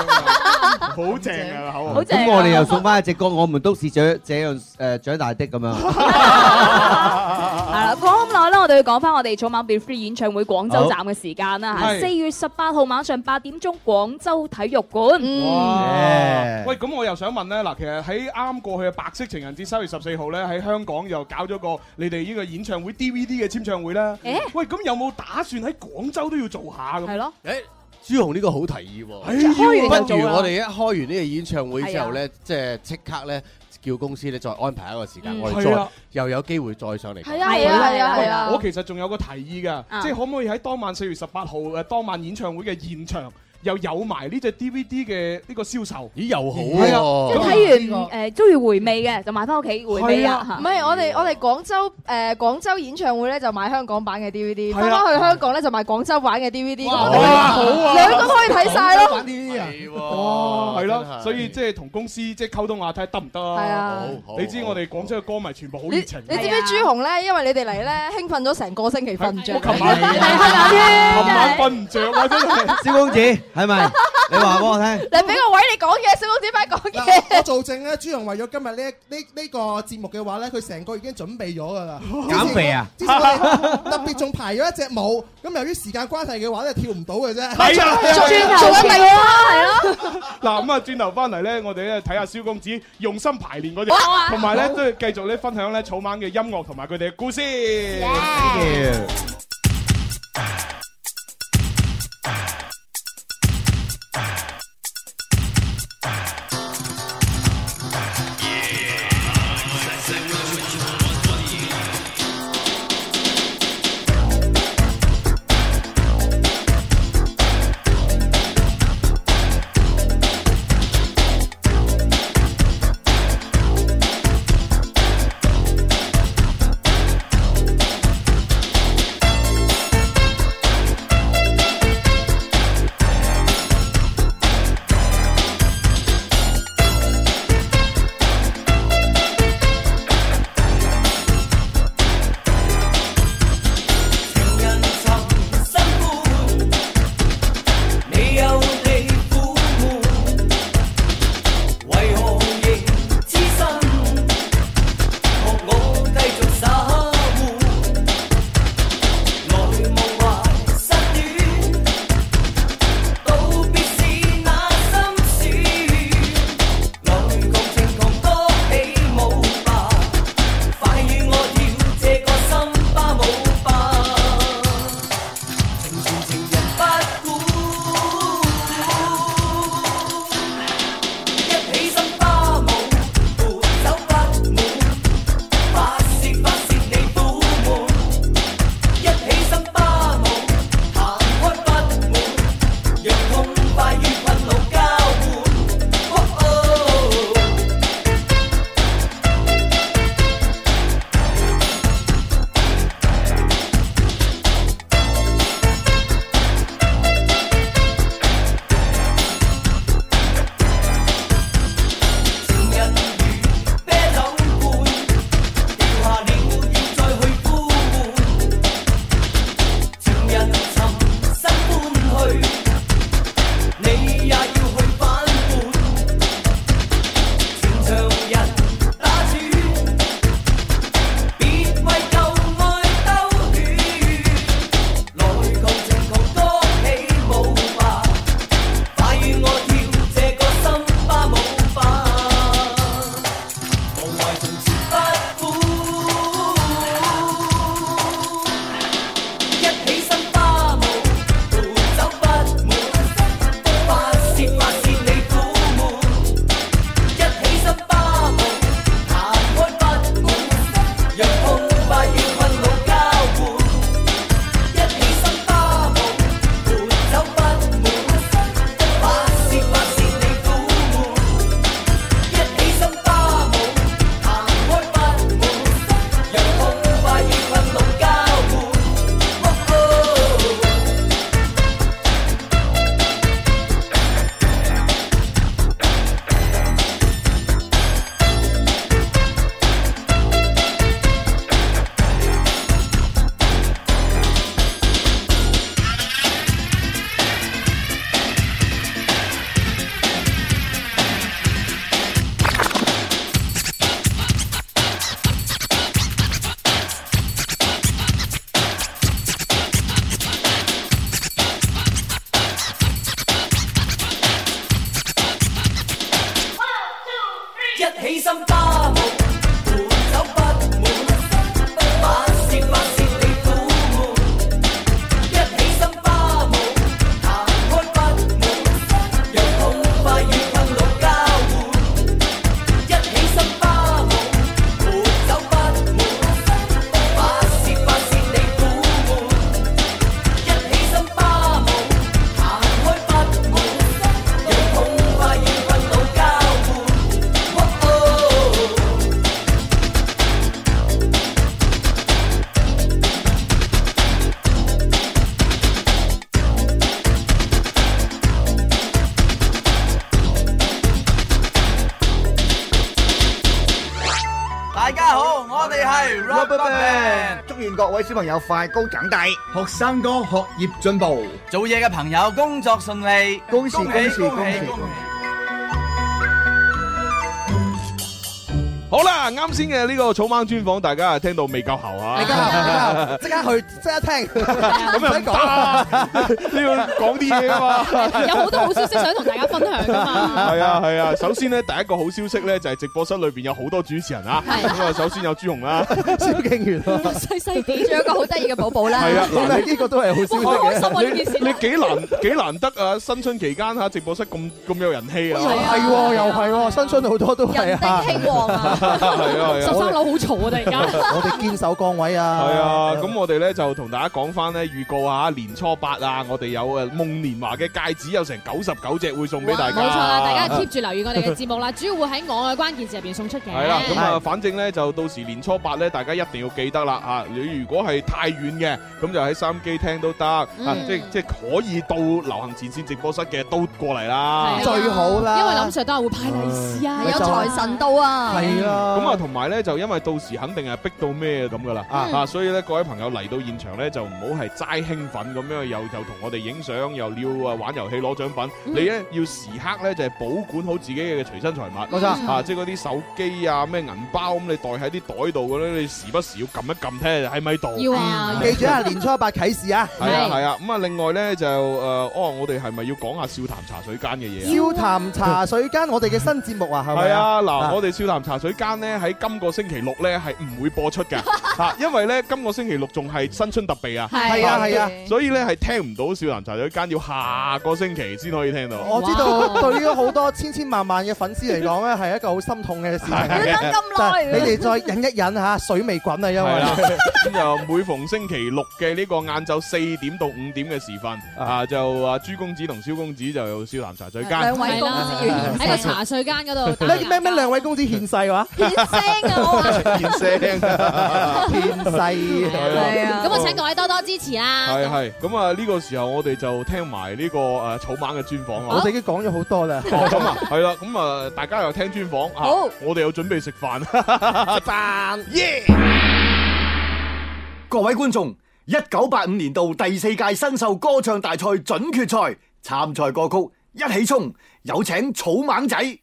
Speaker 3: 好正啊口號。
Speaker 13: 咁我哋又送翻一隻歌，我們都是這這樣誒長大的咁樣。
Speaker 11: 係啦，講咁耐咧，我哋要講翻我哋草蜢 Be Free 演唱會廣州站嘅時間啦嚇，
Speaker 3: 係
Speaker 11: 四月十八號晚上八點鐘，廣州體育館。
Speaker 3: 哇！喂，咁我又想問咧，嗱，其實喺啱過去嘅白色情人節三月十四號咧，喺香港又搞咗個你哋呢個演唱會 DVD 嘅簽唱會啦。
Speaker 11: 誒
Speaker 3: 喂，咁有冇打算喺廣州都要做下咁？
Speaker 11: 係咯。
Speaker 3: 誒，
Speaker 14: 朱紅呢個好提議
Speaker 3: 哎
Speaker 14: 喎，
Speaker 3: 呀開完就
Speaker 14: 不
Speaker 3: 做啦
Speaker 14: 如我哋一開完呢個演唱會之後咧，即係即刻咧叫公司咧再安排一個時間，
Speaker 3: 嗯
Speaker 14: 我哋
Speaker 3: 係啊
Speaker 14: 再又有機會再上嚟講。
Speaker 12: 係啊係啊係啊係啊
Speaker 3: 我其實仲有個提議㗎，啊即係可唔可以喺當晚四月十八號誒當晚演唱會嘅現場又有埋呢只 DVD 嘅呢個銷售？
Speaker 14: 咦，又好
Speaker 3: 係啊
Speaker 11: 即係睇完誒都要回味嘅，就買翻屋企回味啊！嚇
Speaker 12: 唔係我哋我哋廣州誒廣州演唱會咧就買香港版嘅 DVD，
Speaker 11: 係啊
Speaker 12: 翻返去香港咧就買廣州版嘅 DVD，
Speaker 3: 哇
Speaker 12: 咁我哋
Speaker 3: 好啊
Speaker 12: 兩個都可以睇晒
Speaker 15: 廣州
Speaker 12: 咯
Speaker 15: 版。DVD 啊
Speaker 3: 哇，係
Speaker 14: 真
Speaker 3: 咯，
Speaker 14: 係
Speaker 3: 所以即係同公司即係溝通下睇下得唔得
Speaker 12: 係啊
Speaker 3: 啊
Speaker 12: 好啊
Speaker 14: 好？
Speaker 3: 你知我哋廣州嘅歌迷全部好
Speaker 12: 你
Speaker 3: 熱
Speaker 12: 你知
Speaker 3: 情
Speaker 12: 唔。知朱紅咧？因為你哋嚟咧，興奮咗成個星期瞓唔着。
Speaker 3: 琴晚
Speaker 12: 係啊
Speaker 3: 琴晚瞓唔着啊，真係。
Speaker 13: 蕭公子係咪？你話俾我聽。
Speaker 12: 你俾個位你講嘢，小公子快講
Speaker 15: 嗱，我做證咧，朱紅為咗今日呢呢呢個節目嘅話咧，佢成個已經準備咗㗎啦。
Speaker 13: 減肥啊
Speaker 15: 之前我哋 特別仲排咗一隻舞，咁由於時間關係嘅話咧，跳唔到嘅啫。
Speaker 3: 係啊
Speaker 15: 做
Speaker 3: 轉頭
Speaker 15: 做緊
Speaker 3: 跳
Speaker 15: 第
Speaker 3: 啊
Speaker 12: 二
Speaker 15: 係咯。
Speaker 3: 嗱咁啊，轉頭翻嚟咧，我哋咧睇下蕭公子用心排練嗰
Speaker 12: 好啊
Speaker 3: 隻，同埋咧都要繼續咧分享咧草蜢嘅音樂同埋佢哋嘅故事。
Speaker 7: 「
Speaker 16: 祝願各位小朋友快高長大，學生哥學業進步，
Speaker 17: 做嘢嘅朋友工作順利，
Speaker 16: 恭喜恭喜恭喜！
Speaker 3: 好啦，啱先嘅呢個草蜢專訪，大家啊聽到未夠喉啊？
Speaker 7: 未夠喉即刻去即刻聽，咁
Speaker 3: 又唔得 啊你要講啲 嘢啊嘛，
Speaker 7: 有好多好消息想同大家 分享㗎嘛
Speaker 3: 係啊係啊，首先咧第一個好消息咧就係直播室裏邊有好多主持人啊，
Speaker 12: 係
Speaker 3: 咁啊首先有朱紅啦，蕭敬元
Speaker 12: 細細啲，仲有一個好得意嘅寶寶啦。
Speaker 3: 係啊，嗱呢個都係好消息
Speaker 12: 哇好開心啊
Speaker 3: 嘅。
Speaker 12: 呢件事
Speaker 3: 你你幾難幾難得啊！新春期間嚇直播室咁咁有人氣啊！
Speaker 4: 哦
Speaker 15: 係喎，又係喎，新春好多都係啊，
Speaker 3: 人丁興旺 啊係啊係啊
Speaker 15: 十三
Speaker 3: 樓
Speaker 15: 好嘈啊！突然
Speaker 3: 間
Speaker 15: 我哋堅守崗位
Speaker 3: 係
Speaker 15: 啊，
Speaker 3: 啊，咁我哋咧就同大家講翻咧預告下年初八啊，我哋有誒夢年華嘅戒指有成九十九隻會送俾
Speaker 12: Ờ.
Speaker 3: 大家。
Speaker 5: 冇錯啦，大 家 keep 住留意我哋嘅節目啦，主要會喺我嘅關鍵字入邊送出嘅。
Speaker 3: 係啦，咁啊，反正咧就到時年初八咧，大家一定要記得啦啊！你如果係太遠嘅，咁就喺收音機聽都得啊
Speaker 5: 嗯，
Speaker 3: 即即可以到流行前線直播室嘅都過嚟啦，
Speaker 5: 因為林 Sir 都係會派利是啊，
Speaker 12: 有財神到啊！
Speaker 3: 係啊，咁啊，同埋咧就因為到時肯定係逼到咩咁噶啦，
Speaker 12: 嗯
Speaker 3: 啊，所以咧各位朋友嚟到現場咧就唔好係齋興奮咁樣，又又同我哋影相，又要啊玩遊戲攞獎品，
Speaker 14: 嗯
Speaker 3: 你咧要時刻咧就係保管好自己嘅隨身財物，
Speaker 14: 冇錯
Speaker 3: 啊，即係嗰啲手機啊、咩銀包咁，你袋喺啲袋度嘅咧，你時不時要撳一撳睇下喺咪度。
Speaker 4: 嗯
Speaker 15: 記住啊，年初八啟示啊，
Speaker 3: 係啊係啊，咁啊另外咧就誒，呃哦，我哋係咪要講下笑談茶水間嘅嘢啊？
Speaker 15: 笑談茶水間，我哋嘅新節目啊，係咪
Speaker 3: 係啊，
Speaker 15: 啊
Speaker 3: 嗱，我哋笑談茶水間呢，喺今個星期六呢係唔會播出 嘅，嚇，因為呢，今個星期六仲係新春特備啊，
Speaker 15: 係啊係啊，
Speaker 3: 所以呢係聽唔到笑談茶水間，要下個星期先可以聽到。
Speaker 15: 我知道對於好多千千萬萬嘅粉絲嚟講咧，係一個好心痛嘅事情。
Speaker 3: 係要等咁耐
Speaker 15: 但係你哋再忍一忍嚇，水未滾啊，因
Speaker 3: 係啦
Speaker 15: 為。，
Speaker 3: 咁就每逢星期六嘅呢個晏晝四點到五點嘅時分，啊就啊朱公子同蕭公子就有笑談茶水間，
Speaker 5: 兩位公子要 獻喺個茶水間嗰度打
Speaker 15: 咩咩咩兩位公子獻世話？獻聲
Speaker 5: 啊
Speaker 15: 我
Speaker 3: 話獻聲
Speaker 15: 獻世
Speaker 3: 係啊
Speaker 5: 咁啊，請各位多多支持啦。
Speaker 3: 係係，咁啊呢個時候我哋就聽埋呢個誒草蜢嘅專訪啊。
Speaker 15: 我哋已經講咗好多啦。
Speaker 3: 哦咁啊，係啦，咁啊，大家又聽專訪啊，
Speaker 15: 好
Speaker 3: 我哋又準備食飯，
Speaker 15: 飯
Speaker 3: 耶！
Speaker 16: 各位觀眾，一九八五年度第四屆新秀歌唱大賽準決賽參賽歌曲一起衝，有請草蜢仔。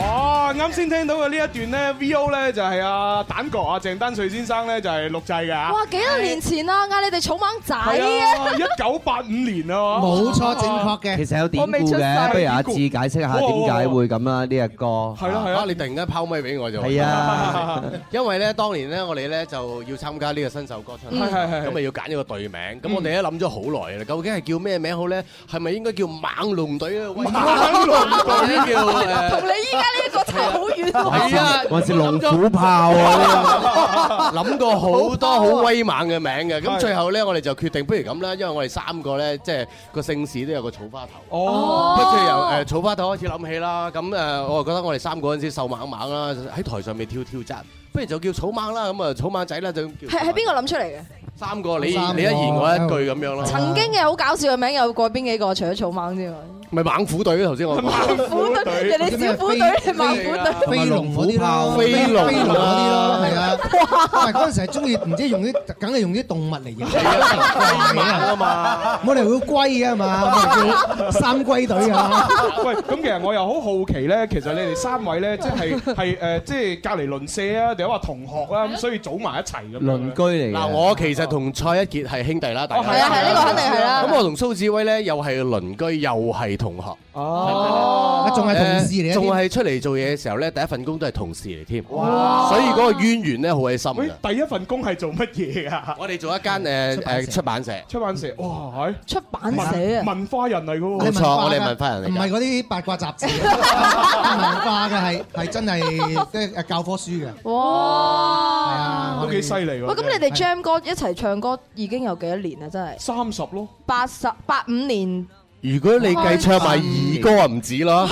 Speaker 3: 哇！啱先聽到嘅呢一段咧，V.O. 咧就係阿蛋哥啊，鄭丹瑞先生咧就係錄製嘅啊。
Speaker 12: 哇，幾多年前啦，嗌你哋草蜢仔
Speaker 3: 係
Speaker 12: 啊！
Speaker 3: 啊，一九八五年啊，
Speaker 6: 冇錯正確嘅
Speaker 13: 其實有典
Speaker 6: 我未
Speaker 13: 故
Speaker 6: 出世
Speaker 13: 嘅，不如阿
Speaker 6: 典
Speaker 13: 志
Speaker 6: 故
Speaker 13: 解釋下點解會咁啦？呢只歌
Speaker 14: 係咯係啊！你突然間拋咪俾我就
Speaker 13: 係
Speaker 14: à.
Speaker 13: 啊，
Speaker 14: 因為咧當年咧我哋咧就要參加呢個新秀歌唱大
Speaker 13: 嗯係係
Speaker 14: 賽，
Speaker 13: 係
Speaker 14: 咁咪要揀一個隊名。咁我哋咧諗咗好耐啦，究竟係叫咩名好咧？係咪應該叫猛龍隊啊？喂
Speaker 7: 猛龍隊
Speaker 14: 或者叫
Speaker 7: 同
Speaker 14: 誒
Speaker 7: 你依家呢個差好遠
Speaker 14: 喎係啊
Speaker 13: 還是龍虎豹啊！
Speaker 14: 諗過好多好威猛嘅名嘅。
Speaker 13: 係
Speaker 14: 咁最後咧我哋就決定不如咁啦，因為我哋三個咧即係個姓氏都有個草花頭。
Speaker 7: 哦
Speaker 14: 不如由誒草花頭開始諗起啦。咁誒，我就覺得我哋三個嗰陣時瘦蜢蜢啦，呃喺台上面跳跳紮，不如就叫草蜢啦。咁啊，草蜢仔啦，就咁叫
Speaker 12: 係係邊個諗出嚟嘅？
Speaker 14: 三個你
Speaker 7: 三個
Speaker 14: 你一言我一句咁樣咯。
Speaker 12: 曾經嘅好搞笑嘅名有過邊幾個？除咗草蜢之外，
Speaker 14: 咪猛虎隊咯，頭先我猛
Speaker 12: 虎隊人哋小虎隊，你猛虎隊，
Speaker 6: 飛龍嗰啲咯，
Speaker 14: 飛龍啊
Speaker 6: 飛龍嗰啲咯，係啊。但係嗰陣時係中意唔知用啲，梗係用啲動物嚟 形容啊嘛。我哋會龜啊嘛，我哋叫三龜隊啊。
Speaker 3: 喂，咁其實我又好好奇咧，其實你哋三位咧，即係係誒，即係隔離鄰舍啊，定係話同學啊，咁所以組埋一齊咁樣。
Speaker 14: 鄰居
Speaker 13: 嚟
Speaker 14: 嗱，我其實同蔡一傑係兄弟啦，大家
Speaker 3: 係啊係呢個肯定係啦
Speaker 14: 咁我同蘇志威咧又係鄰居，又係同學。
Speaker 6: 哦仲係同事
Speaker 14: 誒
Speaker 6: 嚟嘅
Speaker 14: 仲
Speaker 6: 添
Speaker 14: 係出嚟做嘢嘅時候咧，第一份工都係同事嚟添。
Speaker 6: 哇
Speaker 14: 所以嗰個淵源咧好鬼深嘅。
Speaker 3: 第一份工係做乜嘢啊？
Speaker 14: 我哋做一間誒誒出版社。
Speaker 3: 出版社，
Speaker 13: 嗯
Speaker 3: 哇，係
Speaker 12: 出版
Speaker 6: 社啊
Speaker 3: 文文化人嚟嘅喎，
Speaker 6: 哦你文化㗎
Speaker 14: 人
Speaker 6: 唔係嗰啲八卦雜誌，啊文化嘅係係真係即係教科書嘅。
Speaker 12: 哇！
Speaker 3: 都幾犀利喎
Speaker 12: 喂，咁你哋 Jam 歌一齊唱歌已經有幾多年啦？真係
Speaker 3: 三十咯，
Speaker 12: 八十八五年。
Speaker 14: 如果你計唱埋兒歌啊，唔止啦。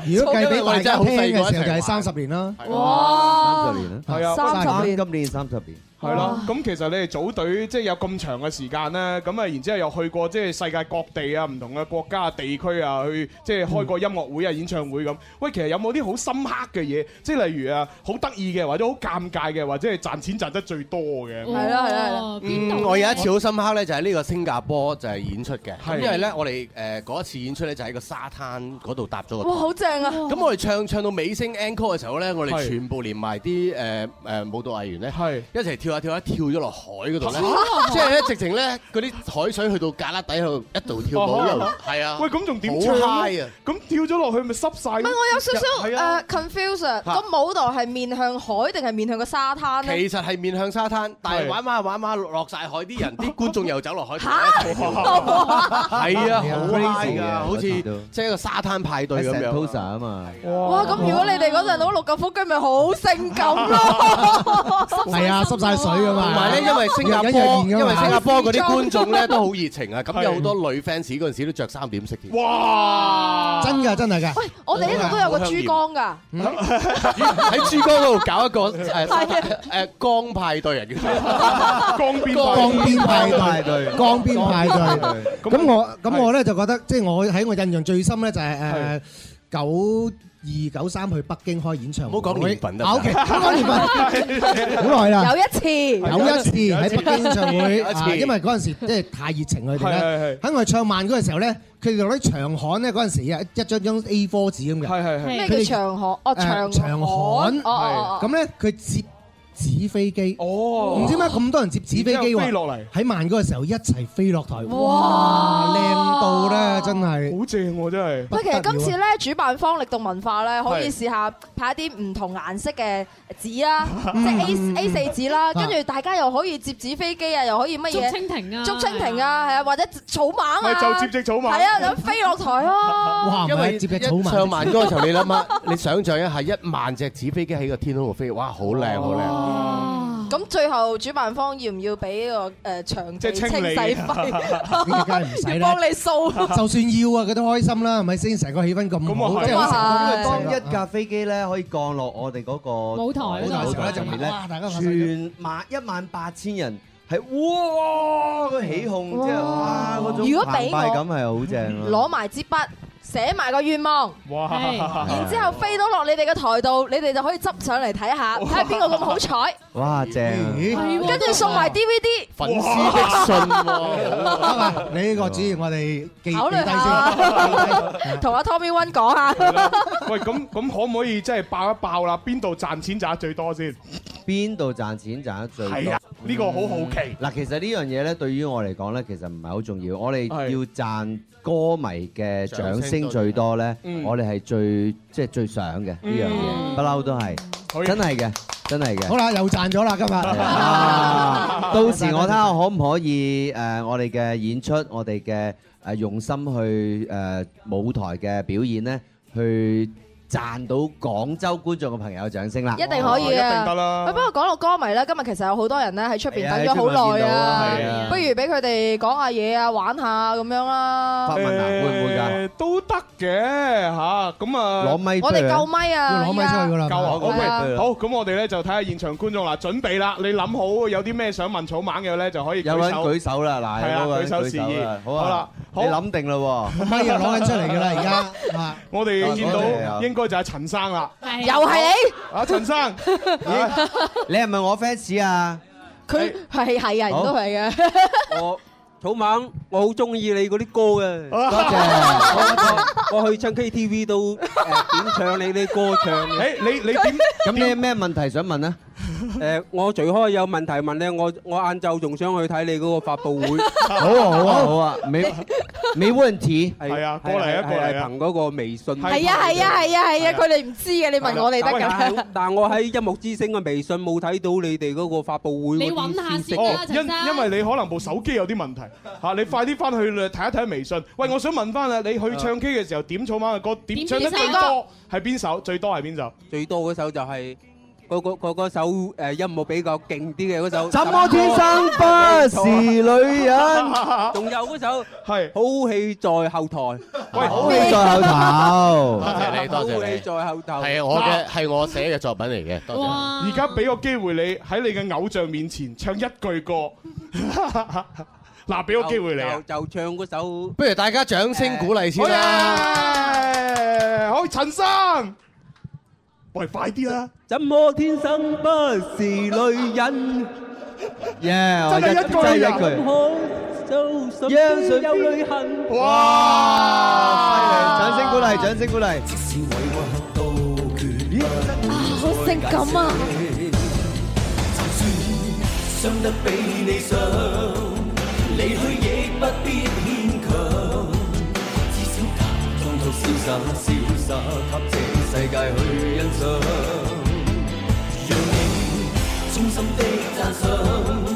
Speaker 6: 如果計俾大家聽嘅時候，就係
Speaker 14: 係
Speaker 6: 三十年啦。
Speaker 14: 哇
Speaker 13: 三十年啦，
Speaker 6: 係啊
Speaker 13: 三十
Speaker 6: 三十年
Speaker 13: 年，今年三十年，
Speaker 3: 係咯，咁其實你哋組隊即係有咁長嘅時間咧，咁啊，然之後又去過即係世界各地啊、唔同嘅國家啊、地區啊，去即係開過音樂會啊、演唱會咁。喂，其實有冇啲好深刻嘅嘢？即係例如啊，好得意嘅，或者好尷尬嘅，或者係賺錢賺得最多嘅。
Speaker 12: 係啦係啦係啦邊度
Speaker 14: 嗯，我有一次好深刻咧，就係呢個新加坡就係演出嘅，
Speaker 12: 係
Speaker 14: 咁因為咧我哋誒嗰一次演出咧就喺個沙灘嗰度搭咗個
Speaker 12: 哇，好正啊！
Speaker 14: 咁我哋唱唱到尾聲 encore 嘅時候咧，我哋
Speaker 12: 係
Speaker 14: 全部連埋啲誒誒舞蹈藝員咧，一齊跳下跳下跳咗落海嗰度咧
Speaker 3: 嚇，
Speaker 14: 即係咧直情咧嗰啲海水去到旮旯底度一度跳舞一路
Speaker 3: 哦，
Speaker 14: 係啊，
Speaker 3: 喂，咁仲點
Speaker 14: 好
Speaker 3: 唱
Speaker 14: high 啊？
Speaker 3: 呢咁跳咗落去咪濕晒？唔
Speaker 12: 唔係我有少少誒 confuse 啊，
Speaker 14: 嚇
Speaker 12: 個舞蹈係面向海定係面向個沙灘咧
Speaker 14: 其？實係面向沙灘，但係
Speaker 12: 係
Speaker 14: 玩下玩下落晒海，啲人啲觀眾又走落 海，
Speaker 12: 嚇
Speaker 14: 係啊，好 high
Speaker 13: 係啊 crazy
Speaker 14: 㗎，
Speaker 13: 嘅
Speaker 14: 好似
Speaker 13: 我知道
Speaker 14: 即係一個沙灘派對咁
Speaker 13: 喺 Sentosa
Speaker 14: 樣。
Speaker 13: 啊嘛。
Speaker 12: 哇！咁如果你哋嗰陣攞六嚿腹肌，咪好性 感咯。
Speaker 6: 係啊，濕晒水㗎嘛。
Speaker 14: 同埋咧，因為新加坡，
Speaker 6: 日日熱
Speaker 14: 因
Speaker 6: 㗎嘛
Speaker 14: 為新加坡嗰啲觀眾咧都好熱情啊，咁有好多女 fans 嗰陣時都着三點式添。
Speaker 3: 哇！
Speaker 6: 真㗎，真係㗎。嗯喂，
Speaker 12: 我哋呢度都有個珠江㗎，
Speaker 14: 喺珠江嗰度搞一個誒沙灘誒江派對啊，叫 江
Speaker 3: 邊
Speaker 6: 江邊派
Speaker 13: 對
Speaker 6: 江邊派對。
Speaker 13: 對
Speaker 6: 咁我咁我咧就覺得，即係我喺我印象最深咧就係誒九。二九三去北京開演唱會，唔好
Speaker 14: 講年份得唔得
Speaker 6: O K，唔好講年份，好耐啦。
Speaker 12: 有一次，
Speaker 6: 有一次喺北京演唱會，
Speaker 12: 有一次
Speaker 6: 啊因為嗰陣時即係太熱情佢哋咧
Speaker 12: 係係係，
Speaker 6: 喺我哋唱慢嗰陣時候咧，佢哋攞啲長刊咧嗰陣時啊，一張張 A4 紙咁嘅。係係
Speaker 12: 咩叫長河？哦，長
Speaker 6: 長
Speaker 12: 河
Speaker 6: 刊。
Speaker 12: 哦哦哦
Speaker 6: 咁咧佢接紙飛機。哦唔知點解咁多人接紙飛
Speaker 12: 然
Speaker 6: 機
Speaker 12: 之後
Speaker 6: 喎。
Speaker 12: 飛落嚟
Speaker 6: 喺慢嗰個時候一齊飛落台。
Speaker 12: 哇
Speaker 6: 靚到咧，真係。
Speaker 3: 好正喎，真係。
Speaker 12: 喂，其
Speaker 6: 啊
Speaker 12: 實今次咧，主辦方力動文化咧，可以
Speaker 6: 係
Speaker 12: 試下派一啲唔同顏色嘅紙 啦，即係 A A 四紙
Speaker 6: 嗯
Speaker 12: 啦，跟住大家又可以接紙飛機啊，又可以乜嘢？
Speaker 5: 捉蜻蜓啊
Speaker 12: 捉蜻蜓啊，係啊，或者草蜢啊，
Speaker 14: 咪就接隻草蜢
Speaker 12: 係啊，咁飛落台啊咯。
Speaker 6: 哇
Speaker 14: 因為
Speaker 6: 接隻草蜢
Speaker 14: 一上萬嗰陣時候，你諗下， 你想象一下一萬隻紙飛機喺個天空度飛，哇，好靚好靚！
Speaker 12: 咁最後主辦方要唔要俾個誒場地
Speaker 14: 即係
Speaker 12: 清洗
Speaker 14: 清理
Speaker 12: 費？
Speaker 6: 梗係唔使
Speaker 12: 要
Speaker 6: 啦
Speaker 12: 幫。你掃。
Speaker 6: 就算要啊，佢都開心啦，係咪先？成個氣氛咁好，即係好成功
Speaker 13: 當一架飛機咧可以降落我哋嗰個
Speaker 6: 舞台
Speaker 13: 舞台嘅時候咧，
Speaker 6: 哇大家拍手
Speaker 13: 全萬一萬八千人係哇個起哄，即係哇嗰種
Speaker 12: 如果
Speaker 13: 澎
Speaker 12: 俾
Speaker 13: 湃
Speaker 12: 我
Speaker 13: 感係好正啊！
Speaker 12: 攞埋支筆，寫埋個願望。
Speaker 13: 哇
Speaker 12: 然之後飛到落你哋嘅台度，你哋就可以執上嚟睇下，睇下邊個咁好彩。
Speaker 13: 哇正啊！
Speaker 12: 跟住送 埋 DVD。
Speaker 13: 粉
Speaker 6: 絲的信
Speaker 12: 喎
Speaker 6: 得啦，你呢個主意我哋記記
Speaker 12: 考慮
Speaker 6: 低
Speaker 12: 下， 同阿 Tommy One 講下。
Speaker 3: 喂，咁咁可唔可以即係爆一爆啦？邊度賺錢賺得最多先？
Speaker 13: 邊度賺錢賺得最多？
Speaker 3: 係啊呢個好好奇
Speaker 13: 嗯嗱，其實呢樣嘢咧，對於我嚟講咧，其實唔係好重要。我哋要賺歌迷嘅掌聲最多咧，
Speaker 14: 嗯
Speaker 13: 我哋係最即係最想嘅呢樣嘢，
Speaker 6: 嗯
Speaker 13: 不嬲都係，真係嘅，真係嘅。
Speaker 6: 好啦，又賺咗啦，今 日。
Speaker 13: 到時我睇下可唔可以誒、呃我哋嘅演出，我哋嘅誒用心去誒、呃舞台嘅表演咧，去賺到廣州觀眾嘅朋友嘅掌聲啦！
Speaker 12: 一定可以啊！喂不過講到歌迷咧，今日其實有好多人咧喺出邊等咗好耐
Speaker 13: 係啊喺出邊見到
Speaker 12: 啊
Speaker 13: 啊，
Speaker 12: 不如俾佢哋講下嘢啊，玩下咁樣啦。
Speaker 13: 發問啊，會唔會㗎？
Speaker 3: 誒都得嘅吓，咁啊
Speaker 13: 攞咪
Speaker 12: 我哋夠咪啊要攞咪出去㗎啦
Speaker 3: 夠啊
Speaker 12: 係咪係
Speaker 3: ，OK，
Speaker 12: 啊
Speaker 3: 好，咁我哋咧就睇下現場觀眾啦，準備啦，你諗好有啲咩想問草蜢嘅咧就可以
Speaker 13: 有
Speaker 3: 舉
Speaker 13: 人
Speaker 3: 手，
Speaker 13: 舉手啦，嗱，
Speaker 3: 係啊
Speaker 13: 有個人
Speaker 3: 舉手示意
Speaker 13: 舉手啦，好
Speaker 3: 好
Speaker 13: 啊
Speaker 3: 啦，
Speaker 13: 你諗定啦喎，
Speaker 6: 咪又攞緊出嚟㗎 啦，而家。
Speaker 3: 我哋見
Speaker 13: 多謝啊
Speaker 3: 到應該就係陳生啦，
Speaker 12: 又係你，
Speaker 3: 啊陳生，
Speaker 13: 你係咪我 fans 啊？
Speaker 12: 佢係係人都係啊嘅。
Speaker 18: 我草蜢，我好中意你嗰啲歌嘅。多
Speaker 13: 謝
Speaker 18: 我我去唱 KTV 都誒點唱你啲歌唱嘅。
Speaker 3: 誒你你點？
Speaker 13: 咁你有咩問題想問啊？
Speaker 18: 誒，我最開有問題問你，我我晏晝仲想去睇你嗰個發佈會。
Speaker 13: 好啊好啊好啊，沒沒問題。
Speaker 18: 係啊，
Speaker 13: 過嚟啊過嚟啊
Speaker 18: 憑嗰個微信。
Speaker 12: 係啊係啊係啊係啊，啊佢哋唔知嘅，你問我哋得
Speaker 18: 喂
Speaker 12: 㗎。
Speaker 18: 但係但係我喺音樂之星嘅微信冇睇到你哋嗰個發佈會嗰啲消息
Speaker 3: 哦，因因為你可能部手機有啲問題嚇，你快啲翻去睇一睇微信。喂，我想問翻啊，你去唱 K 嘅時候點草蜢嘅歌，點唱得最
Speaker 18: 點邊首
Speaker 3: 多係邊首？最多係邊首？
Speaker 18: 最多嗰首就係嗰嗰個嗰嗰首誒音樂比較勁啲嘅嗰首。
Speaker 13: 怎麼天生不是女 人？
Speaker 18: 仲有嗰首係好戲在後台。喂，
Speaker 13: 好戲在後頭
Speaker 14: 多謝你，多謝你。
Speaker 18: 在後頭
Speaker 14: 係我嘅，係我寫嘅作品嚟嘅，多謝。
Speaker 3: 而家俾個機會你喺你嘅偶像面前唱一句歌， 嗱，俾個機會你啊！
Speaker 18: 就就唱嗰首，
Speaker 14: 不如大家掌聲鼓勵先
Speaker 3: 啦。好，陳生，喂，快啲啦！
Speaker 18: 怎麼天生不是女人？
Speaker 13: Yeah，我
Speaker 18: 真係一句
Speaker 13: 真係
Speaker 18: 啊
Speaker 13: 一句。
Speaker 18: 可有有淚痕。
Speaker 13: 哇！哦掌聲鼓勵，掌聲鼓勵。
Speaker 12: 啊，好性感啊！
Speaker 7: 伤得比你想，離去亦不必牽強。至少假裝到瀟灑，瀟灑給這世界去欣賞。讓你衷心的讚賞，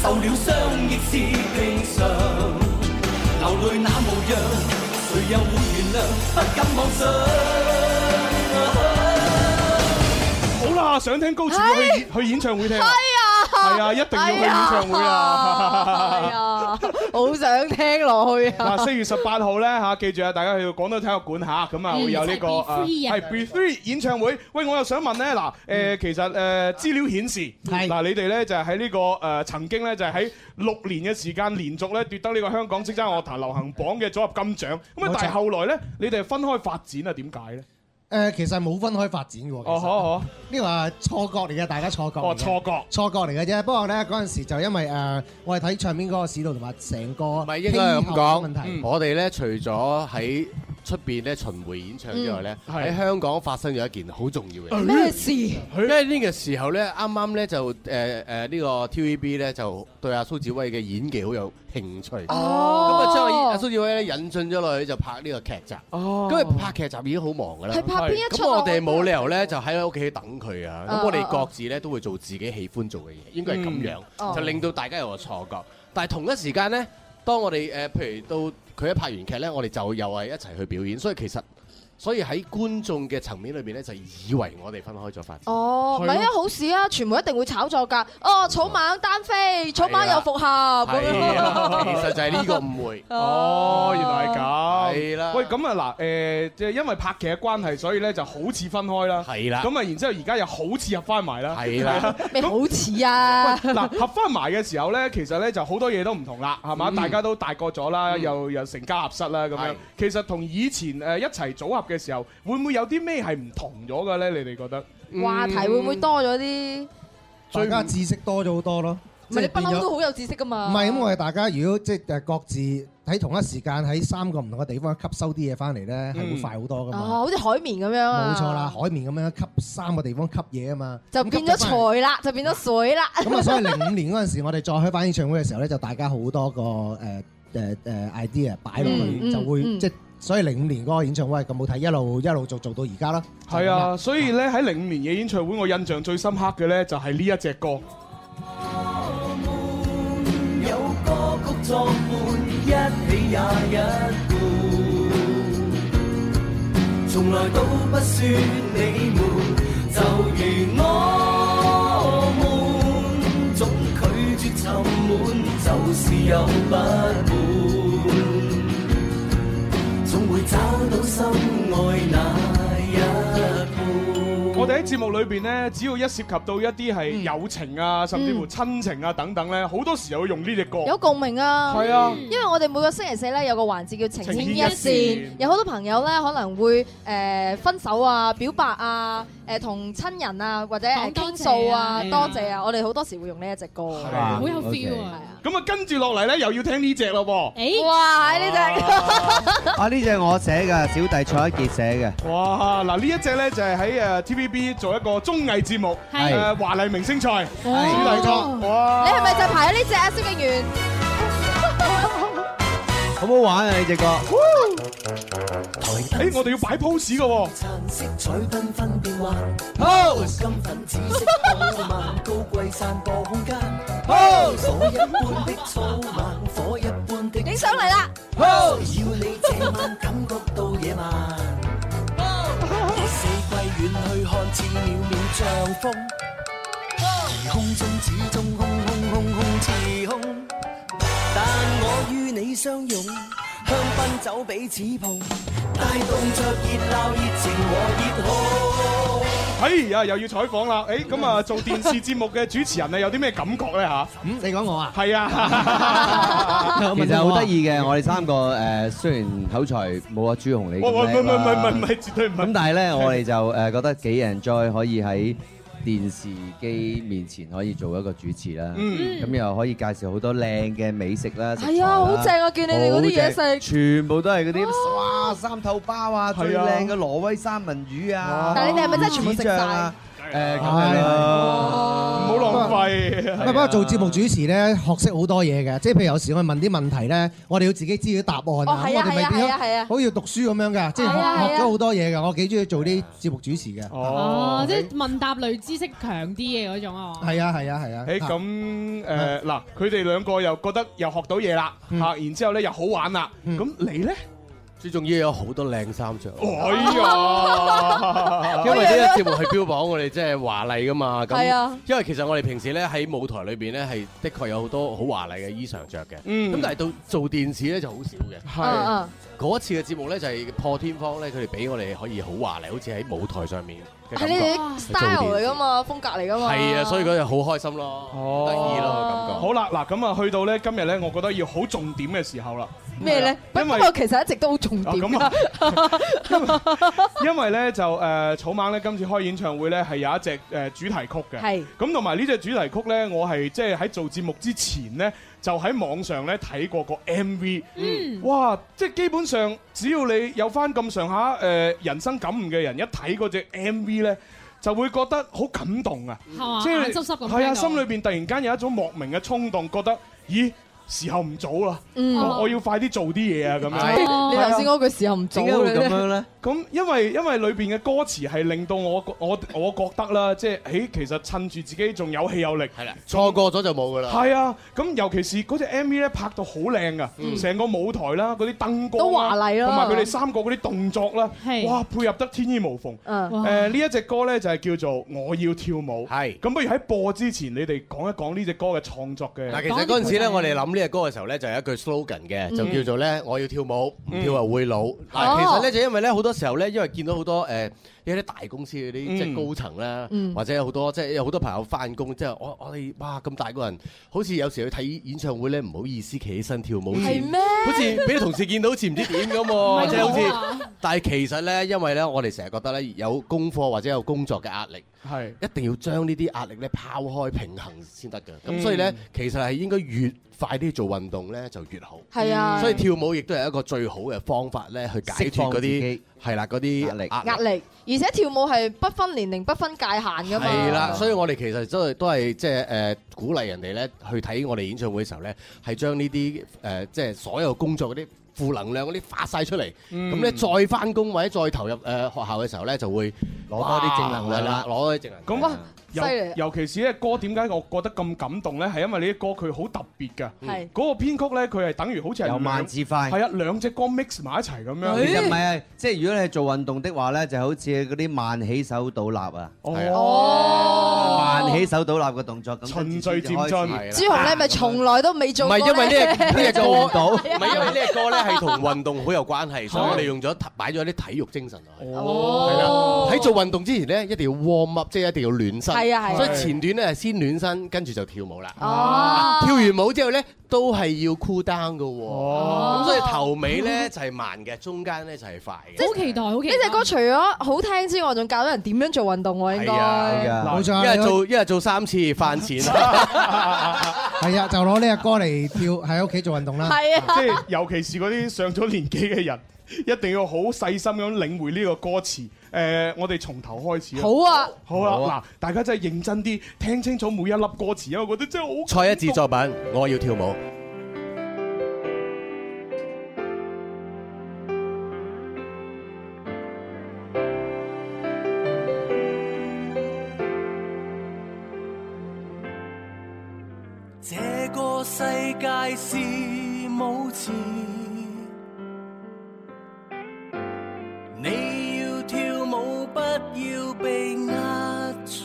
Speaker 7: 受了傷亦是平常。流淚那模樣，誰又會原諒？不敢妄想。
Speaker 3: 好啦，想聽高潮
Speaker 12: 哎
Speaker 3: 去去演唱會聽。係啊，係啊，一定要去演唱會啊！
Speaker 12: 啊，好想聽落去啊！
Speaker 3: 嗱，四月十八號咧嚇，記住啊，大家去到廣東體育館嚇，咁啊
Speaker 12: 嗯
Speaker 3: 會有呢個
Speaker 12: 就係 B3
Speaker 3: 啊
Speaker 12: 啊
Speaker 3: 係 B Three 演唱會。喂，我又想問咧，嗱誒，其實誒資料顯示，嗱你哋咧就係喺呢個誒曾經咧就係喺六年嘅時間連續咧奪得呢個香港叱咤樂壇流行榜嘅組合金獎。咁啊，但係後來咧，你哋係分開發展啊？點解咧？
Speaker 6: 誒，其實冇分開發展嘅喎。
Speaker 3: 哦，好好。
Speaker 6: 呢個係錯覺嚟嘅，大家錯覺嚟嘅。
Speaker 3: 哦錯覺
Speaker 6: 錯覺嚟嘅啫。不過咧嗰陣時就因為誒，我係睇唱片嗰個市道同埋成個唔係
Speaker 14: 應該係咁
Speaker 6: 問
Speaker 14: 講，
Speaker 6: 題。
Speaker 14: 我哋咧除咗喺出邊咧巡迴演唱之外咧，
Speaker 6: 嗯
Speaker 14: 喺香港發生咗一件好重
Speaker 12: 哎
Speaker 14: 要
Speaker 12: Ừ.
Speaker 14: 嘅
Speaker 6: 咩事？
Speaker 14: 因為呢個時候咧，啱啱咧就誒誒呢個 TVB 咧就對阿蘇志威嘅演技好有興趣，咁啊
Speaker 12: 哦
Speaker 14: 將阿蘇志威咧引進咗落去就拍呢個劇集，咁佢拍劇集已經好忙㗎啦，
Speaker 12: 哦係拍邊一出
Speaker 14: 咁
Speaker 12: 啊
Speaker 14: 我哋冇理由咧就喺屋企等佢啊，
Speaker 12: 啊
Speaker 14: 咁我哋各自咧都會做自己喜歡做嘅嘢，應該係咁
Speaker 12: 嗯
Speaker 14: 樣，就令到大家有個錯覺。但係同一時間咧，當我哋誒呃譬如到佢一拍完劇咧，我哋就又係一齊去表演，所以其實。所以喺觀眾嘅層面裏邊咧，就以為我哋分開咗發展。
Speaker 12: 哦，唔係啊，好事啊，全部一定會炒作㗎。哦，啊草蜢單飛，草蜢又復合咁
Speaker 14: 係啦其
Speaker 12: 樣。
Speaker 14: 實就係呢個誤會。
Speaker 3: 哦，原來係咁。
Speaker 14: 係啦
Speaker 3: 喂，咁啊嗱，誒，即係因為拍劇嘅關係，所以咧就好似分開啦。
Speaker 14: 係啦
Speaker 3: 咁啊，然之後而家又好似合翻埋啦。
Speaker 14: 係啦
Speaker 12: 咩好似啊？
Speaker 3: 喂嗱，合翻埋嘅時候咧，其實咧就好多嘢都唔同啦，係嘛？
Speaker 14: 嗯
Speaker 3: 大家都大個咗啦，又又成家立室啦，咁樣。其實同以前誒一齊組合嘅時候，會唔會有啲咩係唔同咗嘅咧？你哋覺得？
Speaker 12: 嗯話題會唔會多咗啲？
Speaker 6: 大家知識多咗好多咯。
Speaker 12: 唔係你不
Speaker 6: 變
Speaker 12: 嬲
Speaker 6: 咗
Speaker 12: 都好有啊知識㗎嘛？
Speaker 6: 唔係咁，我哋大家如果即係誒各自喺同一時間喺三個唔同嘅地方吸收啲嘢翻嚟咧，係會快好多噶
Speaker 12: 哦，
Speaker 6: 嘛。
Speaker 12: 好似海綿咁樣啊！
Speaker 6: 冇錯啦，海綿咁樣吸三個地方吸嘢啊嘛。
Speaker 12: 就變咗財啦，就變咗水啦。
Speaker 6: 咁啊，所以零五年嗰陣時，我哋再開翻演唱會嘅時候咧，就大家好多個誒誒誒 idea 擺落
Speaker 3: 嗯嗯
Speaker 6: 去，就會
Speaker 3: 嗯
Speaker 6: 即係所以零五年嗰個演唱會係咁好睇，一路一路做做到而家啦。
Speaker 3: 係啊，所以咧喺零五年嘅演唱會，我印象最深刻嘅咧就係呢一隻歌。
Speaker 7: 有歌曲作伴，一起也一貫，從來都不說你們，就如我們，總拒絕沉悶，就是有不滿，總會找到心愛那一
Speaker 3: 我哋喺節目裏邊呢，只要一涉及到一啲係友情啊，甚至乎親情啊等等呢，好多時候會用呢只歌。
Speaker 12: 嗯有共鳴啊！
Speaker 3: 係啊
Speaker 12: 因為我哋每個星期四咧有個環節叫情牽一
Speaker 3: 情牽一
Speaker 12: 線
Speaker 3: 線，
Speaker 12: 有好多朋友咧可能會誒、呃分手啊、表白啊、誒同親人啊或者誒傾訴啊、
Speaker 3: 嗯
Speaker 12: 多謝啊，我哋好多時會用呢一隻歌，
Speaker 3: 啊好有 feel 咁啊，跟住落嚟呢，又要聽呢只咯噃。
Speaker 12: 誒哇！呢只
Speaker 13: 啊，呢只我寫嘅，小弟蔡一傑寫嘅。
Speaker 3: 哇！嗱，呢一隻咧就係喺呃誒 TVB 做一個綜藝節目，
Speaker 13: 係
Speaker 3: 誒華麗明星賽主
Speaker 13: 哦
Speaker 3: 題歌。哇！
Speaker 12: 你係咪就排咗呢只啊？蕭敬元，
Speaker 13: 好唔好玩啊？呢只歌。
Speaker 3: 誒，我哋要擺 pose 嘅喎。
Speaker 7: 色彩繽紛變幻，金粉紫色浪漫，高貴散播空間，火一般的草蜢，火一般的
Speaker 12: 影相嚟啦！
Speaker 7: 要你這晚感覺到野蠻。四季遠去看，似渺渺像風，而空中始終空空空空似空。但我與你相擁，香檳酒彼此碰，帶動着熱鬧熱情和熱烘。
Speaker 3: 哎呀，又要採訪啦！誒，咁
Speaker 13: 嗯
Speaker 3: 啊，做電視節目嘅主持人啊，有啲咩感覺咧嚇？
Speaker 6: 嗯，你講我啊？
Speaker 3: 係 啊，
Speaker 13: 其實好得意嘅，我哋三個誒雖然口才冇阿朱紅
Speaker 3: 喂
Speaker 13: 你咁
Speaker 3: 喂
Speaker 13: 叻
Speaker 3: 哦唔係唔係唔係
Speaker 13: 啦
Speaker 3: 唔係絕對唔係
Speaker 13: 咁但係咧，我哋就誒覺得幾 enjoy 可以喺電視機面前可以做一個主持啦，
Speaker 12: 嗯
Speaker 13: 咁又可以介紹好多靚嘅美食啦，食
Speaker 12: 係啊，
Speaker 13: 材啦
Speaker 12: 好正啊！見你哋嗰啲嘢
Speaker 13: 好正
Speaker 12: 食，哦
Speaker 13: 全部都係嗰啲
Speaker 6: 啊
Speaker 13: 哇三透包啊，最靚嘅挪威三文魚啊，
Speaker 12: 但係你哋係咪真係全部食晒
Speaker 13: 魚醬啊？誒咁樣
Speaker 6: 係啊
Speaker 13: 啦，
Speaker 3: 唔好浪費。啊
Speaker 6: 不過做節目主持咧，學識好多嘢嘅，即係譬如有時我哋問啲問題咧，我哋要自己知啲答案啊，
Speaker 12: 哦係啊
Speaker 6: 咁我哋咪
Speaker 12: 係啊
Speaker 6: 變
Speaker 12: 係啊係啊
Speaker 6: 咗好似讀書咁樣㗎，即係
Speaker 12: 係啊
Speaker 6: 學
Speaker 12: 係啊
Speaker 6: 學咗好多嘢㗎。我幾中意做啲節目主持嘅。
Speaker 19: 哦，即係問答類知識強啲嘅嗰種啊嘛。
Speaker 6: 係啊係啊係啊。
Speaker 3: 誒咁
Speaker 13: 啊
Speaker 3: 誒嗱，佢哋兩個又覺得又學到嘢啦
Speaker 13: 嗯
Speaker 3: 嚇，然之後咧又好玩啦。咁 你哦咧？
Speaker 14: 最重要有好多靚衫着。
Speaker 3: 哎呀！
Speaker 14: 因為呢個節目係標榜我哋即係華麗噶嘛，
Speaker 3: 係
Speaker 14: 咁
Speaker 3: 啊
Speaker 14: 因為其實我哋平時咧喺舞台裏邊咧係的確有好多好華麗嘅衣裳着嘅，
Speaker 3: 嗯
Speaker 14: 咁但係到做電視咧就好少嘅。
Speaker 3: 係嗯嗯
Speaker 14: 嗰一次嘅節目咧就係破天荒咧，佢哋俾我哋可以好華麗，好似喺舞台上面嘅感
Speaker 12: 係你
Speaker 14: 覺
Speaker 12: 哋
Speaker 14: 去做電視
Speaker 12: style 嚟噶嘛，風格嚟噶嘛。
Speaker 14: 係啊，所以嗰日好開心咯，好得意咯感覺。
Speaker 3: 哦好啦，嗱咁啊，去到咧今日咧，我覺得要好重點嘅時候啦。
Speaker 12: 咩咧？不
Speaker 3: 因為
Speaker 12: 過其實一直都好重點
Speaker 3: 咁
Speaker 12: 㗎。
Speaker 3: 因為咧就誒草蜢咧今次開演唱會咧係有一隻誒主題曲嘅，
Speaker 12: 係
Speaker 3: 咁同埋呢隻主題曲咧，我係即係喺做節目之前咧就喺網上咧睇過個 MV，
Speaker 7: 嗯
Speaker 3: 哇！即係基本上只要你有翻咁上下誒人生感悟嘅人，一睇嗰隻 MV 咧。就會覺得好感動啊！
Speaker 19: 係嘛眼濕濕咁
Speaker 3: 係啊，
Speaker 19: 聽到
Speaker 3: 心裏邊突然間有一種莫名嘅衝動，覺得咦時候唔早啦，
Speaker 12: 嗯
Speaker 3: 我我要快啲做啲嘢啊咁樣。
Speaker 12: 哦你頭先
Speaker 3: 係啊
Speaker 12: 嗰句時候唔早你咧？
Speaker 3: 咁因為因為裏邊嘅歌詞係令到我我我覺得啦，即係誒其實趁住自己仲有氣有力，係啦，
Speaker 14: 錯過咗就冇噶啦。
Speaker 3: 係啊，咁尤其是嗰隻 MV 咧拍到好靚噶，成個舞台啦，嗰啲燈光
Speaker 12: 都華
Speaker 3: 啦
Speaker 12: 麗啦
Speaker 3: 同埋佢哋三個嗰啲動作啦，哇配合得天衣無縫。
Speaker 12: 嗯
Speaker 3: 誒呢一隻歌咧就係叫做我要跳舞，係咁不如喺播之前你哋講一講呢隻歌嘅創作嘅。
Speaker 14: 嗱，其實嗰陣時咧，我哋諗呢隻歌嘅時候咧，就有一句 slogan 嘅，
Speaker 3: 嗯
Speaker 14: 就叫做咧，我要跳舞，唔跳啊會老。嗱，其實咧就因為咧好多時候咧，因為見到好多誒一啲大公司嗰啲即係高層啦
Speaker 18: 嗯，
Speaker 14: 或者有好多即係有好多朋友翻工，即係我我哋哇咁大個人，好似有時去睇演唱會咧，唔好意思企起身跳舞，好似
Speaker 7: 係咩
Speaker 14: 好似俾啲同事見到好似唔知點咁
Speaker 7: 唔係
Speaker 14: 喎，即係好
Speaker 7: 好啊
Speaker 14: 似。但係其實咧，因為咧我哋成日覺得咧有功課或者有工作嘅壓力。
Speaker 3: 係
Speaker 14: 一定要將呢啲壓力咧拋開平衡先得嘅。
Speaker 7: 嗯
Speaker 14: 咁所以咧，其實係應該越快啲做運動咧就越好。
Speaker 7: 係啊
Speaker 14: 所以跳舞亦都係一個最好嘅方法咧，去解
Speaker 13: 釋放
Speaker 14: 決嗰
Speaker 13: 自
Speaker 14: 啲
Speaker 13: 己
Speaker 14: 係啦嗰啲壓力
Speaker 12: 壓力，而且跳舞係不分年齡、不分界限㗎嘛。
Speaker 14: 係啦，所以我哋其實都係都係即係誒鼓勵人哋咧去睇我哋演唱會嘅時候咧，係將呢啲誒即係所有工作嗰啲負能量嗰啲發晒出嚟，
Speaker 18: 嗯
Speaker 14: 咁咧再翻工或者再投入誒學校嘅時候咧，就會攞
Speaker 13: 多啲正能量啦
Speaker 14: 啦，攞多啲正能量。
Speaker 3: 咁尤
Speaker 14: 犀利
Speaker 3: 尤其是呢個歌點解我覺得咁感動咧？係因為呢啲歌佢好特別㗎，
Speaker 13: 係
Speaker 3: 嗰個編曲咧佢係等於好似係
Speaker 13: 有
Speaker 3: 兩
Speaker 13: 慢至快
Speaker 3: 係啊兩隻歌 mix 埋一齊咁樣。
Speaker 13: 其實唔係啊，即係如果你係做運動的話咧，就好似嗰啲慢起手倒立啊，
Speaker 12: 哦
Speaker 13: 慢起手倒立嘅動作咁，循序
Speaker 3: 漸進
Speaker 12: 朱紅咧咪從來都未做過
Speaker 14: 唔係因為呢
Speaker 12: 咧
Speaker 14: 呢隻歌，
Speaker 12: 做唔到
Speaker 14: 唔係 因為呢隻歌咧係同運動好有關係，所以我哋用
Speaker 12: 哦
Speaker 14: 咗擺咗啲體育精神落去。
Speaker 7: 哦
Speaker 14: 係啦，喺做運動之前咧，一定要 warm up，即係一定要暖身。
Speaker 7: 係啊係啊
Speaker 14: 所以前段咧係先暖身，跟住就跳舞啦。
Speaker 7: 哦
Speaker 14: 跳完舞之後咧，都係要 cool down 嘅喎。
Speaker 12: 哦
Speaker 14: 咁所以頭尾咧就係慢嘅，中間咧就係快嘅。
Speaker 12: 好
Speaker 19: 期待，好期
Speaker 12: 待！呢隻歌除咗好聽之外，仲教咗人點樣做運動喎，應
Speaker 14: 係啊，
Speaker 12: 該。
Speaker 6: 冇錯
Speaker 14: 一日做一日做三次飯前。
Speaker 6: 係啊，就攞呢隻歌嚟跳喺屋企做運動啦。
Speaker 12: 係啊
Speaker 3: 即係尤其是嗰啲上咗年紀嘅人， 一定要好細心咁領會呢個歌詞。誒、我哋從頭開始啊
Speaker 7: 好啊
Speaker 3: 好
Speaker 14: 好
Speaker 3: 啦，
Speaker 14: 啊
Speaker 3: 嗱，大家真係認真啲，聽清楚每一粒歌詞，因為我覺得真係好。
Speaker 14: 蔡一智作品《我要跳舞》。
Speaker 7: 这个世界是舞池，你要跳舞，不要被压住。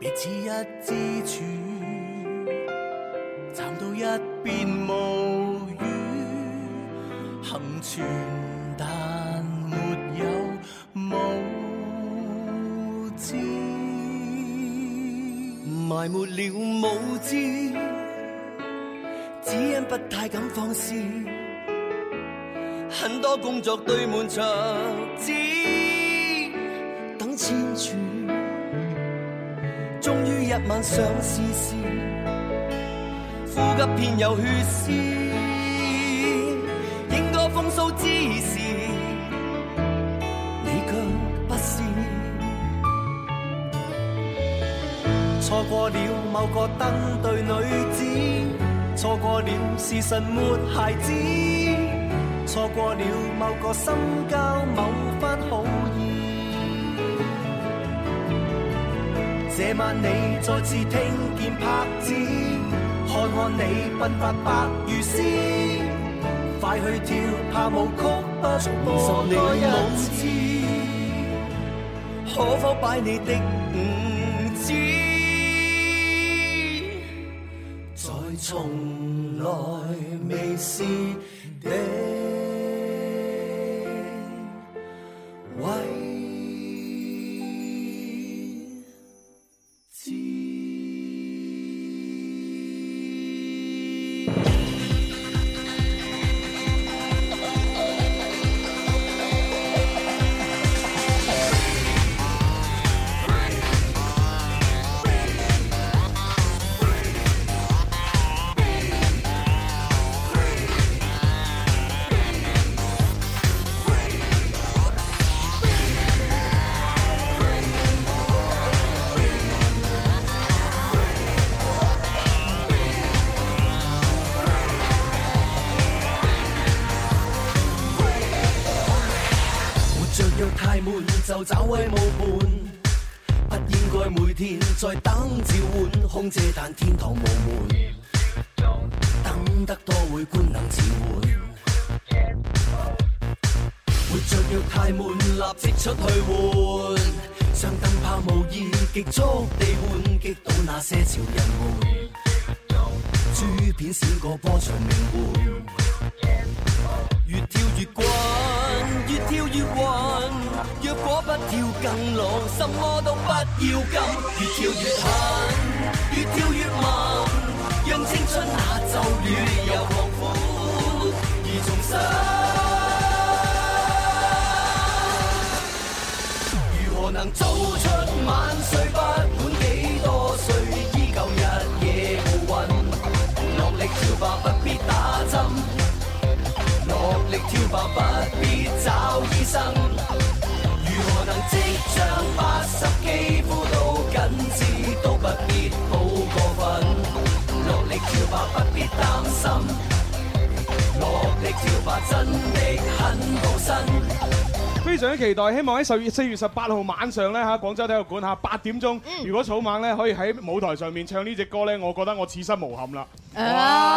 Speaker 7: 一支柱，站到一邊無語，幸存但沒有無知，埋沒了無知，只因不太敢放肆，很多工作堆滿桌子，等簽署。終於一晚想試試，呼吸偏有血絲，應該風騷之時，你卻不是。錯過了某個登對女子，錯過了是神沒孩子，錯過了某個深交某番好意。這晚你再次聽見拍子，看看你鬢發白如絲，快去跳怕舞曲不播多一次，可否擺你的五指，在從來未試的位。
Speaker 20: 活着若太悶，就找位舞伴。不應該每天在等召喚，空姐但天堂無門。等得多會官能召喚。活着若太悶，立即出去換。上燈泡無意，極速地換，激到那些潮人們。珠片閃過波長靈活。
Speaker 7: 越跳越滾，越跳越暈。若果不跳更浪，什麼都不要緊。越跳越狠，越跳越猛，讓青春那咒語又狂歡而重生。如何能早出晚睡？不管幾多歲，依舊日夜無魂。落力跳吧，不必打針。落力跳吧，不必找醫生。如何能即將八十，肌膚都緊緻，都不必好過分。落力跳吧，不必擔心。落力跳吧，真的很好身。
Speaker 3: 非常之期待，希望喺十月四月十八號晚上咧嚇廣州體育館嚇八點鐘，如果草蜢咧可以喺舞台上面唱呢只歌咧，我覺得我此生無憾啦。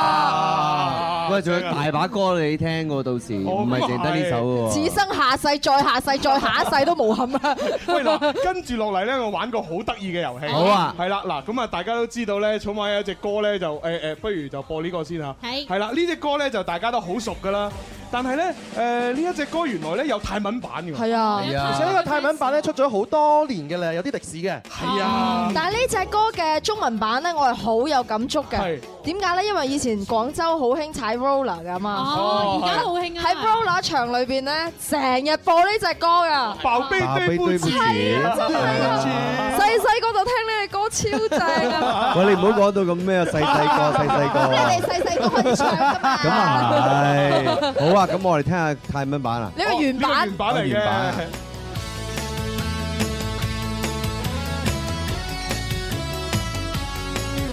Speaker 3: 哇
Speaker 13: 喂，仲有大把歌你聽喎，到時唔係淨得呢首
Speaker 12: 此
Speaker 13: 喎。
Speaker 12: 生下世再下世再下一世都無憾啦。
Speaker 3: 喂嗱，跟住落嚟咧，我玩個好得意嘅遊戲。
Speaker 13: 好啊
Speaker 3: 係啦，嗱咁啊，大家都知道咧，草蜢有一隻歌咧就誒誒，不如就播呢個先嚇。
Speaker 20: 係
Speaker 3: 係啦，呢只歌咧就大家都好熟噶啦，但係咧誒呢一隻歌原來咧有泰文版嘅。
Speaker 12: 係啊係啊
Speaker 4: 而且呢個泰文版咧出咗好多年嘅啦，有啲歷史嘅。係
Speaker 3: 啊
Speaker 12: 嗯但係呢只歌嘅中文版咧，我係好有感觸嘅
Speaker 4: 係。
Speaker 12: 點解咧？因為以前廣州好興踩 roller 噶嘛。
Speaker 3: 哦而家好
Speaker 12: 興啊！喺 roller 場裏邊咧，成日播呢只歌噶。
Speaker 3: 爆悲
Speaker 13: 悲杯杯子
Speaker 12: 係啊，真係啊！細細個就聽呢只歌超正啊！
Speaker 13: 喂，你唔好講到咁咩細細個 細細個啊。
Speaker 12: 細細個開始唱㗎嘛
Speaker 13: 咁啊係，好啊，咁我哋聽下泰文版啊。
Speaker 12: 哦呢個原版。原
Speaker 3: 版
Speaker 13: 原版啊。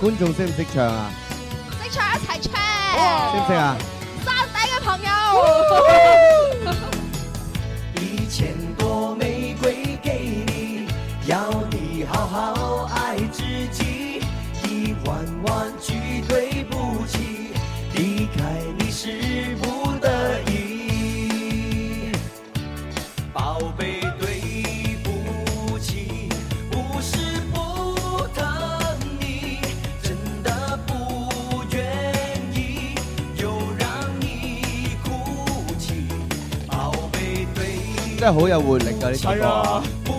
Speaker 13: 觀眾識唔識唱啊？
Speaker 12: 識唱一齊
Speaker 13: 識唔識
Speaker 12: 唱。
Speaker 13: 啊？
Speaker 12: 山底嘅朋
Speaker 20: 哦
Speaker 12: 友。
Speaker 7: 一千朵玫瑰给你，要你好好爱自己。一万万句对不起，离开你是不得已。宝贝，对不起，不是不疼
Speaker 13: 真係好有活力㗎呢首
Speaker 7: 係
Speaker 13: 歌
Speaker 7: 啊。不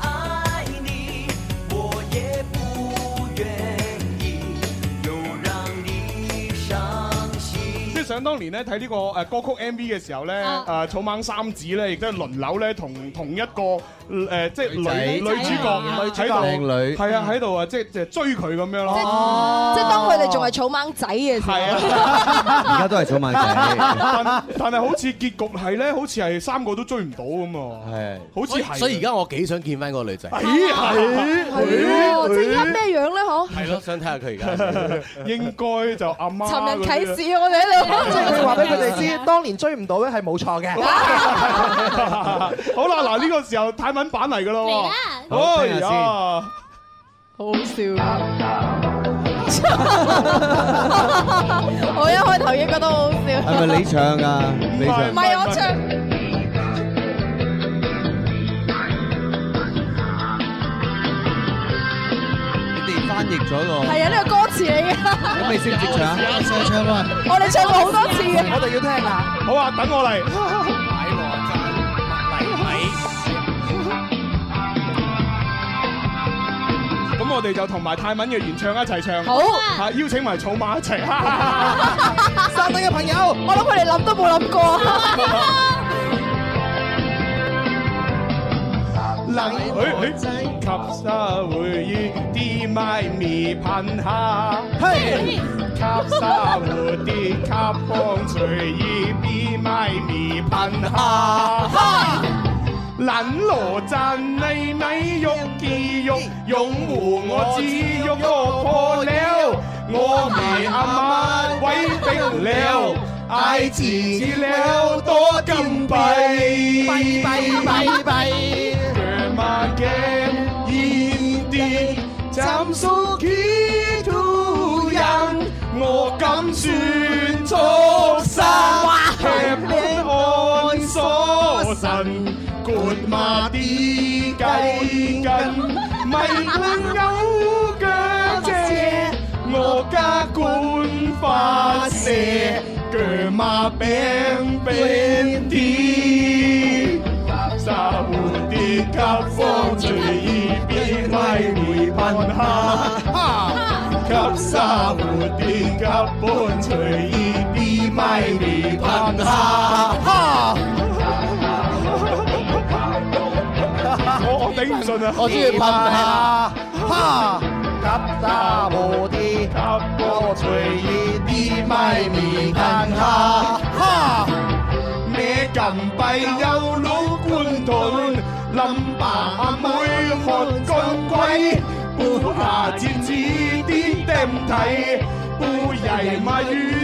Speaker 7: 爱你，我也不愿意又让你伤心。
Speaker 3: 即係想當年咧睇呢個誒歌曲 MV 嘅時候咧，
Speaker 12: 啊
Speaker 3: 誒草蜢三子咧亦都係輪流咧同同一個誒即係
Speaker 13: 女仔
Speaker 3: 女女
Speaker 12: 啊
Speaker 3: 主角
Speaker 13: 女主角
Speaker 3: 喺度
Speaker 13: 靚女哦
Speaker 3: 係啊喺度啊即係即係追佢咁樣
Speaker 12: 即係
Speaker 3: 咯。
Speaker 12: 即係當佢哋仲係啊草蜢仔嘅時候，
Speaker 13: 而家啊都係草蜢仔，
Speaker 3: 但但係好似結局係咧，好似係三個都追唔到咁啊！
Speaker 13: 係，
Speaker 3: 好似
Speaker 14: 所以
Speaker 3: 係
Speaker 14: 所以而家我幾想見翻嗰個女仔。
Speaker 3: 咦係
Speaker 12: 啊係喎，哦即係而家咩樣咧？
Speaker 13: 哦
Speaker 12: 嗬？
Speaker 14: 係咯，想睇下佢而家。
Speaker 3: 應該就阿媽
Speaker 12: 尋人啟
Speaker 3: 嗰啲
Speaker 12: 事啊，我哋喺度。
Speaker 4: 即係佢話俾佢哋知，當年追唔到咧係冇錯嘅。
Speaker 3: 好啦，嗱呢個時候泰文版嚟㗎咯喎，
Speaker 4: 嚟啦好
Speaker 3: 哎
Speaker 4: 聽下
Speaker 3: 呀
Speaker 12: 好笑啊！我一開頭已經覺得好好笑。
Speaker 13: 係咪你唱啊？你唱
Speaker 12: 唔係我唱。
Speaker 13: 你哋翻譯咗個，
Speaker 12: 係啊，呢個歌詞嚟嘅。
Speaker 13: 咁你識唔識唱啊？
Speaker 6: 識唱啊！
Speaker 12: 我哋唱過好多次嘅。
Speaker 4: 我哋要聽啊！
Speaker 3: 好啊，等我嚟。咁我哋就同埋泰文嘅原唱一齊唱，
Speaker 12: 好
Speaker 3: 嚇邀請埋草蜢一齊。
Speaker 4: 山東嘅朋友，
Speaker 12: 我諗佢哋諗都冇諗過。
Speaker 3: 能去及哎沙會意啲咪咪噴下，嘿，及沙會啲及風隨意啲咪咪噴下，哈，撚羅讚你咪喐肌肉，擁護我只喐我破了，我咪阿媽威逼了，愛自己了多金幣，幣幣幣幣。夜晚嘅煙店，暫數幾途人，我敢算畜生，吃本安所神，豁馬啲雞筋，迷論牛腳姐，我家官花蛇，鋸馬餅餅啲。沙蝴蝶急風隨意變，咪回噴下。急沙蝴蝶急風隨意變，咪回噴下。我我頂唔順啊！
Speaker 7: 我中意噴下
Speaker 3: 哈！急沙蝴蝶急風隨意變，咪回噴下哈！咩近閉有老官屯，冧爸阿妹學幹鬼，不怕尖子啲釘睇，不曳嘛語